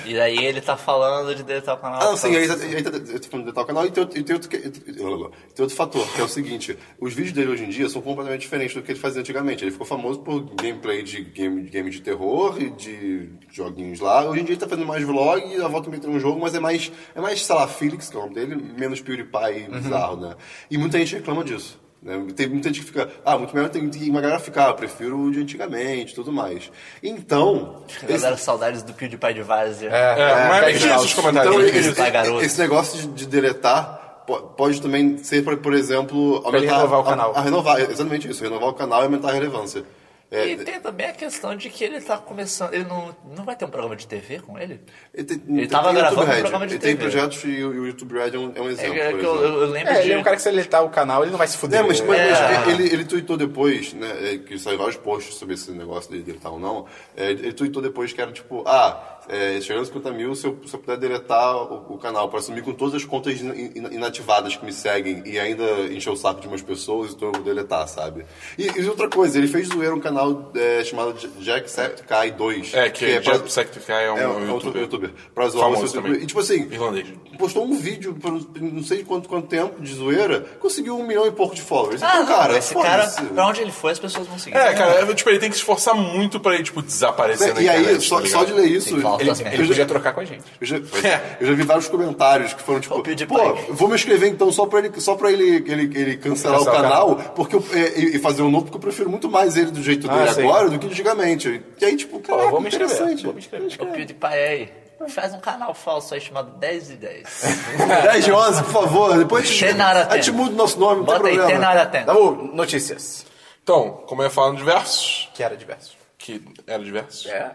D: E daí ele tá falando de deletar o canal.
B: Ah, não, sim, aí, aí, aí tá- eu tô falando de tal canal e tem, outro- e tem outro, que- e tem outro fator, que é o seguinte: os vídeos dele hoje em dia são completamente diferentes do que ele fazia antigamente. Ele ficou famoso por gameplay de game, game de terror e de joguinhos lá. Hoje em dia ele tá fazendo mais vlog e a volta meio tem um jogo, mas é mais, é mais, sei lá, Felix, que é o nome dele, menos PewDiePie e bizarro, né? E muita gente reclama disso. né? Tem muita gente que fica, ah, muito melhor tem, tem uma galera ficar, ah, prefiro o de antigamente tudo mais. Então. esse-
D: Galera, saudades do PewDiePie de Várzea.
E: É, mas é isso os comentários.
B: então,
D: Tem que
B: esse,
D: deletar, garoto.
B: esse negócio de, de deletar po- pode também ser, por, por exemplo, aumentar.
A: renovar o
B: a- é
A: canal.
B: A, renovar, exatamente isso, renovar o canal e aumentar a relevância. É,
D: e tem também a questão de que ele tá começando. Ele não, não vai ter um programa de TV com ele?
B: Ele, tem,
D: tava
B: tem
D: gravando
B: YouTube
D: um
B: Red.
D: programa de
B: Ele tem
D: TV.
B: projetos e o o YouTube Red é um, é um
D: É,
B: exemplo.
D: que- é
B: por
D: que eu,
B: exemplo.
D: eu lembro
A: É,
D: de.
A: ele é um cara que se ele tá o canal, ele não vai se fuder.
B: É, mas, mas-
D: É.
B: mas ele, ele tweetou depois, né, é, que saiu vários posts sobre esse negócio dele deletar ou não, é, ele tweetou depois que era tipo, ah, é, chegando a 50 mil, se eu, se eu puder deletar o, o canal para sumir com todas as contas in- in- inativadas que me seguem e ainda encher o saco de umas pessoas, então eu vou deletar, sabe? E, e outra coisa, ele fez zoeira um canal é, chamado Jacksepticeye 2.
E: É, que,
B: pra-
E: Jeff Sacrificai é um,
B: é,
E: é um youtuber.
B: youtuber. Pra zoar
E: Famoso
B: você.
E: também.
B: E tipo assim,
E: Irlandês.
B: postou um vídeo por não sei quanto, quanto tempo de zoeira, conseguiu um milhão e pouco de followers.
D: Ah,
B: então,
D: não,
B: cara,
D: esse cara,
B: foda-se.
D: pra onde ele foi, as pessoas vão seguir.
E: É, cara, eu, tipo, ele tem que se esforçar muito pra ele, tipo, desaparecer na
B: Né, E aí,
E: internet,
B: só,
E: tá
B: só de
E: ligado?
B: ler isso.
G: Ele,
B: eu
A: assim,
B: já-
G: ele podia trocar com a gente.
B: Eu já, eu já vi vários comentários que foram tipo,
D: O PewDiePie.
B: pô, vou me inscrever então só pra ele, só pra ele, ele, ele cancelar o
E: Cancelar
B: canal,
E: o
B: porque eu- é, e e fazer um novo, porque eu prefiro muito mais ele do
E: Ah,
B: jeito dele
A: sim.
B: agora do que antigamente. E aí, tipo, cara,
G: vou me inscrever,
B: interessante.
G: vou me inscrever.
D: O PewDiePie aí faz um canal falso aí chamado 10 e 10.
B: 10 de 11, por favor, depois te,
D: Ten out of
B: aí te
D: ten.
B: muda o nosso nome, não
D: Bota
B: tem
D: aí,
B: problema.
D: tem nada tem.
A: É. Dabu, notícias.
E: Então, como eu ia falar no diversos,
A: Que era diverso.
E: que era diversos.
A: É.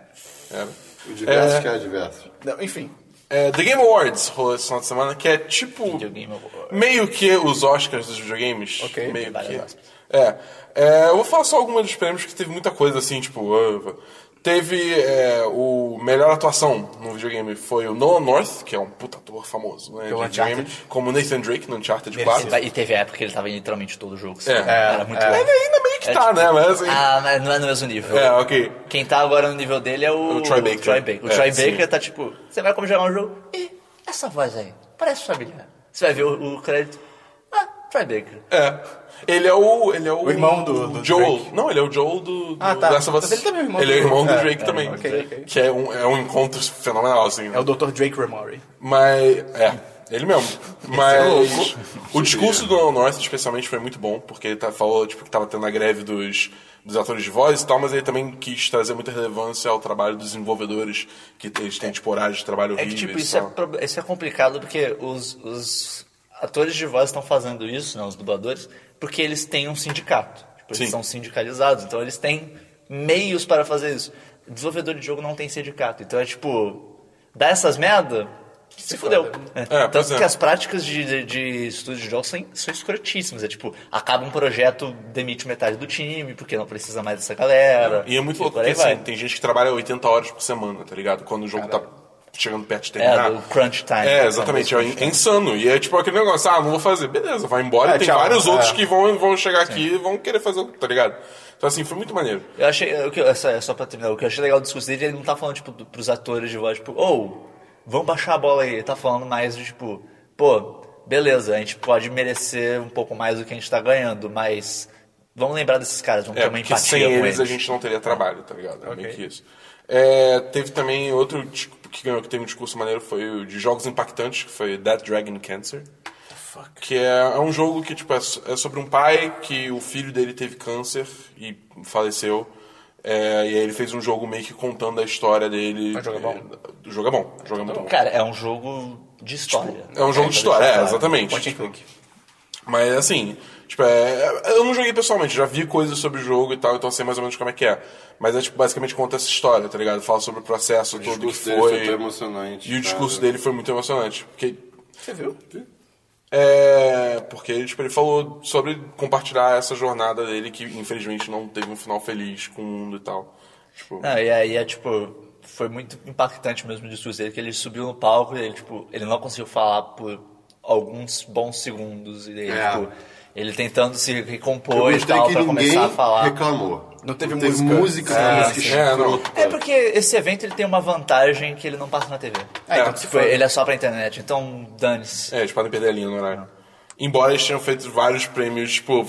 E: Era.
B: O diverso
E: É.
B: que é diverso.
A: Não, enfim.
E: É, The Game Awards rolou esse final de semana, que é tipo.
D: Videogame Awards.
E: Meio que os Oscars dos videogames.
A: Ok.
E: Meio
D: Várias
E: que.
D: Oscars.
E: É. É, Eu vou falar só alguns dos prêmios que teve muita coisa assim, tipo. ah, Teve é, o melhor atuação no videogame foi o Nolan North, que é um puta ator famoso, né? de videogame,
A: é Uncharted.
E: como Nathan Drake no Uncharted
D: E
E: 4.
D: vai- E teve a época que ele tava em literalmente todo o jogo. assim,
E: É.
D: Era muito bom.
E: Ele ainda meio que
D: É,
E: tá,
D: tipo,
E: né? Mas assim,
D: Ah, mas não é no mesmo nível.
E: É, ok.
D: Quem tá agora no nível dele é o,
E: O Troy Baker.
D: O
E: É,
D: Troy
E: sim.
D: Baker tá tipo, você vai como jogar um jogo, e essa voz aí, parece familiar. Você vai ver o, o crédito, ah, Troy Baker.
E: É. Ele é o. Ele é o,
A: O irmão do- do
E: Joel. Não, ele é o Joel do. do
A: Ah, tá.
E: Last of Us.
A: Mas ele também é o irmão
E: Ele
A: do-
E: é o irmão do
A: É,
E: Drake também.
A: ok, ok.
E: Que é um, é um encontro fenomenal, assim.
A: É o Dr. Drake Remori.
E: Mas. É, ele mesmo.
D: é
E: Mas. o discurso do Nolan North, especialmente, foi muito bom, porque ele tá- falou tipo, que tava tendo a greve dos, dos atores de voz e tal, mas ele também quis trazer muita relevância ao trabalho dos desenvolvedores, que eles têm, tipo, horários de trabalho
D: É que,
E: horríveis.
D: tipo,
E: e
D: isso é,
E: tal.
D: prob- isso é complicado porque os, os atores de voz estão fazendo isso, né, os dubladores, porque eles têm um sindicato. Tipo,
E: Sim.
D: eles são sindicalizados, então eles têm meios para fazer isso. Desenvolvedor de jogo não tem sindicato, então é tipo, dá essas merda, se fudeu.
E: É, pois
D: Tanto
E: é.
D: que as práticas de, de, de estúdio de jogos são, são escrotíssimas. É tipo, acaba um projeto, demite metade do time, porque não precisa mais dessa galera.
E: E é muito louco,
D: por aí
E: porque assim,
D: vai.
E: tem gente que trabalha 80 horas por semana, tá ligado? Quando o jogo tá chegando perto de
D: É,
E: terminar.
D: do Tá crunch time.
E: É, exatamente. É, é insano. E é tipo aquele negócio, ah, não vou fazer. Beleza, vai embora.
A: É,
E: e tem
A: tchau.
E: vários
A: É.
E: outros que vão, vão chegar aqui e vão querer fazer, tá ligado? Então assim, foi muito maneiro.
D: Eu achei, o que, eu- só, só pra terminar, o que eu achei legal do discurso dele, ele não tá falando, tipo, do, pros atores de voz, tipo, ou, vamos baixar a bola aí. Ele tá falando mais de, tipo, pô, beleza, a gente pode merecer um pouco mais do que a gente tá ganhando, mas vamos lembrar desses caras, vamos
E: É,
D: ter Então, uma
E: porque
D: empatia
E: sem
D: com
E: eles,
D: eles.
E: a gente não teria trabalho, tá ligado? É meio que isso. É, teve também outro dis- que ganhou, que teve um discurso maneiro, foi o de jogos impactantes, que foi That Dragon Cancer. Que é, é um jogo que, tipo, é, so- é sobre um pai que o filho dele teve câncer e faleceu. É, e aí ele fez um jogo meio que contando a história dele. Mas
A: jogo é bom?
E: O jogo é bom. O jogo é muito bom.
D: Cara, é um jogo de história. tá
E: É um jogo de história,
D: então
E: é, exatamente.
A: Point and click.
E: Mas assim, tipo, é, eu não joguei pessoalmente, já vi coisas sobre o jogo e tal, então eu sei mais ou menos como é que é. Mas é tipo, basicamente conta essa história, tá ligado? Fala sobre o processo todo que
B: discurso dele foi
E: foi.
B: tão emocionante,
E: E o
B: cara.
E: discurso dele foi muito emocionante. Porque
A: Você viu?
E: é, porque tipo, ele falou sobre compartilhar essa jornada dele que infelizmente não teve um final feliz com o mundo e tal. Tipo,
D: Não, e aí é tipo. Foi muito impactante mesmo o discurso dele, que ele subiu no palco e ele, tipo, ele não conseguiu falar por alguns bons segundos. E daí,
B: É.
D: tipo, ele tentando se
B: Eu
D: recompor e
B: gostei
D: tal
B: que
D: pra
B: ninguém
D: começar a falar.
B: reclamou.
A: Não teve
B: teve
A: música.
B: música,
E: É,
B: música
E: sim. É, não.
B: escrota.
D: É porque esse evento ele tem uma vantagem que ele não passa na TV.
A: Ah, então se
D: Tipo,
A: for-
D: ele é só pra internet, então dane-se.
E: é, eles podem perder a linha no horário. Embora eles tenham feito vários prêmios, tipo,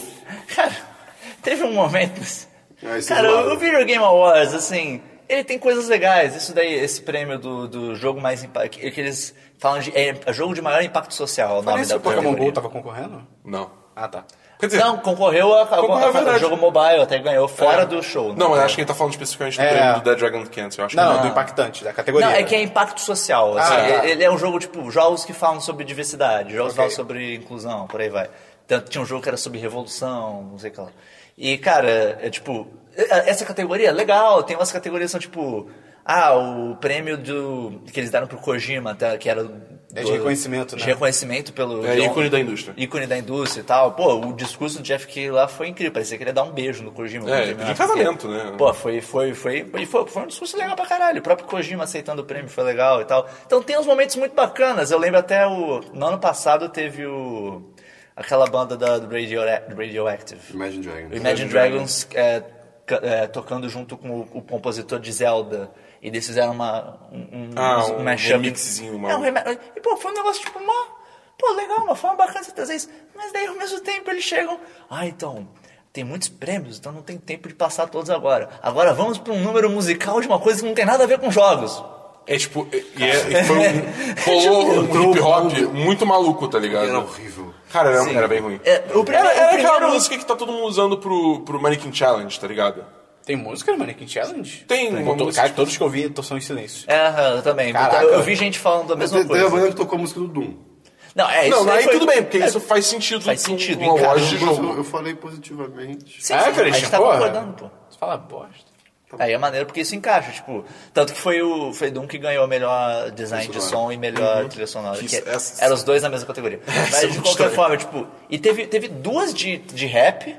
D: Cara, teve um momento.
B: Ah, isso é
D: cara,
B: zoado.
D: o Video Game Awards, assim, ele tem coisas legais. Isso daí, esse prêmio do, do jogo mais impacto. Que, que eles falam de. É, jogo de maior impacto social, o nome
A: Parece
D: da
A: que o Pokémon
E: tá?
D: categoria.
A: GO tava concorrendo?
E: não.
A: Ah, tá.
E: Quer dizer,
D: não, concorreu a, a-
E: Concorreu, é
D: a-
E: verdade.
D: jogo mobile, até ganhou fora
E: É.
D: do show. né?
E: Não, mas eu acho que ele tá falando especificamente do
A: É.
E: prêmio do Dead Dragon Cancer. Eu acho
A: Não,
E: que
A: do impactante, da categoria.
D: Não, é que é impacto social. assim,
A: Ah, tá.
D: Ele é um jogo, tipo, jogos que falam sobre diversidade, jogos que
A: Ok.
D: falam sobre inclusão, por aí vai. Tanto tinha um jogo que era sobre revolução, não sei o que lá. E, cara, é tipo, é- essa categoria é legal, tem umas categorias que são tipo. Ah, o prêmio do. que eles deram pro Kojima, tá, que era.
A: É de
D: do-
A: reconhecimento, né?
D: De reconhecimento pelo.
E: É,
D: de-
E: ícone da indústria.
D: Ícone da indústria e tal. Pô, o discurso do Jeff Key lá foi incrível, parecia que ele ia dar um beijo no Kojima.
E: É,
D: Kojima,
E: ele pediu
D: porque-
E: casamento, né?
D: Pô, foi, foi, foi, foi, foi, foi um discurso legal pra caralho. O próprio Kojima aceitando o prêmio foi legal e tal. Então tem uns momentos muito bacanas. Eu lembro até o. No ano passado teve o. Aquela banda da do Radio, Radioactive.
B: Imagine Dragons.
D: O Imagine Dragons é, ca- é, tocando junto com o, o compositor de Zelda. E eles fizeram uma, um, um,
E: Ah,
D: um
E: um
D: mashup.
E: remixzinho, uma-
D: É, um remi- E pô, foi um negócio tipo, mó. Pô, legal, uma forma bacana você trazer isso. Mas daí ao mesmo tempo eles chegam. Ah, então. Tem muitos prêmios, então não tem tempo de passar todos agora. Agora vamos para um número musical de uma coisa que não tem nada a ver com jogos.
E: É tipo, e, e é- e foi um, rolou um hip hop muito maluco, tá ligado?
B: Era horrível.
E: Cara, era, era bem ruim.
D: É, o primeiro-
E: Era,
D: o
E: era aquela
D: primeiro-
E: música que tá todo mundo usando pro, pro Mannequin Challenge, tá ligado?
A: Tem música no Mannequin Challenge?
E: Tem uma
A: to-
E: música,
A: Cara, todos que eu vi são em silêncio.
D: É, aham, eu também.
A: Caraca.
D: Eu, eu vi gente falando a
B: Mas
D: mesma
B: tem, tem a
D: coisa.
B: banda que tocou a música do Doom.
D: Não, é isso.
E: não, aí
D: foi-
E: tudo bem, porque isso faz sentido.
D: Faz
E: com-
D: sentido,
E: com a
D: encara.
E: loja de
B: Mas
E: jogo.
B: eu, eu falei positivamente.
D: Sim,
E: É,
D: sim, a
E: Christian,
D: gente tava
E: porra.
D: acordando, pô.
A: Você fala bosta.
D: Aí é maneiro porque isso encaixa, tipo. Tanto que foi o foi Doom que ganhou melhor design de som e melhor trilha sonora.
E: Fiz
D: Que é-
E: essa-
D: Eram os dois na mesma categoria.
E: é
D: Mas de
E: muito
D: qualquer
E: estranho.
D: forma, tipo. E teve, teve duas de, de rap.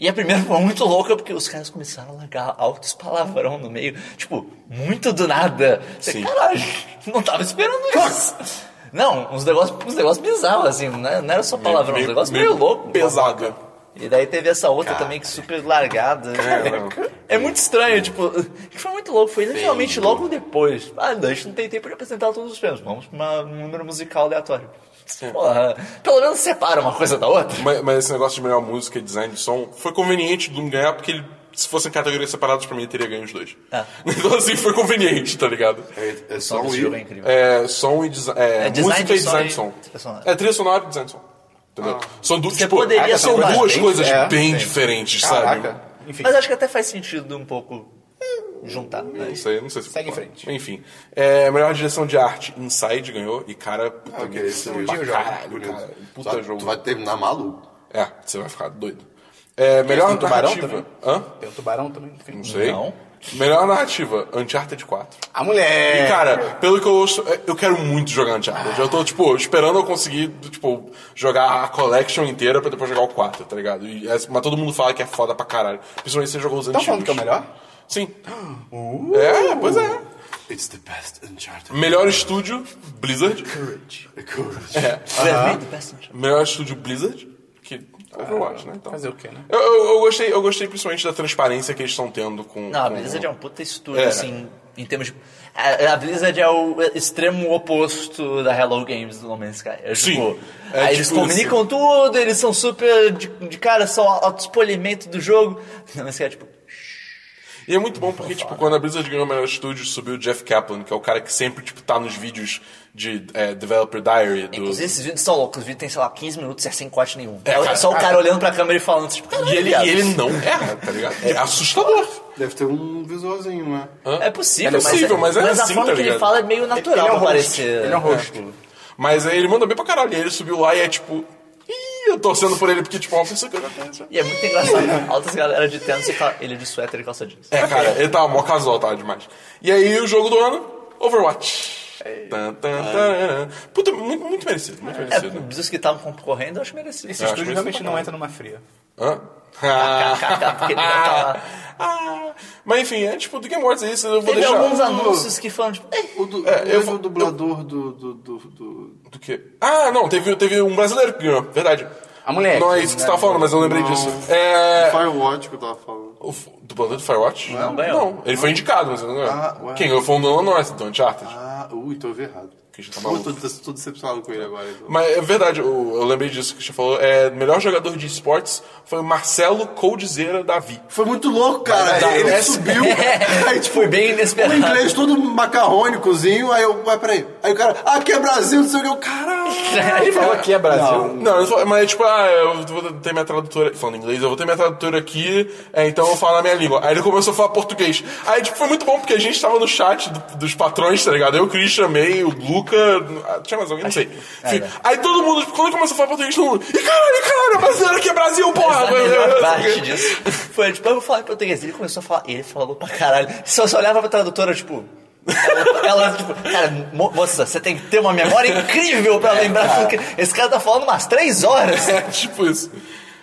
D: E a primeira foi muito louca porque os caras começaram a largar altos palavrão no meio. Tipo, muito do nada. Você,
E: Sim.
D: Caralho, não tava esperando isso. Não, uns negócios uns negócios bizarros, assim. Não era, não era só palavrão, uns negócios um meio, louco.
E: Pesado.
D: E daí teve essa outra também que super largada. né?
E: Caraca.
D: É muito estranho, tipo, que foi muito louco. Foi literalmente logo depois. Ah, não, a gente não tem tempo de apresentar todos os prêmios. Vamos pra uma- um número musical aleatório. Porra, pelo menos separa uma coisa da outra.
E: Mas, mas esse negócio de melhor música e design de som foi conveniente do Doom ganhar, porque ele, se fossem categorias separadas, pra mim ele teria ganho os dois.
D: Ah.
E: Então assim, foi conveniente, tá ligado?
B: É, é
D: O som
B: só um
D: desse
B: i.
D: jogo é incrível.
E: É, som e design. É,
D: É design
E: música
D: de
E: e design de
D: som
E: som.
D: e trilha sonora.
E: É trilha sonora e design de som. Entendeu?
B: Ah.
E: São, du
D: Você
E: tipo,
D: poderia
E: são
D: separar
E: duas
D: bem,
E: coisas
A: é.
E: bem
D: Sim.
E: diferentes, sabe? né?
A: Caraca. Enfim.
D: Mas é acho que até faz sentido um pouco juntar. né?
E: Não sei, não sei se É eu
A: Segue em
E: concordo.
A: frente.
E: Enfim. É, melhor direção de arte, Inside ganhou. E cara, puta
B: Ok,
E: que
B: esse
E: pra
B: é um
E: caralho,
B: bonito.
E: cara. Puta
B: Só-
E: jogo.
B: Tu vai terminar maluco.
E: É, você vai ficar doido. É, melhor
A: tem um tubarão
E: narrativa.
A: também?
E: Hã?
A: Tem o tubarão também.
E: Não sei.
D: Não.
E: Melhor narrativa, Uncharted 4.
A: A mulher!
E: E, cara, pelo que eu ouço, é, eu quero muito jogar Uncharted. Eu tô, tipo, esperando eu conseguir, tipo, jogar a collection inteira pra depois jogar o 4, tá ligado? E é- mas todo mundo fala que é foda pra caralho. Principalmente se você jogou os
A: Tão
E: antigos.
A: falando que é o melhor? Uh.
E: Sim. É, pois é.
B: It's the best Uncharted.
E: Melhor estúdio, Blizzard.
B: Courage. Courage.
E: É.
D: Resumindo, peço-
E: Melhor estúdio, Blizzard. Que Overwatch, né? Então.
A: Fazer o quê, né?
E: Eu, eu, eu gostei, eu gostei principalmente da transparência que eles estão tendo com.
D: Não, a
E: com-
D: Blizzard é um puta estúdio,
E: É.
D: assim, em termos de... A, a Blizzard é o extremo oposto da Hello Games do No Man's Sky. É,
E: Sim.
D: tipo,
E: É
D: aí
E: tipo
D: eles comunicam tudo, eles são super de, de cara, são altos polimento do jogo. No Man's Sky é tipo...
E: E é muito bom porque, tipo, quando a Blizzard ganhou o melhor estúdio, subiu o Jeff Kaplan, que é o cara que sempre, tipo, tá nos vídeos de é, Developer Diary do...
D: Inclusive, esses vídeos são loucos. Os vídeos tem, sei lá, 15 minutos e é sem corte nenhum. É,
E: É, cara,
D: só o
E: cara.
D: cara olhando pra câmera e falando, tipo... "Caralho,
E: E ele,
D: viado."
E: e ele não erra, tá ligado? É assustador.
B: Deve ter um visualzinho, né?
D: É possível,
E: É possível, mas é
D: a
E: assim,
D: forma
E: tá
D: que ele
E: ligado?
D: fala é meio natural
A: ele é um
D: pra
A: host.
D: parecer.
A: Ele é um
E: né?
A: host.
E: Mas aí ele manda bem pra caralho. E aí ele subiu lá e é, tipo... Ih, eu torcendo por ele, porque, tipo, é uma pessoa que eu já conheço.
D: E é muito engraçado. Altas galera de tênis, e fala- ele de suéter e calça jeans.
E: É, cara, ele tava mó casual, tava demais. E aí o jogo do ano, Overwatch. Tan, tan, tan. Puta, muito, muito merecido, muito
D: É,
E: merecido.
B: né?
D: dos que estavam concorrendo, eu acho merecido.
A: Esse
E: acho
A: estúdio
E: que
A: realmente
E: isso
A: não entra numa fria.
E: Hã?
D: é Porque ele vai tá lá.
E: Ah, mas enfim, é tipo, do Game Awards é isso, eu vou
D: Teve
B: um
E: deixar...
D: alguns anúncios que foram tipo. "Ei,
B: O do,
E: É, eu
B: o
E: vou-
B: dublador do, do, do, do-
E: Do que? Ah, não, teve, teve um brasileiro que ganhou, verdade.
A: A mulher.
E: Não é isso que você tava falando, mas eu lembrei
B: Não.
E: disso. É.
B: Firewatch que eu tava falando.
E: O f- dublador do Firewatch? Não,
D: ganhou.
E: Ele foi indicado, mas ele não ganhou.
B: Ah, ué.
E: Quem ganhou foi o Nolan North, do então, Uncharted.
B: Ah, ui, então eu vi errado.
E: Que já tá
B: Pô,
E: maluco.
B: tô, tô, tô decepcionado com ele agora. Então.
E: Mas é verdade, eu, eu lembrei disso que você falou. É, melhor jogador de esportes foi o Marcelo Coldzera Davi.
B: Foi muito louco, cara.
E: Mas-
B: ele
E: mas-
B: subiu. aí, tipo,
D: É Foi bem
B: O
D: inesperado.
B: inglês todo macarrônicozinho, aí eu, ué, peraí. Aí o cara, ah, aqui é Brasil, não sei o que, eu, caralho.
A: Ele falou que é Brasil.
E: Não, eu falo- mas tipo, ah, eu vou ter minha tradutora. Falando inglês, eu vou ter minha tradutora aqui, é, então eu vou falar a minha língua. Aí ele começou a falar português. Aí, tipo, foi muito bom porque a gente tava no chat do- dos patrões, tá ligado? Eu, o Christian, May, o Luca. ah, Tinha mais alguém? Não sei. Enfim, aí todo mundo, tipo, quando começou a falar português, todo mundo. E caralho, caralho, brasileiro aqui é Brasil,
B: Ah,
E: porra!
D: A melhor parte disso foi, tipo, eu vou falar em português. Ele começou a falar, ele falou pra caralho. Só só olhava pra tradutora, tipo. Ela, ela, tipo, cara, mo- moça, você tem que ter uma memória incrível pra lembrar
B: É.
D: tudo que. Esse cara tá falando umas três horas.
E: É, tipo isso.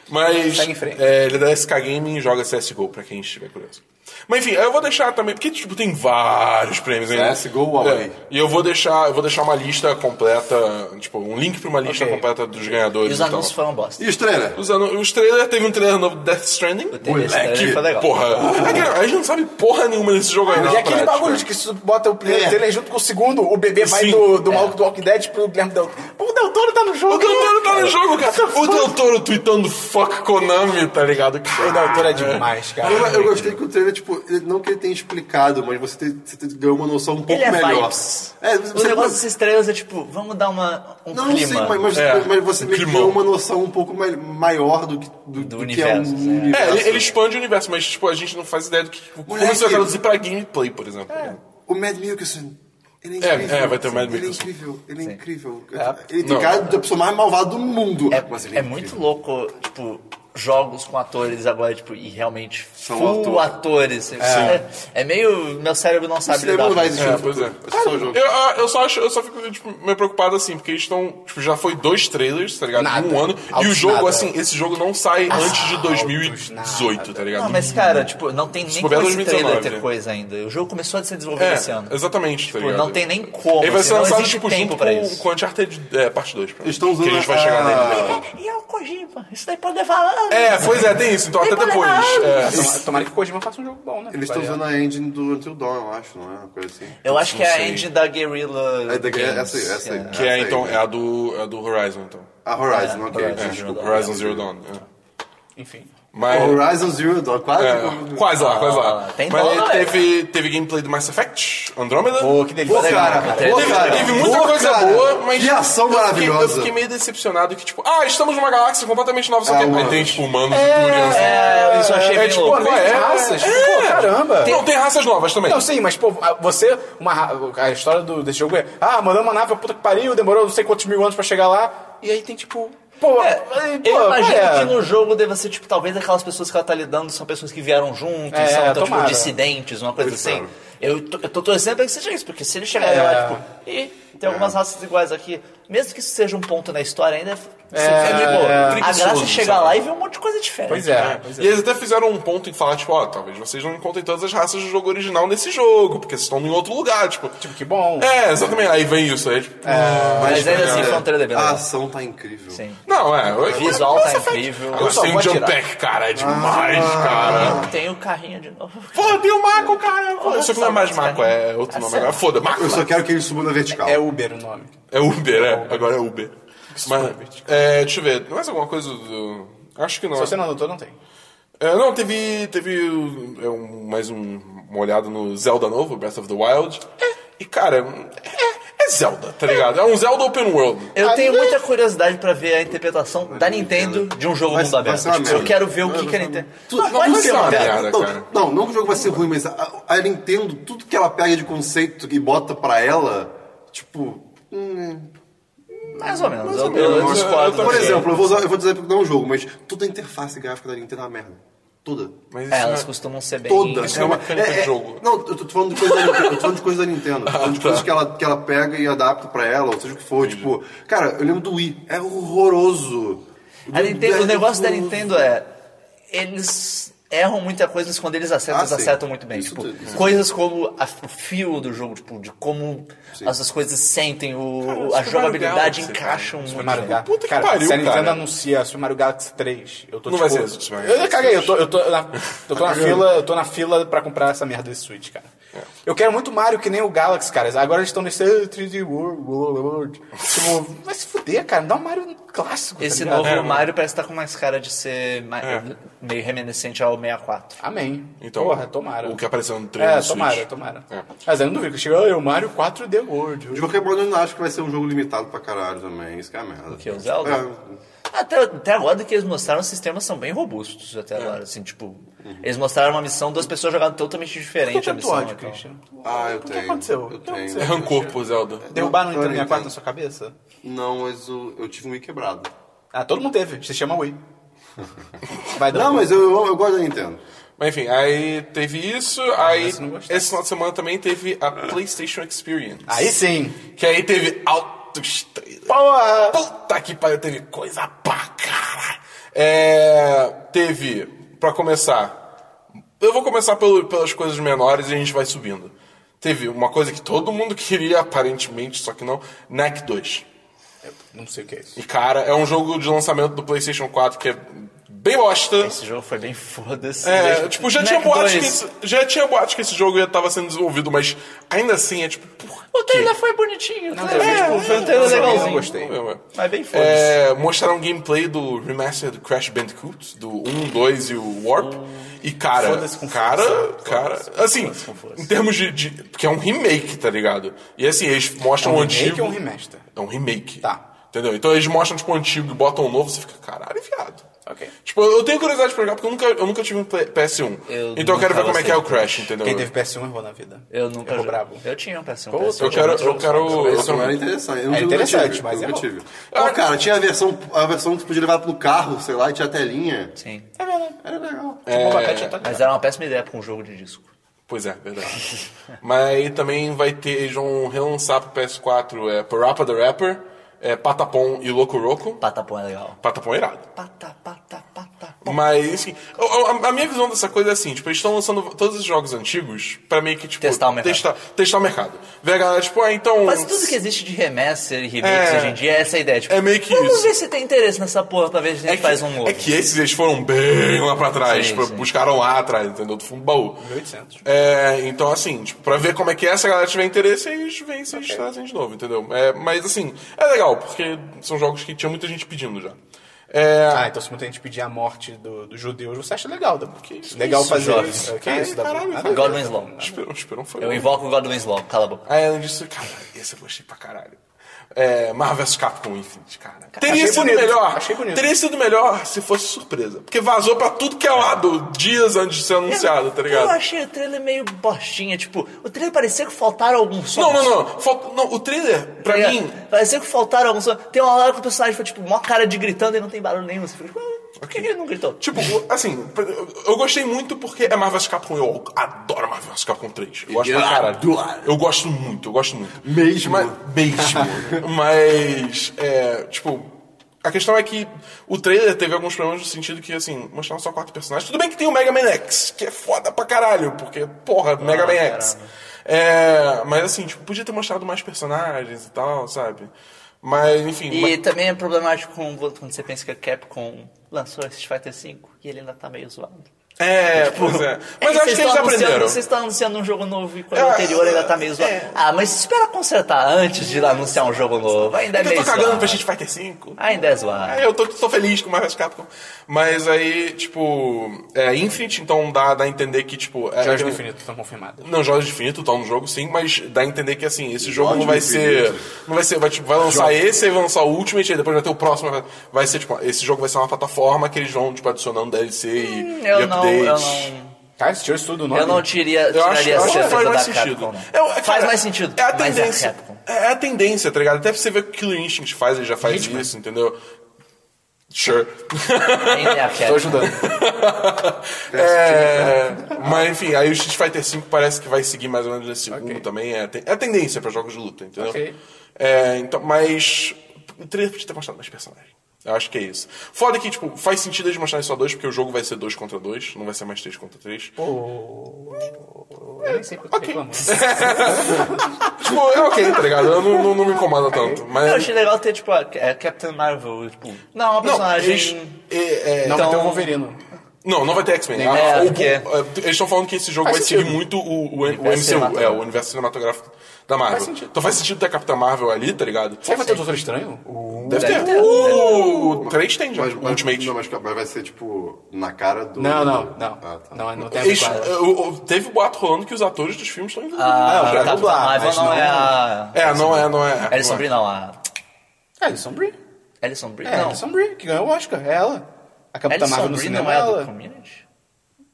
E: Mas.
A: Segue em frente.
E: É, ele é da SK Gaming e joga CSGO, pra quem estiver curioso. Mas enfim, eu vou deixar também, porque tipo, tem vários prêmios ainda.
B: CSGO away.
E: É, e eu vou deixar, eu vou deixar uma lista completa, tipo, um link pra uma lista
A: Ok.
E: completa dos
D: E
E: ganhadores
D: os
E: e
D: anúncios
E: tal.
D: foram uma bosta.
B: E os trailers?
E: Os anu- os trailers, teve um trailer novo do Death Stranding.
D: Teve esse
B: Moleque, um
D: trailer, foi legal.
E: Porra! É que a gente não sabe porra nenhuma desse jogo ainda.
A: tá E
E: na
A: é aquele
E: prática.
A: bagulho de que se tu bota o primeiro
B: É.
A: trailer junto com o segundo, o bebê vai
E: Sim. É.
A: do, do maluco do Walking Dead pro Guilherme Del Toro. Pô, o Del Toro tá no jogo.
E: O Del Toro tá no jogo, cara. O Del Toro tweetando fuck Konami, tá ligado?
A: O Del Toro é demais, cara.
B: Eu, eu gostei que o trailer, tipo, ele- não que ele tenha explicado, mas você, tem, você tem- ganhou uma noção um pouco
D: Ele é
B: melhor.
D: vibes.
B: É, você,
D: O negócio
B: você-
D: desses trailers é tipo, vamos dar uma, um
B: não,
D: clima.
B: sim, mas, mas,
E: É,
B: mas você
E: um
B: meio que
E: climão.
B: ganhou uma noção um pouco mai- maior do que, do, do
D: universo,
B: que é um
D: né?
E: É,
B: universo.
E: ele, ele expande o universo, mas tipo, a gente não faz ideia do que. tipo, Como
B: Moleque.
E: isso vai traduzir pra gameplay, por exemplo.
D: É.
B: O Mad Mikkelsen. Ele é,
E: É,
B: incrível.
E: é, vai ter o Mad
B: Ele é
E: Mikkelsen.
B: incrível, ele é incrível. Ele tem
E: Não.
B: cara da pessoa mais malvada do mundo.
D: É,
B: mas ele
D: é
B: é,
D: muito
B: incrível.
D: louco, tipo, jogos com atores agora, tipo, e realmente
B: São
D: full
B: ator.
D: atores. É, é meio. Meu cérebro não
B: O
D: sabe
B: cinema
D: lidar.
B: não vai
D: com isso.
B: existir.
E: É,
B: no
E: pois é.
B: futuro. só o jogo.
E: Eu, ah, eu só acho, eu só fico tipo, meio preocupado assim, porque eles estão. Tipo, já foi dois trailers, tá ligado?
A: Nada.
E: Em um ano. e o
A: Altos
E: jogo,
A: nada.
E: assim, esse jogo não sai antes de 2018, tá ligado?
D: Não, mas cara, tipo, não tem nem
E: bobear
D: como esse trailer
E: 2019,
D: ter
E: né?
D: coisa ainda. O jogo começou a ser desenvolvido esse ano.
E: É, exatamente, tá
D: Tipo,
E: ligado?
D: não tem nem como.
E: Ele vai
D: assim,
E: ser
D: não
E: lançado,
D: existe
E: tipo,
D: tempo
E: junto
D: pra
E: com,
D: isso.
E: com Uncharted é, parte 2.
B: Eles estão usando
E: Que a gente vai chegar
B: a-
E: nele.
D: E é o Kojima. Isso daí pode levar anos.
E: É, pois é, tem isso, então até
D: Tem
E: depois.
D: problema.
E: É.
A: Tomara- Tomara que o Kojima faça um jogo bom, né?
B: Eles estão
A: Vai-
B: usando a engine do Until Dawn, eu acho, não é? Uma coisa assim.
D: Eu acho que é a
E: sei.
D: end da Guerrilla.
B: É da-
D: Games.
B: essa aí, essa aí.
E: Que é, então, é a do, é a do Horizon, então.
B: A Horizon,
D: Horizon
B: ok.
E: É,
D: Zero
E: o
D: Dawn.
E: Horizon Zero Dawn. é.
A: Enfim.
E: Mas,
B: Horizon Zero Dawn, quase.
E: é, quase lá, quase lá.
D: Ah, tem
E: Mas
D: dó, velho.
E: teve, teve gameplay do Mass Effect, Andromeda.
A: Pô, que delícia. né,
B: Pô, cara, pô,
E: Teve,
B: cara.
E: teve muita
B: Pô,
E: coisa
B: cara.
E: boa, mas.
B: Que ação
E: eu fiquei- Eu
B: maravilhosa.
E: fiquei meio decepcionado que, tipo, ah, estamos numa galáxia completamente nova, só
B: Ah,
E: que aí
B: humanos.
E: tem, tipo, humanos e Turians.
D: É, isso eu achei bem
E: tipo,
D: louco.
E: qual é?
A: raças.
E: É.
A: Pô, caramba.
E: Não, tem raças novas também.
A: Não, sim, mas, pô, a- você. Uma, ra- a história do, desse jogo é. Ah, mandamos uma nave pra puta que pariu, demorou não sei quantos mil anos pra chegar lá. E aí tem tipo. Pô,
D: É,
A: aí, pô,
D: eu imagino
A: é.
D: que no jogo deva ser, tipo, talvez aquelas pessoas que ela tá lidando são pessoas que vieram juntos,
A: É,
D: são então, tipo,
A: tomara.
D: dissidentes, uma coisa
B: Pois é.
D: assim.
B: claro.
D: Eu tô, eu tô torcendo pra que seja isso, porque se ele
A: É.
D: chegar lá, tipo, e tem algumas
B: É.
D: raças iguais aqui, mesmo que isso seja um ponto na história, ainda é,
E: é,
D: é, a
E: preguiçoso,
D: graça é chegar
E: sabe?
D: lá e ver um monte de coisa diferente.
A: Pois é.
E: É. E eles até fizeram um ponto em falar, tipo, ó, talvez vocês não encontrem todas as raças do jogo original nesse jogo, porque vocês estão em outro lugar, tipo.
A: Tipo, que bom.
E: É, exatamente. Aí vem isso, aí, tipo.
D: Mas ainda assim,
B: cara,
D: foi um trailer bem
B: A
D: legal.
B: ação tá incrível.
D: Sim.
E: Não, é.
D: O
E: eu-
D: visual tá incrível.
E: Agora
A: só
E: tem
A: vou
E: o jump
A: atirar.
E: pack, cara, é demais, cara.
D: Tem o carrinho de novo.
E: Pô, tem o Marco, cara. Pô,
D: Olha
E: Isso aqui não é
D: só,
E: mais
D: cara.
E: Marco, é outro
D: Ah,
E: nome
D: sério?
E: agora. Foda, Marco. né?
B: Eu só quero que ele suba na vertical.
A: É Uber o nome.
E: É Uber, é. Agora é Uber. Mas, é, deixa eu ver, mais alguma coisa do. Acho que não.
A: Se você não anotou, não tem.
E: É, não, teve. Teve o- é, um- mais um, uma olhada no Zelda novo, Breath of the Wild. E, cara, é, é Zelda, tá ligado? É um Zelda Open World.
D: Eu tenho muita curiosidade pra ver a interpretação da Nintendo de um jogo
B: Vai-
D: mundo
B: vai
D: aberto.
B: ser uma
D: Tipo, eu
B: merda.
D: quero ver o
B: Vai-
D: que, que a Nintendo.
B: Tudo-
E: Não, vai ser uma merda,
B: Então,
E: cara.
B: Não, não que o jogo vai ser ruim, mas a, a Nintendo, tudo que ela pega de conceito e bota pra ela, tipo. hum,
D: Mais ou menos. eu,
E: ou menos,
D: eu- eu
E: eu-
D: discordo.
E: eu-
B: Por
E: Ok.
B: exemplo, eu vou, usar, eu vou dizer porque não é um jogo, mas toda a interface gráfica da Nintendo é uma merda. Toda.
E: Mas
D: É,
E: não
D: elas costumam ser bem.
B: Toda.
E: isso é uma mecânica de jogo.
B: Não, eu tô falando de coisa da Nintendo. Eu tô falando de coisa da Nintendo. Eu tô falando
D: Ah,
B: de
E: tá.
B: coisas que ela, que ela pega e adapta pra ela, ou seja o que for. Tipo, cara, eu lembro do Wii. É horroroso.
D: A Nintendo- o negócio da
B: horroroso.
D: Nintendo é. Eles erram muita coisa, mas quando eles acertam,
B: Ah,
D: eles
B: sim.
D: acertam muito bem.
B: Isso
D: Tipo,
B: tudo, isso
D: coisas como a- o fio do jogo, tipo, de como essas coisas sentem, o, a
E: Super
D: jogabilidade
E: Mario Galaxy,
D: encaixam muito.
A: Super Mario
D: bem.
A: Galaxy.
E: Puta que
A: cara,
E: pariu,
A: se a Nintendo
E: cara.
A: anuncia Super Mario Galaxy 3, eu tô
E: Não
A: tipo...
E: vai ser Super Mario
A: Eu
E: Galaxy
A: caguei, eu
E: 3.
A: tô, eu tô na, eu tô na fila, eu tô na fila pra comprar essa merda desse Switch, cara.
E: É.
A: Eu quero muito Mario que nem o Galaxy, cara. Agora eles estão nesse eh, 3D World. World, World. Tipo, vai se fuder, cara. Me dá um Mario clássico. tá
D: Esse
A: ligado?
D: novo
E: É, mano.
D: Mario parece estar com mais cara de ser ma-
E: É.
D: meio reminiscente ao 64.
A: Amém.
E: Então,
A: Porra, tomara.
E: O que apareceu no trailer
A: É,
E: do Switch.
A: tomara, tomara.
E: É.
A: Mas eu não duvido que chegou "Ah, é o Mario 4D World.
B: De qualquer modo, eu não acho que vai ser um jogo limitado pra caralho também. Isso que é a merda.
D: Que é o Zelda.
B: É,
D: Até, até agora do que eles mostraram, os sistemas são bem robustos
E: É.
D: até agora. Assim, tipo, eles mostraram uma missão, duas pessoas jogaram totalmente
A: Por
D: diferente
A: que
D: a
A: tanto
D: missão.
E: assim,
A: ódio,
D: então.
E: né,
A: Christian?
B: Ah, eu
A: O que
B: tenho.
A: aconteceu? O
B: Eu
A: que aconteceu?
E: É
B: tenho.
E: rancor pro Zelda.
A: Derrubaram o
B: Não,
A: Nintendo 64
B: Nintendo.
A: na sua cabeça?
B: Não, mas eu, eu tive um Wii quebrado.
A: Ah, todo mundo teve. Você chama Wii. Vai dar.
B: Não, mas eu, eu, eu gosto da Nintendo.
E: Mas enfim, aí teve isso, aí
A: esse não gostei.
E: esse final de semana também teve a PlayStation Experience.
A: Aí sim.
E: Que aí teve altos trailers.
A: Porra!
E: Puta que pariu, teve coisa pra caralho. É, teve, pra começar, eu vou começar pelo- pelas coisas menores e a gente vai subindo. Teve uma coisa que todo mundo queria, aparentemente, só que não, Knack 2.
A: Não sei o que é isso.
E: E cara, é um jogo de lançamento do PlayStation 4 que é bem
A: É
E: bosta.
D: Esse jogo foi bem foda-se.
E: É,
D: Desde-
E: tipo, já
D: Knack
E: tinha, boate que
D: 2.
E: esse, já tinha boate que esse jogo já tava sendo desenvolvido, mas ainda assim é tipo, por
D: O
E: quê?
D: trailer foi bonitinho. o
A: Não,
D: trailer,
A: é,
D: tipo, foi um trailer
A: eu joguei, eu
D: legalzinho.
A: gostei.
E: Meu, é.
D: Mas bem foda-se.
E: É, mostraram gameplay do remaster do Crash Bandicoot, do 1, 2 e o Warp. E cara,
A: Oh. Foda-se com
E: cara,
A: força.
E: cara, assim, em termos de, de- Porque é um remake, tá ligado? E assim, eles mostram o
A: remake
E: antigo.
A: ou um remaster?
E: É um remake.
A: Tá.
E: Entendeu? Então eles mostram, tipo, o antigo e botam o novo, você fica, caralho, viado.
A: Ok.
E: Tipo, eu tenho curiosidade pra jogar porque eu nunca, eu nunca tive um play- PS1.
D: Eu
E: então eu quero ver
D: nunca
E: como é que é o
D: gostei.
E: Crash, entendeu?
A: Quem teve PS1 errou é na vida.
D: Eu nunca.
A: Ficou
D: jo-
A: bravo.
D: Eu tinha um PS1.
A: Pô,
D: PS1
E: Eu quero.
D: tinha
E: Eu
D: muitos
E: quero.
D: jogos.
E: Eu
B: Esse não era
E: quero
B: um interessante. Eu
A: É
B: nunca
A: interessante,
B: tive,
A: mas
B: nunca
A: é
B: tive. Pô, cara, tinha a versão, a versão que tu podia levar pro carro, sei lá, e tinha a telinha.
D: Sim.
A: É verdade.
B: Era legal.
A: É... abacate tá
D: Mas era uma péssima ideia pra um jogo de disco.
E: pois é, verdade. Mas aí também vai ter. Eles vão relançar pro PS4 é, Parappa the Rapper, é, Patapom e Loco Roco.
D: Patapom é legal.
E: Patapom é irado.
D: Pata, pata, pata.
E: Mas, enfim, a, a- a minha visão dessa coisa é assim, tipo, eles estão lançando todos os jogos antigos pra meio que, tipo,
D: Testar o mercado.
E: Testar, testar o mercado. Ver a galera, tipo, ah, então...
D: Mas tudo que existe de remessa e remakes
E: É.
D: hoje em dia é essa ideia. Tipo,
E: É meio que
D: vamos
E: isso.
D: ver se tem interesse nessa porra pra ver se a gente
E: É que,
D: faz um novo.
E: é que esses eles foram bem lá pra trás,
D: Sim,
E: pra-
D: sim.
E: buscaram lá atrás, entendeu? Do fundo do baú.
A: 1800.
E: É, então, assim, tipo, pra ver como é que é, se a galera tiver interesse, aí eles vêm se eles trazem de novo, entendeu? É, mas, assim, é legal, porque são jogos que tinha muita gente pedindo já. É,
A: Ah, então se muita gente pedir a morte do- dos judeus, você acha legal, Dabu?
E: Que isso,
A: legal
E: isso,
A: fazer
E: jovem.
A: isso. Que
E: Ai,
A: isso, Dabu?
E: caralho,
A: Nada a
E: foi-
A: ver.
D: Godwin's Law.
E: Esperão, esperão um foi
D: Eu
E: bom.
D: invoco o Godwin's Law, cala a boca.
E: Aí além disso, cara, esse eu gostei pra caralho. É, Marvel vs Capcom Infinite, cara. Teria
A: achei
E: sido
A: bonito,
E: melhor.
A: achei bonito.
E: Teria sido melhor se fosse surpresa. Porque vazou pra tudo que é lado, dias antes de ser anunciado, tá
D: Eu
E: ligado?
D: achei o trailer meio bostinha, tipo, o trailer parecia que faltaram alguns sons.
E: Não, não, não. Falta- não, o trailer, pra
D: Tá
E: mim.
D: ligado? Parecia que faltaram alguns sons. Tem uma hora que o personagem foi, tipo, mó cara de gritando e não tem barulho nenhum. Você fica, tipo, ah, por que ele não gritou?
E: Tipo, o- assim, eu- eu gostei muito porque é Marvel vs Capcom. Eu adoro Marvel vs Capcom 3. Eu gosto pra
B: Eu
E: caralho.
B: adoro.
E: Eu gosto muito, eu gosto muito.
B: Mesmo?
E: Mas, mesmo. Mas, é, tipo, a questão é que o trailer teve alguns problemas no sentido que, assim, mostraram só quatro personagens. Tudo bem que tem o Mega Man X, que é foda pra caralho, porque, porra, Mega Man X. É, mas, assim, tipo, podia ter mostrado mais personagens e tal, sabe? Mas, enfim.
D: E
E: mas-
D: também é problemático com- quando você pensa que a Capcom lançou Street Fighter V e ele ainda tá meio zoado.
E: É, pois é. Mas eu
D: vocês
E: acho que eles
D: estão anunciando-
E: aprenderam.
D: Vocês estão anunciando um jogo novo e quando
E: É,
D: o anterior ainda tá meio zoado. Ah, mas espera consertar antes de anunciar um jogo novo. Ainda é
E: Eu
D: meio
E: tô cagando
D: zoado.
E: pra Street Fighter 5.
D: Ainda é zoado.
E: Eu tô, tô feliz com o Marvel vs Capcom. Mas aí, tipo, é Infinite, então dá, dá a entender que, tipo. É,
A: Jogos do
E: é-
A: Infinito estão confirmados.
E: Não, Jogos de Infinito tá no jogo, sim, mas dá a entender que, assim, esse jogo
B: Jogos
E: não vai
B: do
E: ser.
B: Infinito.
E: Não vai ser. Vai, tipo, vai lançar esse, aí vai lançar o Ultimate, aí depois vai ter o próximo. vai- Vai ser, tipo, esse jogo vai ser uma plataforma que eles vão, tipo, adicionando DLC e, e
D: Hum, Eu não, eu
E: updates.
D: não,
A: Cara, Tá, esse tio estuda o nome.
D: eu não tiria,
E: Eu acho,
D: tiraria
E: eu
D: a
E: acho que faz
D: certeza
E: mais
D: da
E: sentido.
D: Capcom. não.
E: É o- é,
D: faz
E: cara,
D: mais sentido.
E: É a
D: mas
E: tendência.
D: a Capcom.
E: é a tendência, tá ligado? Até pra você ver que o Killer Instinct faz, ele já faz isso, entendeu? Sure.
D: Ainda é a Capcom.
A: Tô ajudando.
E: É, mas enfim, aí o Street Fighter V parece que vai seguir mais ou menos nesse rumo também. É, a ten- é a tendência pra jogos de luta, entendeu?
A: Ok.
E: É, então, mas o trailer podia ter mostrado mais personagens. Eu acho que é isso. Foda que, tipo, faz sentido eles mostrarem só dois, porque o jogo vai ser dois contra dois, não vai ser mais três contra três.
A: Eu nem sei quanto reclamou.
E: Tipo, é ok, tá ligado? Eu não, não, não me incomoda tanto. Mas...
D: Eu achei legal ter, tipo, a, a Captain é, Marvel, tipo... Não, uma
E: Não,
D: personagem...
E: eles- é, é,
A: Não, um
D: Então-
A: tem o Wolverino.
E: Não, não vai ter X-Men.
D: Nem-
E: Ah,
D: é,
E: o-
D: porque-
E: é, Eles estão falando que esse jogo
A: Faz
E: vai seguir
A: sentido.
E: muito o, o- o
D: Universo
E: MCU, é,
D: cinematográfico.
E: o universo cinematográfico da Marvel. então faz sentido ter a Capitã Marvel ali, tá ligado?
A: Será que vai ter o Doutor Estranho?
E: Deve ter. Uh,
D: Deve ter.
E: O 3 tem, já.
B: Mas, mas,
E: Ultimate.
B: não, mas, mas vai ser tipo na cara do.
A: Não, não, não.
B: Ah, tá.
A: Não, não tem a ver
E: Eles-
A: com ela.
E: o- o- teve um boato rolando que os atores dos filmes estão envolvidos.
D: Ah,
A: não,
D: a
A: pra
D: Capitã
A: dublar,
D: Marvel
A: mas
D: não,
A: não-
D: é a...
E: É, não é, não é.
D: Alison
E: não é.
D: Brie não, a...
A: Alison Brie.
D: Alison Brie
A: É,
D: não.
A: Alison Brie, que ganhou o Oscar. É ela. A Capitã
D: Alison
A: Marvel no
D: Brie
A: cinema
D: não
A: é
D: é a
A: ela.
D: do Community?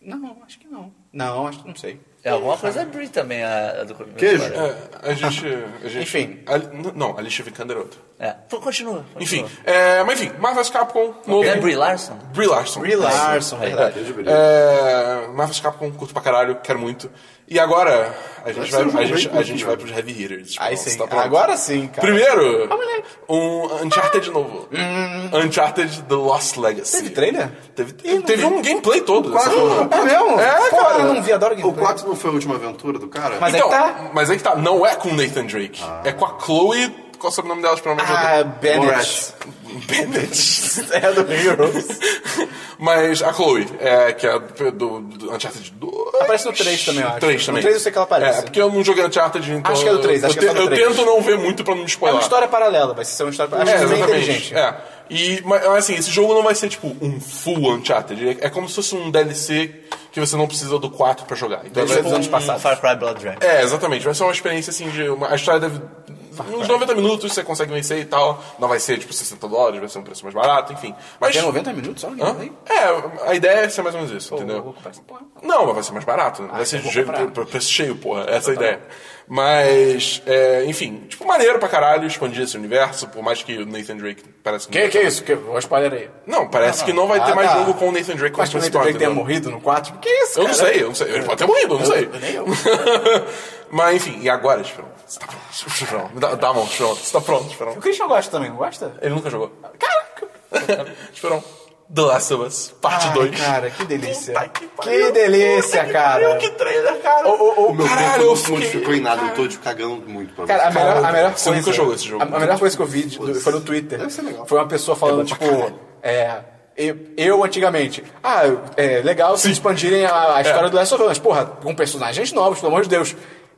A: Não, acho que não. Não, acho que não sei.
D: É alguma coisa é Brie também, a, a do Community.
B: Queijo.
D: agora.
E: É, a gente. A gente
A: Enfim.
E: A, n- não, Alicia Vikander é outra.
D: É. Pô, continua. continua.
E: Enfim, é, mas enfim, Marvel's Capcom,
D: Não
E: novo.
D: é Brie Larson?
E: Brie Larson.
A: Brie Larson,
D: É.
A: verdade.
B: Beijo, beijo.
E: É, Marvel's Capcom, curto pra caralho, quero muito. E agora, a gente
B: ser
E: vai,
B: um jogo
E: a gente,
B: bem
E: a
B: curto,
E: gente
B: né?
E: vai pros Heavy Hitters.
A: Aí
E: Nossa,
A: sim.
E: tá pronto.
A: Agora sim, cara.
E: Primeiro, um Uncharted novo. Uncharted The Lost Legacy.
A: Hum. Teve trailer?
E: Teve, teve um gameplay todo.
B: Quase
E: sabe?
B: não.
A: É mesmo?
E: É,
A: Pô,
E: cara.
A: eu não vi, adoro
B: O
A: gameplay.
B: 4 não foi a última aventura do cara?
A: Mas
E: então,
A: é que tá.
E: mas aí que tá. Não é com o Nathan Drake. É com a Chloe. Qual é o sobrenome delas, pelo menos?
A: Ah,
E: eu tô-
A: Bennett.
E: Bennett.
A: É a do Heroes.
E: Mas a Chloe, é, que é do, do Uncharted 2.
A: Aparece no 3 também, eu acho.
E: 3 também.
A: No 3 eu sei que ela aparece.
E: É, porque eu não joguei Uncharted, então.
A: Acho que é do três,
E: eu,
A: acho que é
E: eu
A: só do
E: te- eu
A: três.
E: tento não ver muito pra não me
A: É
E: spoiler.
A: uma história paralela, vai ser uma história paralela. Acho que é bem
E: exatamente.
A: inteligente.
E: É. E, mas assim, esse jogo não vai ser tipo um full Uncharted. É- É como se fosse um DLC que você não precisa do 4 pra jogar. Então,
A: Desde
E: vai-
A: os anos
D: Um
A: passados.
D: Far Cry Blood Dragon.
E: é, exatamente. Vai ser uma experiência assim de. Uma, a história deve. Uns 90 minutos você consegue vencer e tal. Não vai ser tipo 60 dólares, vai ser um preço mais barato, enfim. Mas.
A: Tem 90 minutos só o
E: Hã?
A: gameplay?
E: É, a ideia é ser mais ou menos isso,
A: Eu vou
E: entendeu?
A: comprar essa porra.
E: Não, mas vai ser mais barato. né? vai ser
A: então
E: de
A: eu
E: jeito,
A: vou comprar.
E: pra- preço cheio, porra. Essa é a ideia. Mas, é, enfim, tipo, maneiro pra caralho expandir esse universo, por mais que o Nathan Drake parece que.
A: Que que é isso? Que, o spoiler aí.
E: Não, parece que não vai
A: Ah,
E: ter mais
A: tá.
E: jogo com o Nathan Drake como
A: Acho que o Nathan
E: principal.
A: Drake tenha
E: entendeu?
A: morrido no 4. Que isso,
E: Eu não
A: cara?
E: sei, eu não sei. Ele pode ter morrido, eu não sei.
A: nem eu.
E: Mas enfim, e agora, Esperão? Você tá pronto, Esperão? Me Dá, dá a mão, Esperão. Você tá pronto, Esperão?
A: O Christian gosta também, não gosta?
E: Ele nunca jogou.
A: Caraca!
E: Esperão. The Last of Us, parte
A: Ai,
E: 2.
A: cara, que delícia.
E: Puta que,
A: Que
E: pariu.
A: delícia,
E: Puta
A: cara.
E: Que, pariu, que trailer, cara.
B: o meu
E: Caralho,
B: tempo
E: eu
B: não se
E: fiquei-
B: modificou em nada, eu tô tipo, cagando muito pra
A: Cara, a
B: você.
A: melhor, a melhor
E: você
A: coisa.
E: nunca jogou esse jogo.
A: A, a melhor coisa que eu vi de- do- foi no Twitter.
B: Deve ser legal.
A: Foi uma pessoa falando, tipo, é. Eu, eu, antigamente, ah, é legal se expandirem a, a
E: É.
A: história do Last of Us. Porra, com personagens novos, pelo amor de Deus.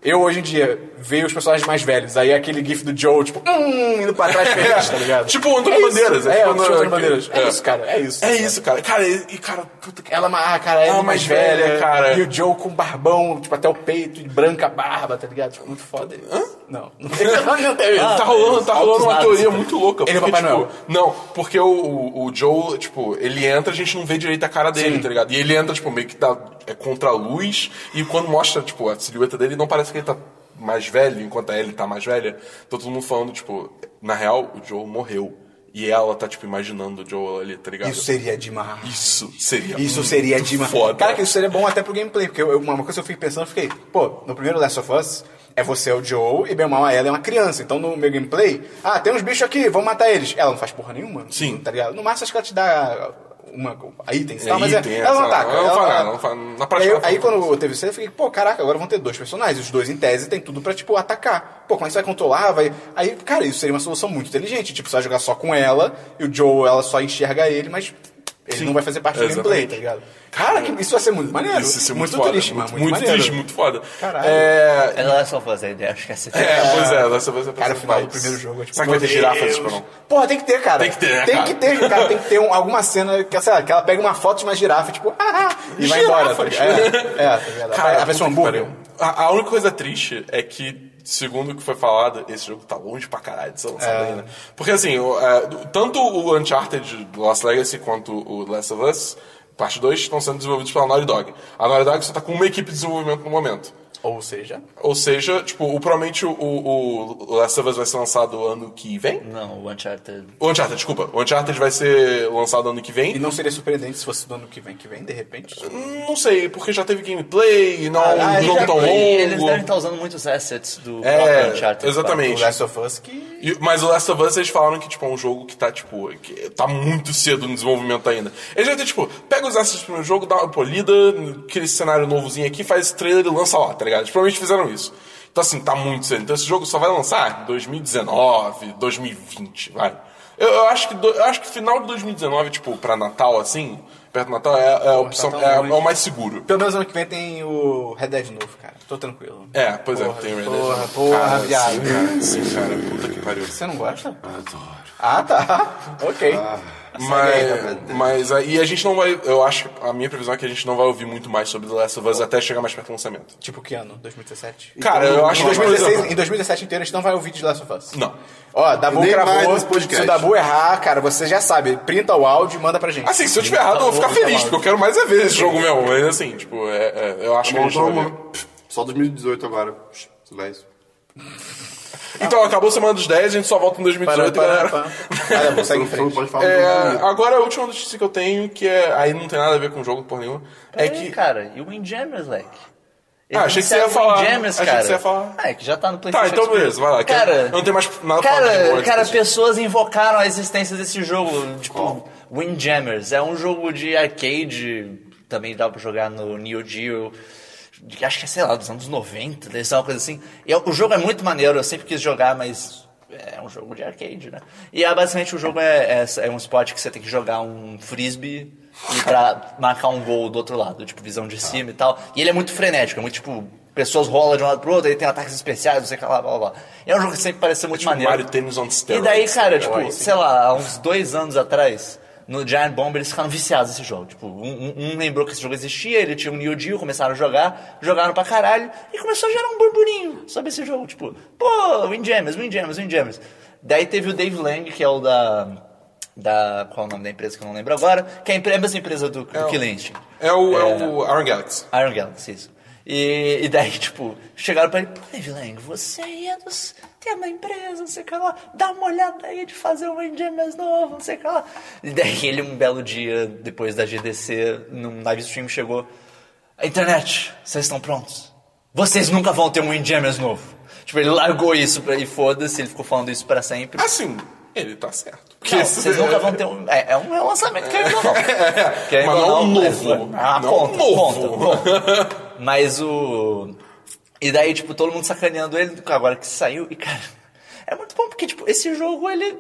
A: Eu, hoje em dia, vejo os personagens mais velhos. Aí é aquele gif do Joe, tipo, hum, indo pra trás feliz, tá ligado?
E: Tipo o Antônio
A: É isso.
E: Bandeiras, é
A: É,
E: tipo
A: o
E: Antônio-
A: Antônio Bandeiras. É
E: é.
A: isso, cara, é isso.
E: É isso, cara. Cara, e, e, cara, puta que.
A: Ela, ah, cara, ela
E: Ela
A: é mais velha,
E: cara.
A: E o Joe com barbão, tipo, até o peito, e branca barba, tá ligado? Tipo, muito foda. Hã? Não. Não tem não tem isso.
E: tá rolando, tá rolando uma
D: lados,
E: teoria
D: cara.
E: muito louca.
A: Ele é
E: porque,
A: Papai
E: tipo,
A: Noel.
E: Não, porque o, o, o Joe, tipo, ele entra, a gente não vê direito a cara dele, tá ligado? E ele entra, tipo, meio que tá é, contra a luz, e quando mostra, tipo, a silhueta dele, não parece que ele tá mais velho, enquanto a Ellie tá mais velha. Tá todo mundo falando, tipo, na real, o Joe morreu. E ela tá, tipo, imaginando o Joe ali, tá ligado?
A: Isso seria demais.
E: Isso seria.
A: Isso seria
E: muito
A: demais.
E: Foda.
A: Cara, que isso seria bom até pro gameplay, porque eu- uma coisa que eu fiquei pensando, eu fiquei, pô, no primeiro Last of Us é você é o Joe e bem ou mal ela é uma criança. Então no meu gameplay, ah, tem uns bichos aqui, vamos matar eles. Ela não faz porra nenhuma.
E: Sim.
A: Tá ligado? No máximo acho que ela te dá uma a itens e tal,
E: É,
A: mas
E: item,
A: é, ela não
E: essa-
A: ataca.
E: ela não faz nada,
A: não
E: não faz- na
A: aí,
E: prática
A: eu-
E: ela faz
A: aí quando eu teve isso, eu fiquei, pô, caraca, agora vão ter dois personagens, os dois em tese tem tudo pra, tipo, atacar. Pô, como é que você vai controlar? Vai... Aí, cara, isso seria uma solução muito inteligente. Tipo, você vai jogar só com ela, e o Joe, ela só enxerga ele, mas ele não vai fazer parte do gameplay,
E: exatamente.
A: tá ligado? Cara, que- isso vai ser muito maneiro.
E: Isso, isso é muito,
A: muito,
E: foda.
A: triste,
E: muito,
A: mas
E: muito
A: maneiro.
E: triste, muito foda.
A: Caralho.
E: É,
D: É The Last of Us, a ideia, acho que assim. essa
E: É, pois é, dessa vez eu
A: Cara,
E: pensei,
A: o final do
E: vai,
A: primeiro jogo é tipo,
E: Será que vai ter
A: meu
E: girafas,
A: Deus.
E: tipo, não?
A: Porra, tem que ter, cara.
E: Tem que ter, né,
A: Tem
E: cara?
A: que ter, cara. Tem que ter um- alguma cena que, sei lá, que ela pega uma foto de uma girafa, tipo, ah, ah, e vai embora. Tá ligado? é, é, tá ligado?
E: Cara,
A: Cara, aparece um
E: puta que
A: hambúrguer.
E: pariu. A, a única coisa triste é que, segundo o que foi falado, esse jogo tá longe pra caralho de ser lançado
A: É.
E: ainda. Porque assim, o, é, do- tanto o Uncharted do Lost Legacy quanto o Last of Us, parte 2, estão sendo desenvolvidos pela Naughty Dog. A Naughty Dog só tá com uma equipe de desenvolvimento no momento.
A: Ou seja,
E: Ou seja, tipo, o, provavelmente o, o o Last of Us vai ser lançado ano que vem.
D: Não, o Uncharted...
E: O Uncharted, desculpa. O Uncharted vai ser lançado ano que vem.
A: e não seria surpreendente se fosse do ano que vem, que vem, de repente.
E: Não sei, porque já teve gameplay, não é um
A: Ah,
E: jogo
A: já
E: tão
A: foi.
D: Eles devem
E: longo.
D: estar usando muitos assets do
E: É,
D: próprio Uncharted.
A: O
E: exatamente.
A: Last of Us que...
E: E- mas o Last of Us eles falaram que tipo, é um jogo que tá, tipo, que tá muito cedo no desenvolvimento ainda. Eles já ter, tipo, pega os assets do primeiro jogo, dá uma polida, cria esse cenário novozinho aqui, faz esse trailer e lança lá, tá ligado? Eles provavelmente fizeram isso. Então assim, tá muito cedo. Então esse jogo só vai lançar em 2019, 2020, vai. Eu, eu acho que do- eu acho que final de 2019, tipo, pra Natal, assim, perto do Natal é, é a opção,
A: tá tão
E: é, a-
A: longe.
E: é o mais seguro.
A: Pelo menos ano que vem tem o Red Dead novo, cara. Tô tranquilo.
E: É, pois é, tem verdade.
A: Porra, porra, viado.
E: Sim, cara, sim, cara, puta que pariu.
A: Você não gosta?
B: Adoro.
A: Ah, tá. Ok.
D: é tá
E: Mas, mas aí a gente não vai. Eu acho que a minha previsão é que a gente não vai ouvir muito mais sobre The Last of Us até chegar mais perto do lançamento.
A: Tipo que ano? 2017?
D: Então,
E: Cara, eu acho
A: Em
E: que
A: 2016, em 2017 inteiro a gente não vai ouvir de Last of Us.
E: Não.
A: Ó, Dabu
B: Nem mais
A: gravou.
B: nesse podcast.
A: Se o Dabu errar, cara, você já sabe. Printa o áudio e manda pra gente.
E: Assim, se eu tiver
D: Tá
E: errado, eu vou ficar feliz, porque eu quero mais é ver esse jogo mesmo. Mas assim, tipo, é, é, eu
D: Tá
E: acho que a gente
B: Montou
E: não vai ver.
A: tá
B: uma... né? Só 2018 agora. Psh, Isso vai isso.
E: Então, acabou a semana dos 10, a gente só volta em 2018, galera.
A: Ah, Dabu, segue em
B: Você não
A: frente.
B: pode falar
E: É,
B: do jogo.
E: agora a última notícia que eu tenho, que é. Aí não tem nada a ver com o jogo, porra nenhuma. É
D: É
E: que.
D: cara, e o Windjammers, leque?
E: Ah, achei que você ia
D: anunciaram o
E: falar.
D: Windjammers,
E: Achei que
D: cara.
E: você ia falar.
D: Ah, é que já tá no PlayStation.
E: Tá, então beleza, vai lá. que
D: Cara,
E: eu não tenho mais nada pra falar de
D: Cara,
E: Windjammers.
D: cara pessoas invocaram a existência desse jogo. Tipo, Windjammers. É um jogo de arcade. Também dá pra jogar no Neo Geo. Acho que é, sei lá, dos anos 90, deve ser uma coisa assim. E é- o jogo é muito maneiro, eu sempre quis jogar, mas é um jogo de arcade, né? E é, basicamente o jogo é, é- é um esporte que você tem que jogar um frisbee e pra marcar um gol do outro lado, tipo, visão
E: Tá.
D: de cima e tal. E ele é muito frenético, é muito tipo. Pessoas rolam de um lado pro outro, aí tem ataques especiais, não sei o que lá, blá blá blá. É um jogo que sempre parece ser muito
E: tipo
D: maneiro.
E: Mario Tennis on
D: E
E: steroids.
D: daí, cara, tipo,
E: Olha, assim.
D: sei lá, há uns dois anos atrás, no Giant Bomb eles ficaram viciados nesse jogo. Tipo, um, um- um lembrou que esse jogo existia, ele tinha um Neo Geo, começaram a jogar, jogaram pra caralho, e começou a gerar um burburinho sobre esse jogo. Tipo, pô, Windjammers, Windjammers, Windjammers. Daí teve o Dave Lang, que é o da... da qual é o nome da empresa que eu não lembro agora, que é a, empre- a mesma empresa do, do
E: o-
D: Killing Instinct.
E: É o, é o Iron Galaxy.
D: Iron Galaxy, isso. E, e daí, tipo, chegaram pra ele, pô, Dave Lang, você aí é dos, tem uma empresa, não sei o que lá, dá uma olhada aí de fazer um Windjammers novo, não sei o que lá. E daí ele, um belo dia, depois da GDC, num live stream, chegou, internet, vocês estão prontos? Vocês nunca vão ter um Windjammers novo. Tipo, ele largou isso pra, e foda-se, ele ficou falando isso pra sempre.
E: Assim, ele tá certo. Porque
D: Não,
E: esse-
D: vocês nunca vão ter um. É, é um relançamento, querendo ou não. Querendo
E: mas
D: ou
E: não um
D: é-
E: novo.
D: Ah,
E: Não
D: conta,
E: um novo.
D: conta, conta. Mas o. E daí, tipo, todo mundo sacaneando ele agora que saiu. E, cara, é muito bom porque, tipo, esse jogo, ele.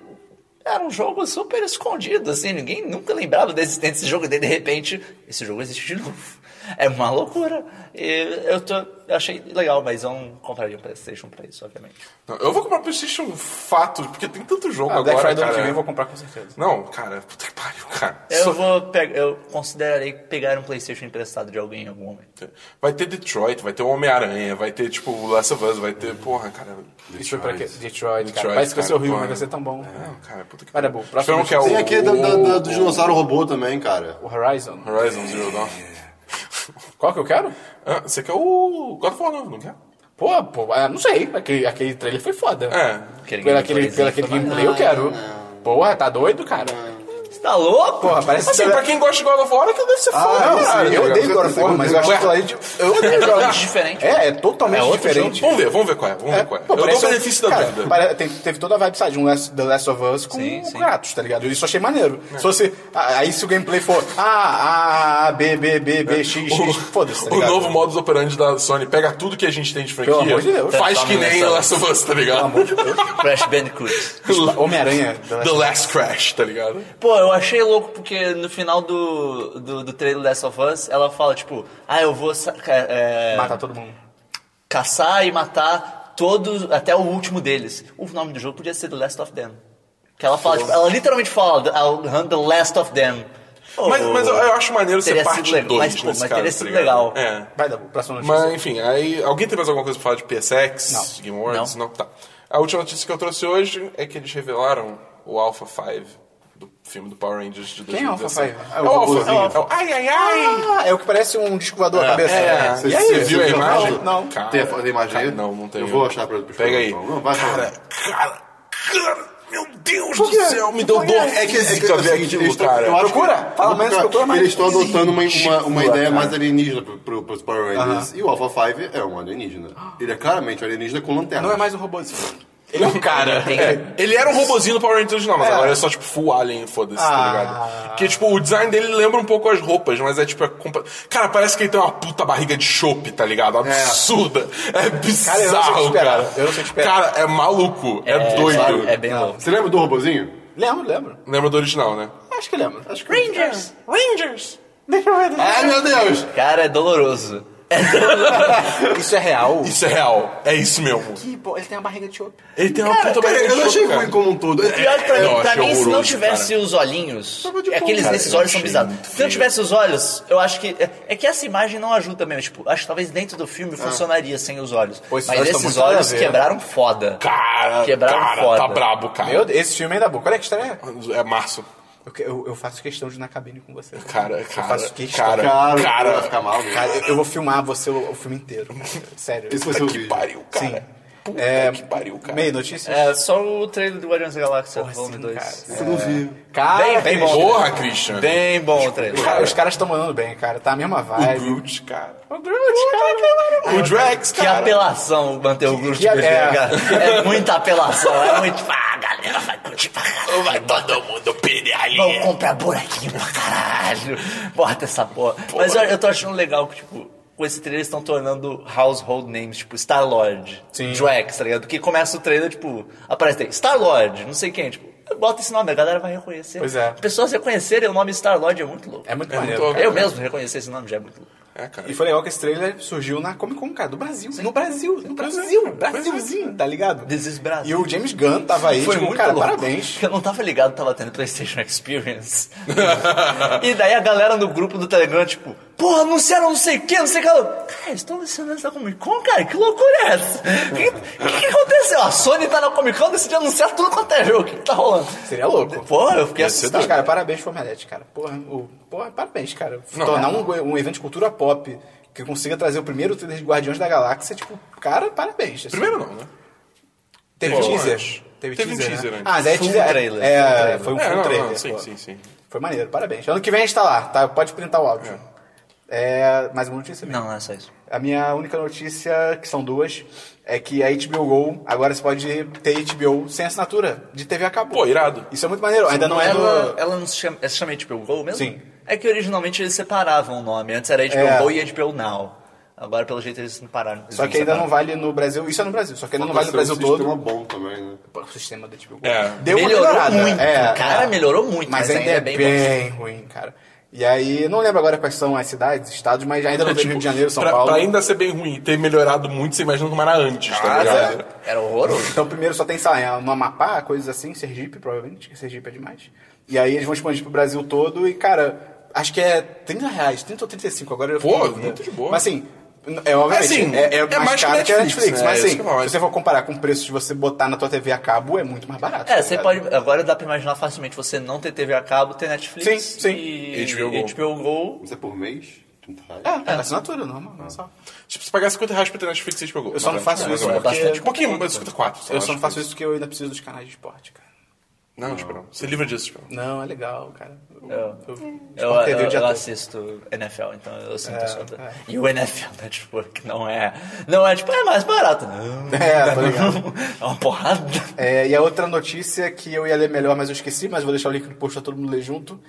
D: Era um jogo super escondido, assim, ninguém nunca lembrava da existência desse jogo, e daí, de repente, esse jogo existe de novo. É uma loucura. E eu, tô, eu achei legal, mas eu não compraria um PlayStation pra isso, obviamente.
E: Não, eu vou comprar o PlayStation fato, porque tem tanto jogo
A: Ah, Black
E: agora,
A: Friday ano que
E: cara.
A: vem eu vou comprar com certeza.
E: Não, cara, puta que pariu, cara.
D: Eu
E: Só-
D: vou pegar, eu considerarei pegar um PlayStation emprestado de alguém em algum momento.
E: Vai ter Detroit, vai ter o Homem-Aranha, vai ter, tipo, o Last of Us, vai ter, porra, cara.
A: Detroit, pra quê? Detroit, cara.
E: Detroit,
A: Parece que eu sou
E: cara, É.
A: horrível,
E: porra.
A: mas vai ser tão bom.
E: Não, cara, puta que
A: Olha, bom, próximo
E: Esperamos que é o, é
B: Tem aqui da, da- da- do dinossauro robô também, cara.
A: O Horizon.
E: o Horizon Zero Dawn.
A: É. Qual que eu quero?
E: Ah, você quer o God of War novo, não quer?
A: Pô, pô, ah, não sei. Aquele, aquele trailer foi foda.
E: É.
D: Aquele
A: Pelo aquele,
D: gameplayzinho
A: pelo aquele
D: foi
A: gameplay eu quero. Porra, tá doido, cara?
D: Você tá louco?
A: Porra, parece Ah,
E: Assim, pra quem gosta de God of War, é aquilo deve ser foda,
A: Não,
E: cara.
A: eu odeio God of War, mas eu acho
E: Ué.
A: que aquilo ali de- eu odeio
D: É
A: aquilo ali.
D: totalmente diferente.
A: É, é totalmente
D: É outro
A: diferente.
E: Vamos ver, vamos ver qual é, vamos ver qual é.
A: Pô,
E: eu dou o
A: parece um-
E: benefício da
A: cara,
E: dúvida.
A: pare- tem- teve toda a vibe, sabe, de um Last, The Last of Us com
D: Sim, sim.
A: gatos, tá ligado? Isso eu achei maneiro.
E: É.
A: Se fosse. ah, Aí se o gameplay for A, A, A, B, B, B, B, X, X, foda-se, tá
E: o
A: ligado?
E: novo modus operandi da Sony pega tudo que a gente tem de franquia,
A: Pelo amor de Deus.
E: faz que
D: Transforma
E: nem
D: nessa-
E: o Last of Us, tá ligado?
D: Crash Bandicoot.
A: Tipo, Homem-Aranha. The Last
E: The Last Crash, tá ligado?
D: Pô, eu achei louco porque no final do, do, do trailer Last of Us, ela fala, tipo, ah, eu vou sa- ca- é,
A: Matar todo mundo.
D: caçar e matar todos, até o último deles. O nome do jogo podia ser The Last of Them. Que ela fala, tipo, ela literalmente fala, I'll hunt the last of them.
A: Oh.
D: Pô,
E: Mas, mas eu, eu acho maneiro ser
D: teria sido
E: parte
D: legal.
E: 2
D: Mas,
E: nesse
D: pô, mas
E: caso,
D: teria
E: tá
D: sido
E: ligado?
D: legal.
E: É.
A: Vai, Dabu, próxima notícia.
E: Mas, enfim, aí... Alguém tem mais alguma coisa pra falar de PSX?
A: Não.
E: Game Awards?
D: Não.
E: Não. Tá. A última notícia que eu trouxe hoje é que eles revelaram o Alpha 5 do filme do Power Rangers de
A: Quem é o Alpha
E: 2017.
A: 5?
E: É
A: É
E: o
A: o
E: Alpha.
A: robôzinho.
E: É o Ai, ai, ai!
A: Ah, é o que parece um disco voador à cabeça.
E: É,
B: Você-
E: e aí,
B: você
E: viu a
B: viu a
E: imagem?
B: foto?
A: Não.
E: Cara,
B: Tem a, tem a imagem
E: cara,
B: aí?
E: Não, não tem.
B: Eu vou achar pra depois.
E: Pega aí.
B: Não, vai falar.
E: cara, cara, cara, meu Deus
A: Por quê?
E: do céu, me deu
A: Por
E: dor
A: quê?
B: É que, é que
E: física ver
B: assim, eles
E: aquilo,
B: estão-
E: cara. é.
B: eu acho que-
A: Procura, fala menos, procura mais.
B: Eles estão adotando uma, uma, uma ideia
E: cara.
B: mais alienígena pro, pro, pros Power Rangers. E o Alpha 5 é um alienígena. Ele é claramente um alienígena com lanterna.
A: Não é mais um robôzinho. Ele é um cara.
D: Tem-
E: Ele era um robozinho do Power Rangers original, mas agora é só, tipo, full alien, foda-se, tá
A: Ah.
E: ligado? Porque, tipo, o design dele lembra um pouco as roupas, mas é, tipo... é compa- Cara, parece que ele tem uma puta barriga de chope, tá ligado? Absurda. É,
A: eu não sei o que
E: bizarro,
A: esperar,
E: cara.
A: eu não sei o que esperar.
E: Cara, é maluco, é, doido.
D: sabe? É bem louco.
B: Você lembra do robozinho?
A: Lembro, lembro.
E: Lembra do original, né?
A: Acho que lembro.
D: Rangers!
E: Rangers!
G: Deixa eu ver. Deixa eu ver.
B: Ai, meu Deus!
D: Cara, é doloroso.
A: Isso é real?
E: Isso é real. É isso mesmo.
A: Que bo- Ele tem uma barriga de chope.
E: Ele tem uma puta
B: Cara,
E: barriga
B: eu não
E: de
B: achei
E: chope, cara.
B: ruim como um todo.
D: Pior que pra
E: É, eu
D: mim, pra
E: acho
D: mim se não
E: horroroso,
D: tivesse os olhinhos. é
B: Tava de boa,
D: Aqueles,
B: cara,
D: esses
E: eu
D: olhos são
E: achei
D: bizarros.
E: muito
D: Se não
E: feio.
D: tivesse os olhos, eu acho que. É, é que essa imagem não ajuda também. Tipo, acho que talvez dentro do
B: Ah.
D: filme funcionaria sem os olhos.
A: Pois,
D: Mas
A: nós estamos
D: esses
A: muito nada a
D: olhos
A: ver.
D: quebraram foda.
E: Cara,
D: Quebraram
E: cara,
D: foda.
E: tá brabo, cara.
A: Meu Deus, esse filme é da boca. Olha que estranho.
E: É março.
A: Eu, que- eu, eu faço questão de ir na cabine com você.
E: Cara, cara,
A: faço tá questão.
E: cara,
B: Cara, vai
E: cara,
B: ficar mal. né?
A: Cara, eu, eu vou filmar você o, o filme inteiro. Sério.
B: Esse vai ser o
E: puta que
B: vídeo.
E: pariu, cara.
A: Sim.
E: Puta
A: É,
E: que pariu, cara.
A: Meio notícias?
D: É, só o trailer do Guardiões da Galáxia
A: Porra,
D: Volume
A: sim,
D: 2.
A: cara.
B: Você não viu.
A: Cara,
D: Bem, bem bom.
E: Porra, Christian.
D: Bem bom o trailer.
A: Cara, os caras estão mandando bem, cara. Tá a mesma
E: O
A: vibe.
E: Groot, cara.
A: O Groot, cara.
E: O Drax,
D: Que
E: cara.
D: apelação manter o Groot
A: que-
D: bebê,
A: é.
D: cara. É muita apelação, é muito. Ah, galera, vai curtir pra caralho. Vai todo mundo pedir ali. Vão comprar buraquinho pra caralho. Bota essa porra. Mas eu, eu tô achando legal que, tipo, com esse trailer eles estão tornando household names, tipo Star-Lord,
A: Sim.
D: Drax, tá ligado? Porque começa o trailer, tipo, aparece aí, Star-Lord, não sei quem, tipo. Bota esse nome, a galera vai reconhecer.
A: Pois é.
D: Pessoas reconhecerem o nome Star-Lord é muito louco.
A: É muito
E: É muito
A: maneiro.
E: louco.
D: Eu mesmo reconhecer esse nome já é muito louco.
E: É, cara.
A: E foi legal que esse trailer surgiu na Comic Con, cara, do Brasil. No Brasil, no Brasil, Brasilzinho, tá ligado?
D: This is Brasil.
A: E o James Gunn tava aí,
D: Foi
A: tipo,
D: muito
A: cara,
D: louco.
A: parabéns.
D: Eu não tava ligado, tava tendo PlayStation Experience. e daí a galera no grupo do Telegram, tipo, porra, anunciaram não sei o que, não sei o que. Eu, Cara, eles estão anunciando essa Comic Con, cara, que loucura é essa? O que, que- que aconteceu? A Sony tá na Comic Con, decidiu anunciar tudo quanto é jogo, o que, que tá rolando?
A: Seria louco.
D: Porra, eu fiquei
E: ser
D: assustado.
A: Cara, parabéns pro Omelete, cara. Porra, o- porra, parabéns, cara. Tornar um, um evento de cultura pop que consiga trazer o primeiro trailer de Guardiões da Galáxia, tipo, cara, parabéns. assim.
E: Primeiro não, né?
A: Teve
E: Pô,
A: teaser.
E: antes.
A: Teve,
E: Teve um
A: teaser,
E: teaser
A: né?
E: antes.
A: Ah, mas aí
D: Full
A: teaser, é-
D: trailer,
A: É,
D: full trailer.
A: foi um
E: É,
A: full
E: não,
A: trailer.
E: não, sim,
A: pô.
E: sim, sim.
A: Foi maneiro, parabéns. Ano que vem a gente tá lá, tá? Pode printar o áudio. É, mais uma notícia minha.
D: Não, não é só isso.
A: A minha única notícia, que são duas, é que a HBO Go, agora você pode ter HBO sem assinatura, de TV a cabo.
E: Pô, irado.
A: Isso é muito maneiro. Ainda não é
D: ela,
A: do...
D: ela não se chama, ela se chama HBO Go mesmo?
A: Sim.
D: É que originalmente eles separavam o nome, antes era HBO
A: É.
D: Go e HBO Now. Agora, pelo jeito, eles não pararam.
A: Só que ainda não vale no Brasil... Isso é no Brasil. Só que ainda não vale no
B: Aconteceu
A: Brasil
B: um
A: todo.
B: sistema bom também, né?
A: Pô, O sistema da HBO Go.
E: É.
A: Deu uma
D: melhorou
A: melhorada.
D: muito.
A: É,
D: cara,
A: é.
D: melhorou muito,
A: Mas, ainda, é bem,
D: baixo.
A: ruim, cara. E aí, não lembro agora quais são as cidades, estados, mas ainda não tem Rio de Janeiro, São
E: tipo, pra,
A: Paulo.
E: pra ainda ser bem ruim e ter melhorado muito, você imagina como era antes, tá ligado?
D: Era horroroso.
A: Então primeiro só tem saia no Amapá, coisas assim, Sergipe, provavelmente, que Sergipe é demais. E aí eles vão expandir pro Brasil todo e, cara, acho que é 30 reais, 30 ou 35, agora eu
E: Pô,
A: fico em dúvida.
E: muito de boa.
A: Mas assim, n- é obviamente,
E: Assim,
A: é, é
E: é
A: mais,
E: mais que
A: caro que a Netflix,
E: Netflix, né?
A: mas
E: É isso
A: assim,
E: que eu falo,
A: se
E: mas-
A: você for comparar com o preço de você botar na tua TV a cabo, é muito mais barato.
D: É,
A: tá
D: você
A: ligado?
D: pode. Agora dá pra imaginar facilmente você não ter TV a cabo, ter Netflix
A: Sim, sim.
D: e
E: HBO Go.
D: HBO Go.
B: Mas é por mês? Não tá.
A: É, é assinatura, normal, não é só.
E: Tipo, se pagar 50 reais pra ter Netflix, você pagou.
A: Eu só não
E: Mais
A: faço
E: ou menos,
A: isso
E: mais ou menos.
D: porque-
E: Um pouquinho, mas 54.
A: Eu só não faço isso porque eu ainda preciso dos canais de esporte, cara.
E: Não, Esperão. Você livra disso, Esperão.
A: Não, é legal, cara. Eu,
D: Tipo,
A: eu,
D: Eu,
A: esporte é
D: eu-
A: o dia
D: eu
A: todo.
D: assisto NFL, então eu sinto
A: É,
D: isso.
A: é.
D: E o NFL Network né, não é. Não é tipo, é mais barato. Não.
A: É, tô ligado.
D: É uma porrada.
A: É, e a outra notícia que eu ia ler melhor, mas eu esqueci, mas vou deixar o link no post pra todo mundo ler junto,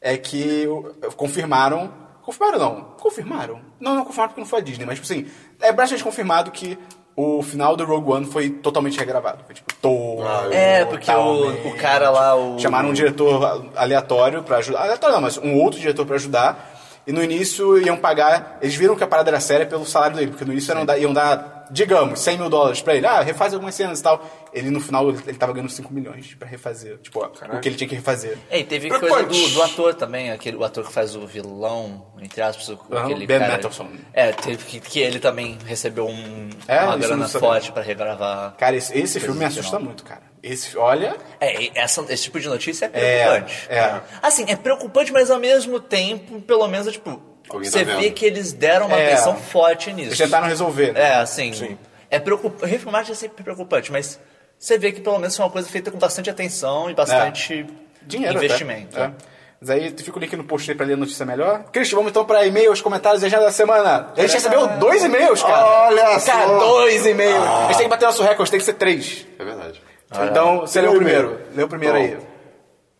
A: é que o- confirmaram. Confirmaram não? Confirmaram? Não, não confirmaram porque não foi a Disney, mas tipo assim, é praticamente confirmado que o final do Rogue One foi totalmente regravado. Foi tipo, to
D: Ah, É, porque o, o cara lá, o.
A: Chamaram um diretor aleatório pra ajudar. Aleatório não, mas um outro diretor pra ajudar. E no início iam pagar. Eles viram que a parada era séria pelo salário dele, porque no início eram da- iam dar, digamos, 100 mil dólares pra ele. Ah, refaz algumas cenas e tal. Ele no final ele ele tava ganhando 5 milhões pra refazer. Tipo, o que ele tinha que refazer.
D: É, e teve coisa
E: Preocupante.
D: do, do ator também, aquele, o ator que faz o vilão, entre aspas, o-
A: Aham,
D: aquele
A: Ah, Ben
D: cara...
A: Mendelsohn.
D: É, teve que, que ele também recebeu um,
A: É,
D: uma
A: isso eu não
D: grana
A: sabia.
D: forte pra regravar.
A: Cara, esse, esse filme me
D: no final.
A: assusta muito, cara. Esse, olha.
D: É, e essa- esse tipo de notícia é
A: É,
D: preocupante.
A: é.
D: Assim, é preocupante, mas ao mesmo tempo, pelo menos, é, tipo,
B: Alguém tá
D: você
B: vendo.
D: vê que eles deram uma
A: É.
D: atenção forte nisso.
A: Eles tentaram resolver. né?
D: É, assim. É preocupante. Refilmagem é sempre preocupante, mas você vê que pelo menos foi uma coisa feita com bastante atenção e bastante
A: É. Dinheiro até.
D: investimento.
A: É. Mas aí fica o link no post aí pra ler a notícia melhor. Christian, vamos então pra e-mails, comentários e agenda da semana. A gente recebeu dois e-mails, cara.
B: Olha
A: Cara,
B: só.
A: dois e-mails. A gente tem que bater nosso recorde, tem que ser três.
B: É verdade.
A: então, você
B: Tem
A: leu o
B: um
A: primeiro.
B: e-mail.
A: Leu o primeiro
B: Bom.
A: aí.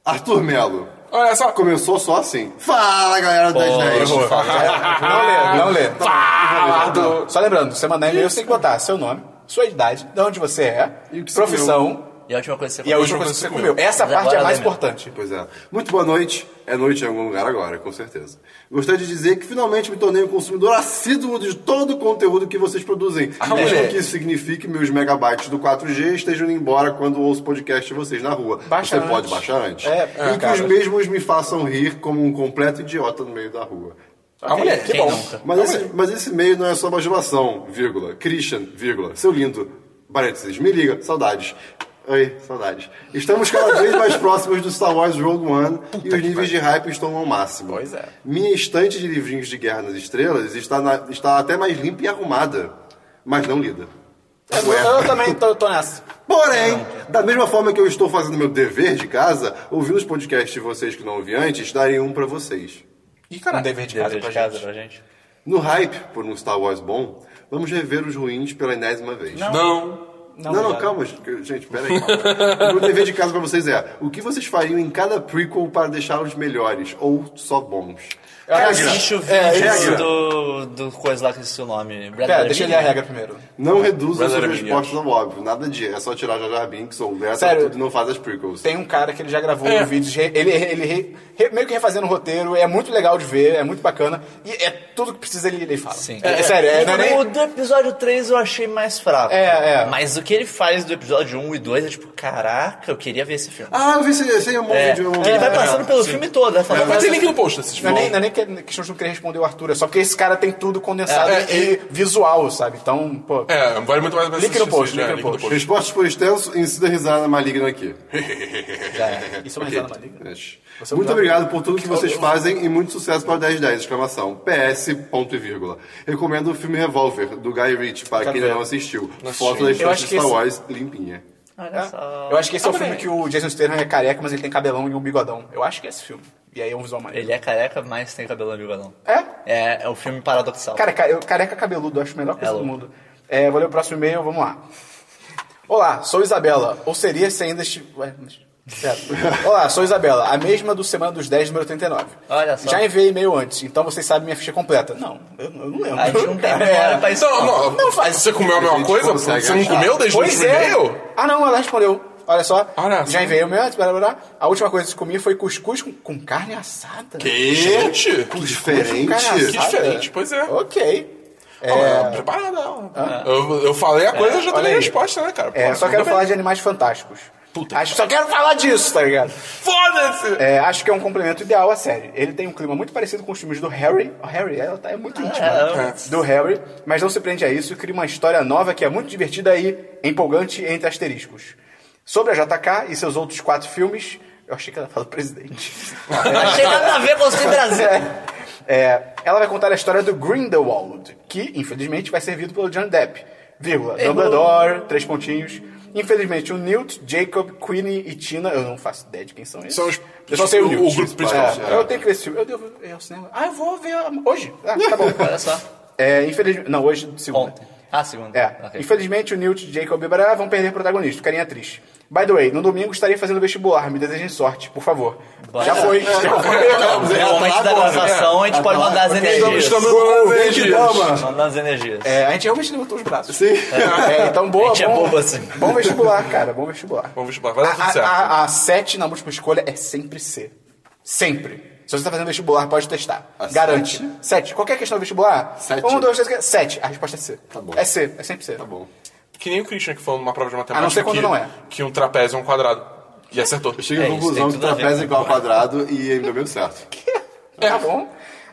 B: Arthur Melo.
E: Olha só.
B: Começou só assim. Fala, galera das 10.
A: Errou. Já- É, Não lê, Então, não lê.
E: Fala do...
A: Só lembrando, você mandar e-mail, você tem que botar seu nome, sua idade, de onde você é,
B: E o que você
A: profissão
D: E a última coisa que você
A: E é a
D: comeu.
A: última coisa que você comeu. Essa parte
D: Mas
A: é
D: agora
A: a mais
D: lembra.
A: importante.
B: Pois é. Muito boa noite. É noite em algum lugar agora, com certeza. Gostaria de dizer que finalmente me tornei um consumidor assíduo de todo o conteúdo que vocês produzem.
A: Ah,
B: Mesmo que isso signifique que meus megabytes do 4G estejam indo embora quando ouço o podcast de vocês na rua.
A: Baixa
B: Você
A: antes.
B: pode baixar antes.
A: É,
B: e que
A: cara.
B: os mesmos me façam rir como um completo idiota no meio da rua.
E: A mulher, que
D: Quem
E: bom.
D: nunca?
B: Mas esse, mas esse e-mail não é só bajulação, vírgula. Christian, vírgula. Seu lindo. Parênteses. Me liga. Saudades. Oi, saudades. Estamos cada vez mais próximos do Star Wars Rogue One e os níveis de hype estão ao máximo.
A: Pois é.
B: Minha estante de livrinhos de Guerra nas Estrelas está, na- está até mais limpa e arrumada, mas não lida. é?
A: Eu, eu também tô, tô nessa.
B: Porém, da mesma forma que eu estou fazendo meu dever de casa, ouvindo os podcasts de vocês que não ouvi antes, darei um para vocês.
A: Ih, caralho, Um dever de casa
D: Dever
A: pra
D: de
A: gente.
D: casa pra gente.
B: No hype por um Star Wars bom, vamos rever os ruins pela enésima vez.
E: Não.
B: Não, não, calma, gente, peraí. o meu dever de casa pra vocês é: o que vocês fariam em cada prequel para deixá-los melhores ou só bons?
D: Existe o
B: É,
D: vídeo
B: regra.
D: do, do coisa lá que esqueci o
A: Pera,
D: nome. Brother
A: deixa eu ler a regra primeiro.
B: Não reduzam
E: Brother
B: suas
E: Minion.
B: respostas ao óbvio, nada disso. É só tirar Jar Jar Binks ou Leta,
A: Sério.
B: tudo e não faz as prequels.
A: Tem um cara que ele já gravou
E: É.
A: um vídeo, de re- ele, ele re- re- meio que refazendo o roteiro, é muito legal de ver, é muito bacana, e é tudo que precisa ele, ele fala.
D: Sim.
A: É, é sério, é, não é
D: Tipo, O
A: nem...
D: do episódio 3 eu achei mais fraco.
A: É, é.
D: Mas o que ele faz do episódio 1 e 2 é tipo, caraca, eu queria ver esse filme.
B: Ah, eu vi esse, esse é um bom
D: é.
B: vídeo. é um
D: ele vai
B: bom
D: passando
B: vídeo.
D: pelo filme todo, né? Falando,
E: Vai ter
D: "Nossa,
E: link Tipo, no post desses
A: Não é nem,
E: filmes.
A: não é nem que, questão de não querer responder o Arthur, é só porque esse cara tem tudo condensado
E: É, é,
A: e visual, sabe? Então, pô...
E: É, vale muito mais a pena
A: Link no
E: assistir
A: post,
E: esses, né?
A: link no post.
B: Respostas por extenso, incida risada maligna aqui.
A: Isso é uma risada maligna. Você
B: muito
A: não-
B: obrigado por tudo que vocês fazem e muito sucesso para o 1010, exclamação. PS, ponto e vírgula. Recomendo o filme Revolver, do Guy Ritchie, para quem ainda não assistiu. Foto
A: Eu
B: da estante
A: acho
B: de
A: que
B: Star
A: esse-
B: Wars limpinha.
D: Olha só.
A: É. Eu acho que esse é o filme que o Jason Statham é careca, mas ele tem cabelão e um bigodão. Eu acho que é esse filme. E aí é um visual maneiro.
D: Ele é careca, mas tem cabelo amigo, não.
A: É?
D: É, é o filme paradoxal.
A: Cara, ca- eu, careca cabeludo, eu acho a melhor coisa
D: É
A: do
D: louco.
A: mundo. É, vou ler o próximo e-mail, vamos lá. Olá, sou Isabela. Ou seria se ainda estivesse. Olá, sou Isabela, a mesma do Semana dos 10, número 39.
D: Olha só.
A: Já enviei e-mail antes, então vocês sabem minha ficha completa. Não, eu, eu não lembro.
D: a gente não tem memória
A: é.
D: pra isso.
E: Não, não,
A: Não faz.
E: Você comeu a mesma
B: gente
E: coisa?
B: consegue
E: Você não
B: achar.
E: comeu desde o
A: Pois
E: último
A: é.
E: e-mail?
A: Ah, não, ela respondeu. Olha só.
E: Olha só.
A: já enviei o meu antes, blá, blá, blá. A última coisa que comi foi cuscuz com, com carne assada.
E: Gente!
B: Que
A: Com carne assada.
B: diferente.
E: Que diferente, pois é.
A: Ok.
E: Ah, mas Preparada ela. Eu, eu falei a coisa, já
A: É. Ah. olha
E: teve a
A: aí.
E: resposta, né, cara?
A: É,
E: Pô,
A: só
E: tudo
A: quero
E: bem.
A: falar de animais fantásticos.
E: Puta
A: Acho, só quero falar disso, tá ligado?
E: Foda-se!
A: É, acho que é um complemento ideal à série. Ele tem um clima muito parecido com os filmes do Harry. O Harry, ela tá, é muito íntima.
D: é.
A: Do Harry, mas não se prende a isso e cria uma história nova que é muito divertida e empolgante entre asteriscos. Sobre a JK e seus outros quatro filmes. Eu achei que ela falou presidente.
D: Achei nada a ver com o Cine Brasil.
A: É, é, ela vai contar a história do Grindelwald, que infelizmente vai ser vivido pelo John Depp. Vírgula. Dumbledore, três pontinhos. Infelizmente, o Newt, Jacob, Queenie e Tina, eu não faço ideia de quem são eles.
E: São os-
A: eu só sei o,
E: o
A: Newt.
E: grupo principal.
A: É, Eu tenho que ver esse filme. Eu devo ir ao cinema. Ah, eu vou ver hoje. Ah, tá bom.
D: Olha só.
A: É, infelizmente. Não, hoje, segunda.
D: Ontem. Ah, segunda.
A: É.
D: Ok.
A: Infelizmente, o Newt, Jacob e Bará vão perder protagonista, ficarem atriz. By the way, no domingo estarei fazendo vestibular, me desejem sorte, por favor.
D: Bora.
A: Já foi. Já foi.
D: É o momento da gravação, a gente pode mandar as energias.
E: então Estamos com
B: Gente,
E: energias.
B: dama.
D: Mandar as energias.
A: É, a gente realmente levantou os braços.
B: Sim.
A: É, então boa,
D: A gente é
A: bom,
D: bobo assim.
A: Bom vestibular, cara, bom vestibular.
E: Bom vestibular, vai dar tudo
A: A- a-
E: certo.
A: A, a 7 na múltipla escolha é sempre C. Sempre. Se você tá fazendo vestibular, pode testar.
B: A
A: Garante. 7. Qualquer questão do vestibular?
B: Sete.
A: 1, 2, 3, 7. A resposta é C. Tá
B: bom.
A: É C, é sempre C.
B: Tá bom.
E: Que nem o Christian que falou numa prova de matemática.
A: A não ser quando
E: que,
A: não é.
E: Que um trapézio é um quadrado. E acertou.
B: Eu cheguei à
D: É isso,
B: conclusão
D: tem
B: que
D: tudo a ver
B: trapézio é
D: com
B: igual ao quadrado e ainda deu certo.
A: Tá bom.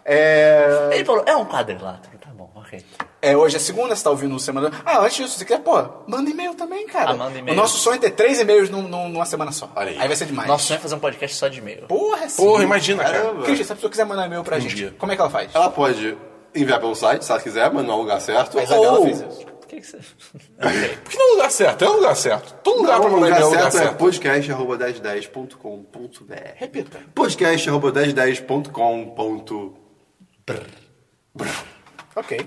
A: É,
D: Ele falou, é um quadrilátero. Tá bom, ok.
A: é, hoje é segunda, você tá ouvindo o semana. Ah, antes disso, se você quer, pô, manda e-mail também, cara.
D: Ah, manda e-mail.
A: O nosso sonho é ter três e-mails num- num- numa semana só.
E: Olha aí.
A: vai ser demais.
D: Nosso sonho é fazer um podcast só de e-mail.
A: Porra, sim.
E: Porra, imagina, cara.
B: Caramba.
A: Christian, se a pessoa quiser mandar e-mail pra gente,
E: dia.
A: como é que ela faz?
B: Ela pode enviar pelo site, se ela quiser, mas não é o lugar certo.
A: A Isabela
B: ou...
A: fez isso.
D: Por que que você...
E: Por que não é o lugar certo? É o lugar certo. Todo lugar pra
B: Não, o lugar
E: mandar e-mail é o lugar
B: certo é
E: certo.
B: podcast.1010.com.br.
A: Repita.
B: podcast.1010.com.br.
A: Ok.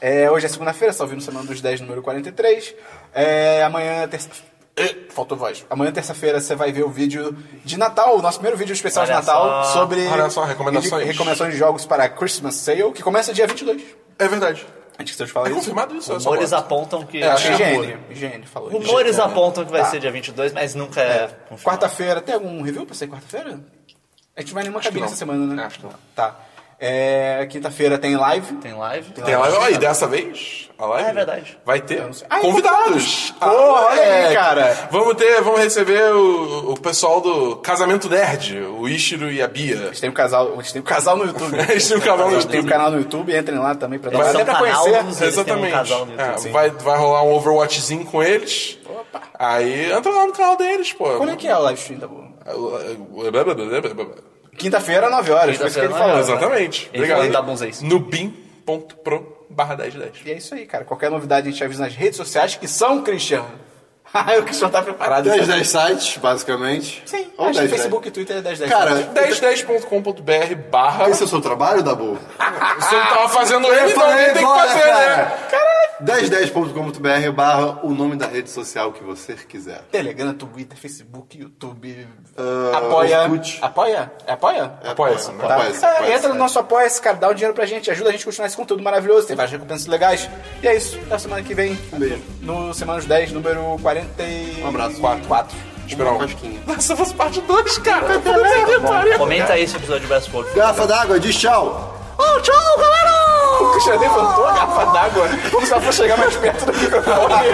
A: É, hoje é segunda-feira, você tá ouvindo Semana dos 10, número 43. É, amanhã, é terça... Ê, Faltou voz. Amanhã, terça-feira, você vai ver o vídeo de Natal, o nosso primeiro vídeo especial
D: Olha
A: de Natal,
D: só.
A: sobre
E: Olha só, recomendações.
A: de, recomendações de jogos para Christmas Sale, que começa dia 22.
E: É verdade.
A: Antes que vocês falem
E: É
A: isso.
E: confirmado isso? essa
D: Rumores
E: bota?
D: apontam que.
E: É, acho que
D: Rumores-
A: IGN, IGN falou.
D: Rumores apontam que vai
A: Tá.
D: ser dia 22, mas nunca é. confirmado.
A: Quarta-feira, tem algum review pra ser quarta-feira? A gente vai em nenhuma
E: Acho que
A: cabine
E: não.
A: essa semana, né?
E: Acho que não.
A: Tá. É, Quinta-feira tem live.
D: Tem live?
E: Tem live. Ó, e dessa vez? A live?
D: É verdade.
E: Vai ter
A: sei.
B: tá.
A: Ah,
E: convidados.
A: convidados. Pô, olha aí,
E: moleque.
A: cara.
E: Vamos ter, vamos receber o, o pessoal do Casamento Nerd, o Ishiro e a Bia.
A: A gente tem um casal, a gente tem um casal no YouTube.
E: A gente tem um canal no
A: A gente tem um
E: YouTube.
A: canal no YouTube, entrem lá também pra dar
D: Eles
A: uma
D: são
A: olhada pra
D: canal
A: conhecer.
D: dos- Eles têm um casal no YouTube,
E: É,
D: sim.
E: vai, vai rolar um Overwatchzinho com eles. Aí entra lá no canal deles, pô.
A: Quando é que é o live stream, Dabu? Quinta-feira, 9 horas. Foi isso que ele
D: Quinta-feira,
A: falou.
D: nove horas.
E: Exatamente.
D: Ele falou da Bonzeis.
E: No bin.pro barra 1010.
A: E é isso aí, cara. Qualquer novidade a gente avisa nas redes sociais que são Christian. Ah, o Christian tá preparado.
B: 10, 10 sites, basicamente.
A: Sim,
B: Ou
A: acho que
B: 10,
A: Facebook e Twitter é 10 10.
B: né? Cara,
E: 1010.com.br barra.
B: esse é o seu trabalho, Dabu? é
E: Você não tava fazendo
B: Eu
E: ele, então
B: falei
E: alguém tem que
B: agora,
E: fazer,
B: cara.
E: né?
B: 1010.com.br barra o nome da rede social que você quiser.
A: Telegram, Twitter, Facebook, YouTube.
B: Ah,
A: apoia.
B: Orkut.
A: Apoia? É apoia?
E: Apoia-se, né?
A: Tá?
B: Apoia-se,
A: Ah,
B: apoia-se,
A: entra no
B: é.
A: nosso apoia-se, cara, dá um dinheiro pra gente, ajuda a gente a continuar esse conteúdo maravilhoso, tem várias recompensas legais. E é isso, até semana que vem.
B: Um beijo.
A: No Semana dos 10, número 44.
B: Um abraço.
A: Quatro.
E: Esperar um.
B: Casquinha.
E: Nossa, eu faço parte 2, cara. Eu tô inventário.
D: Comenta aí esse episódio de Best World.
B: Garrafa d'água, diz tchau.
A: O Cristian levantou a garrafa d'água como se ela fosse chegar mais perto do microfone.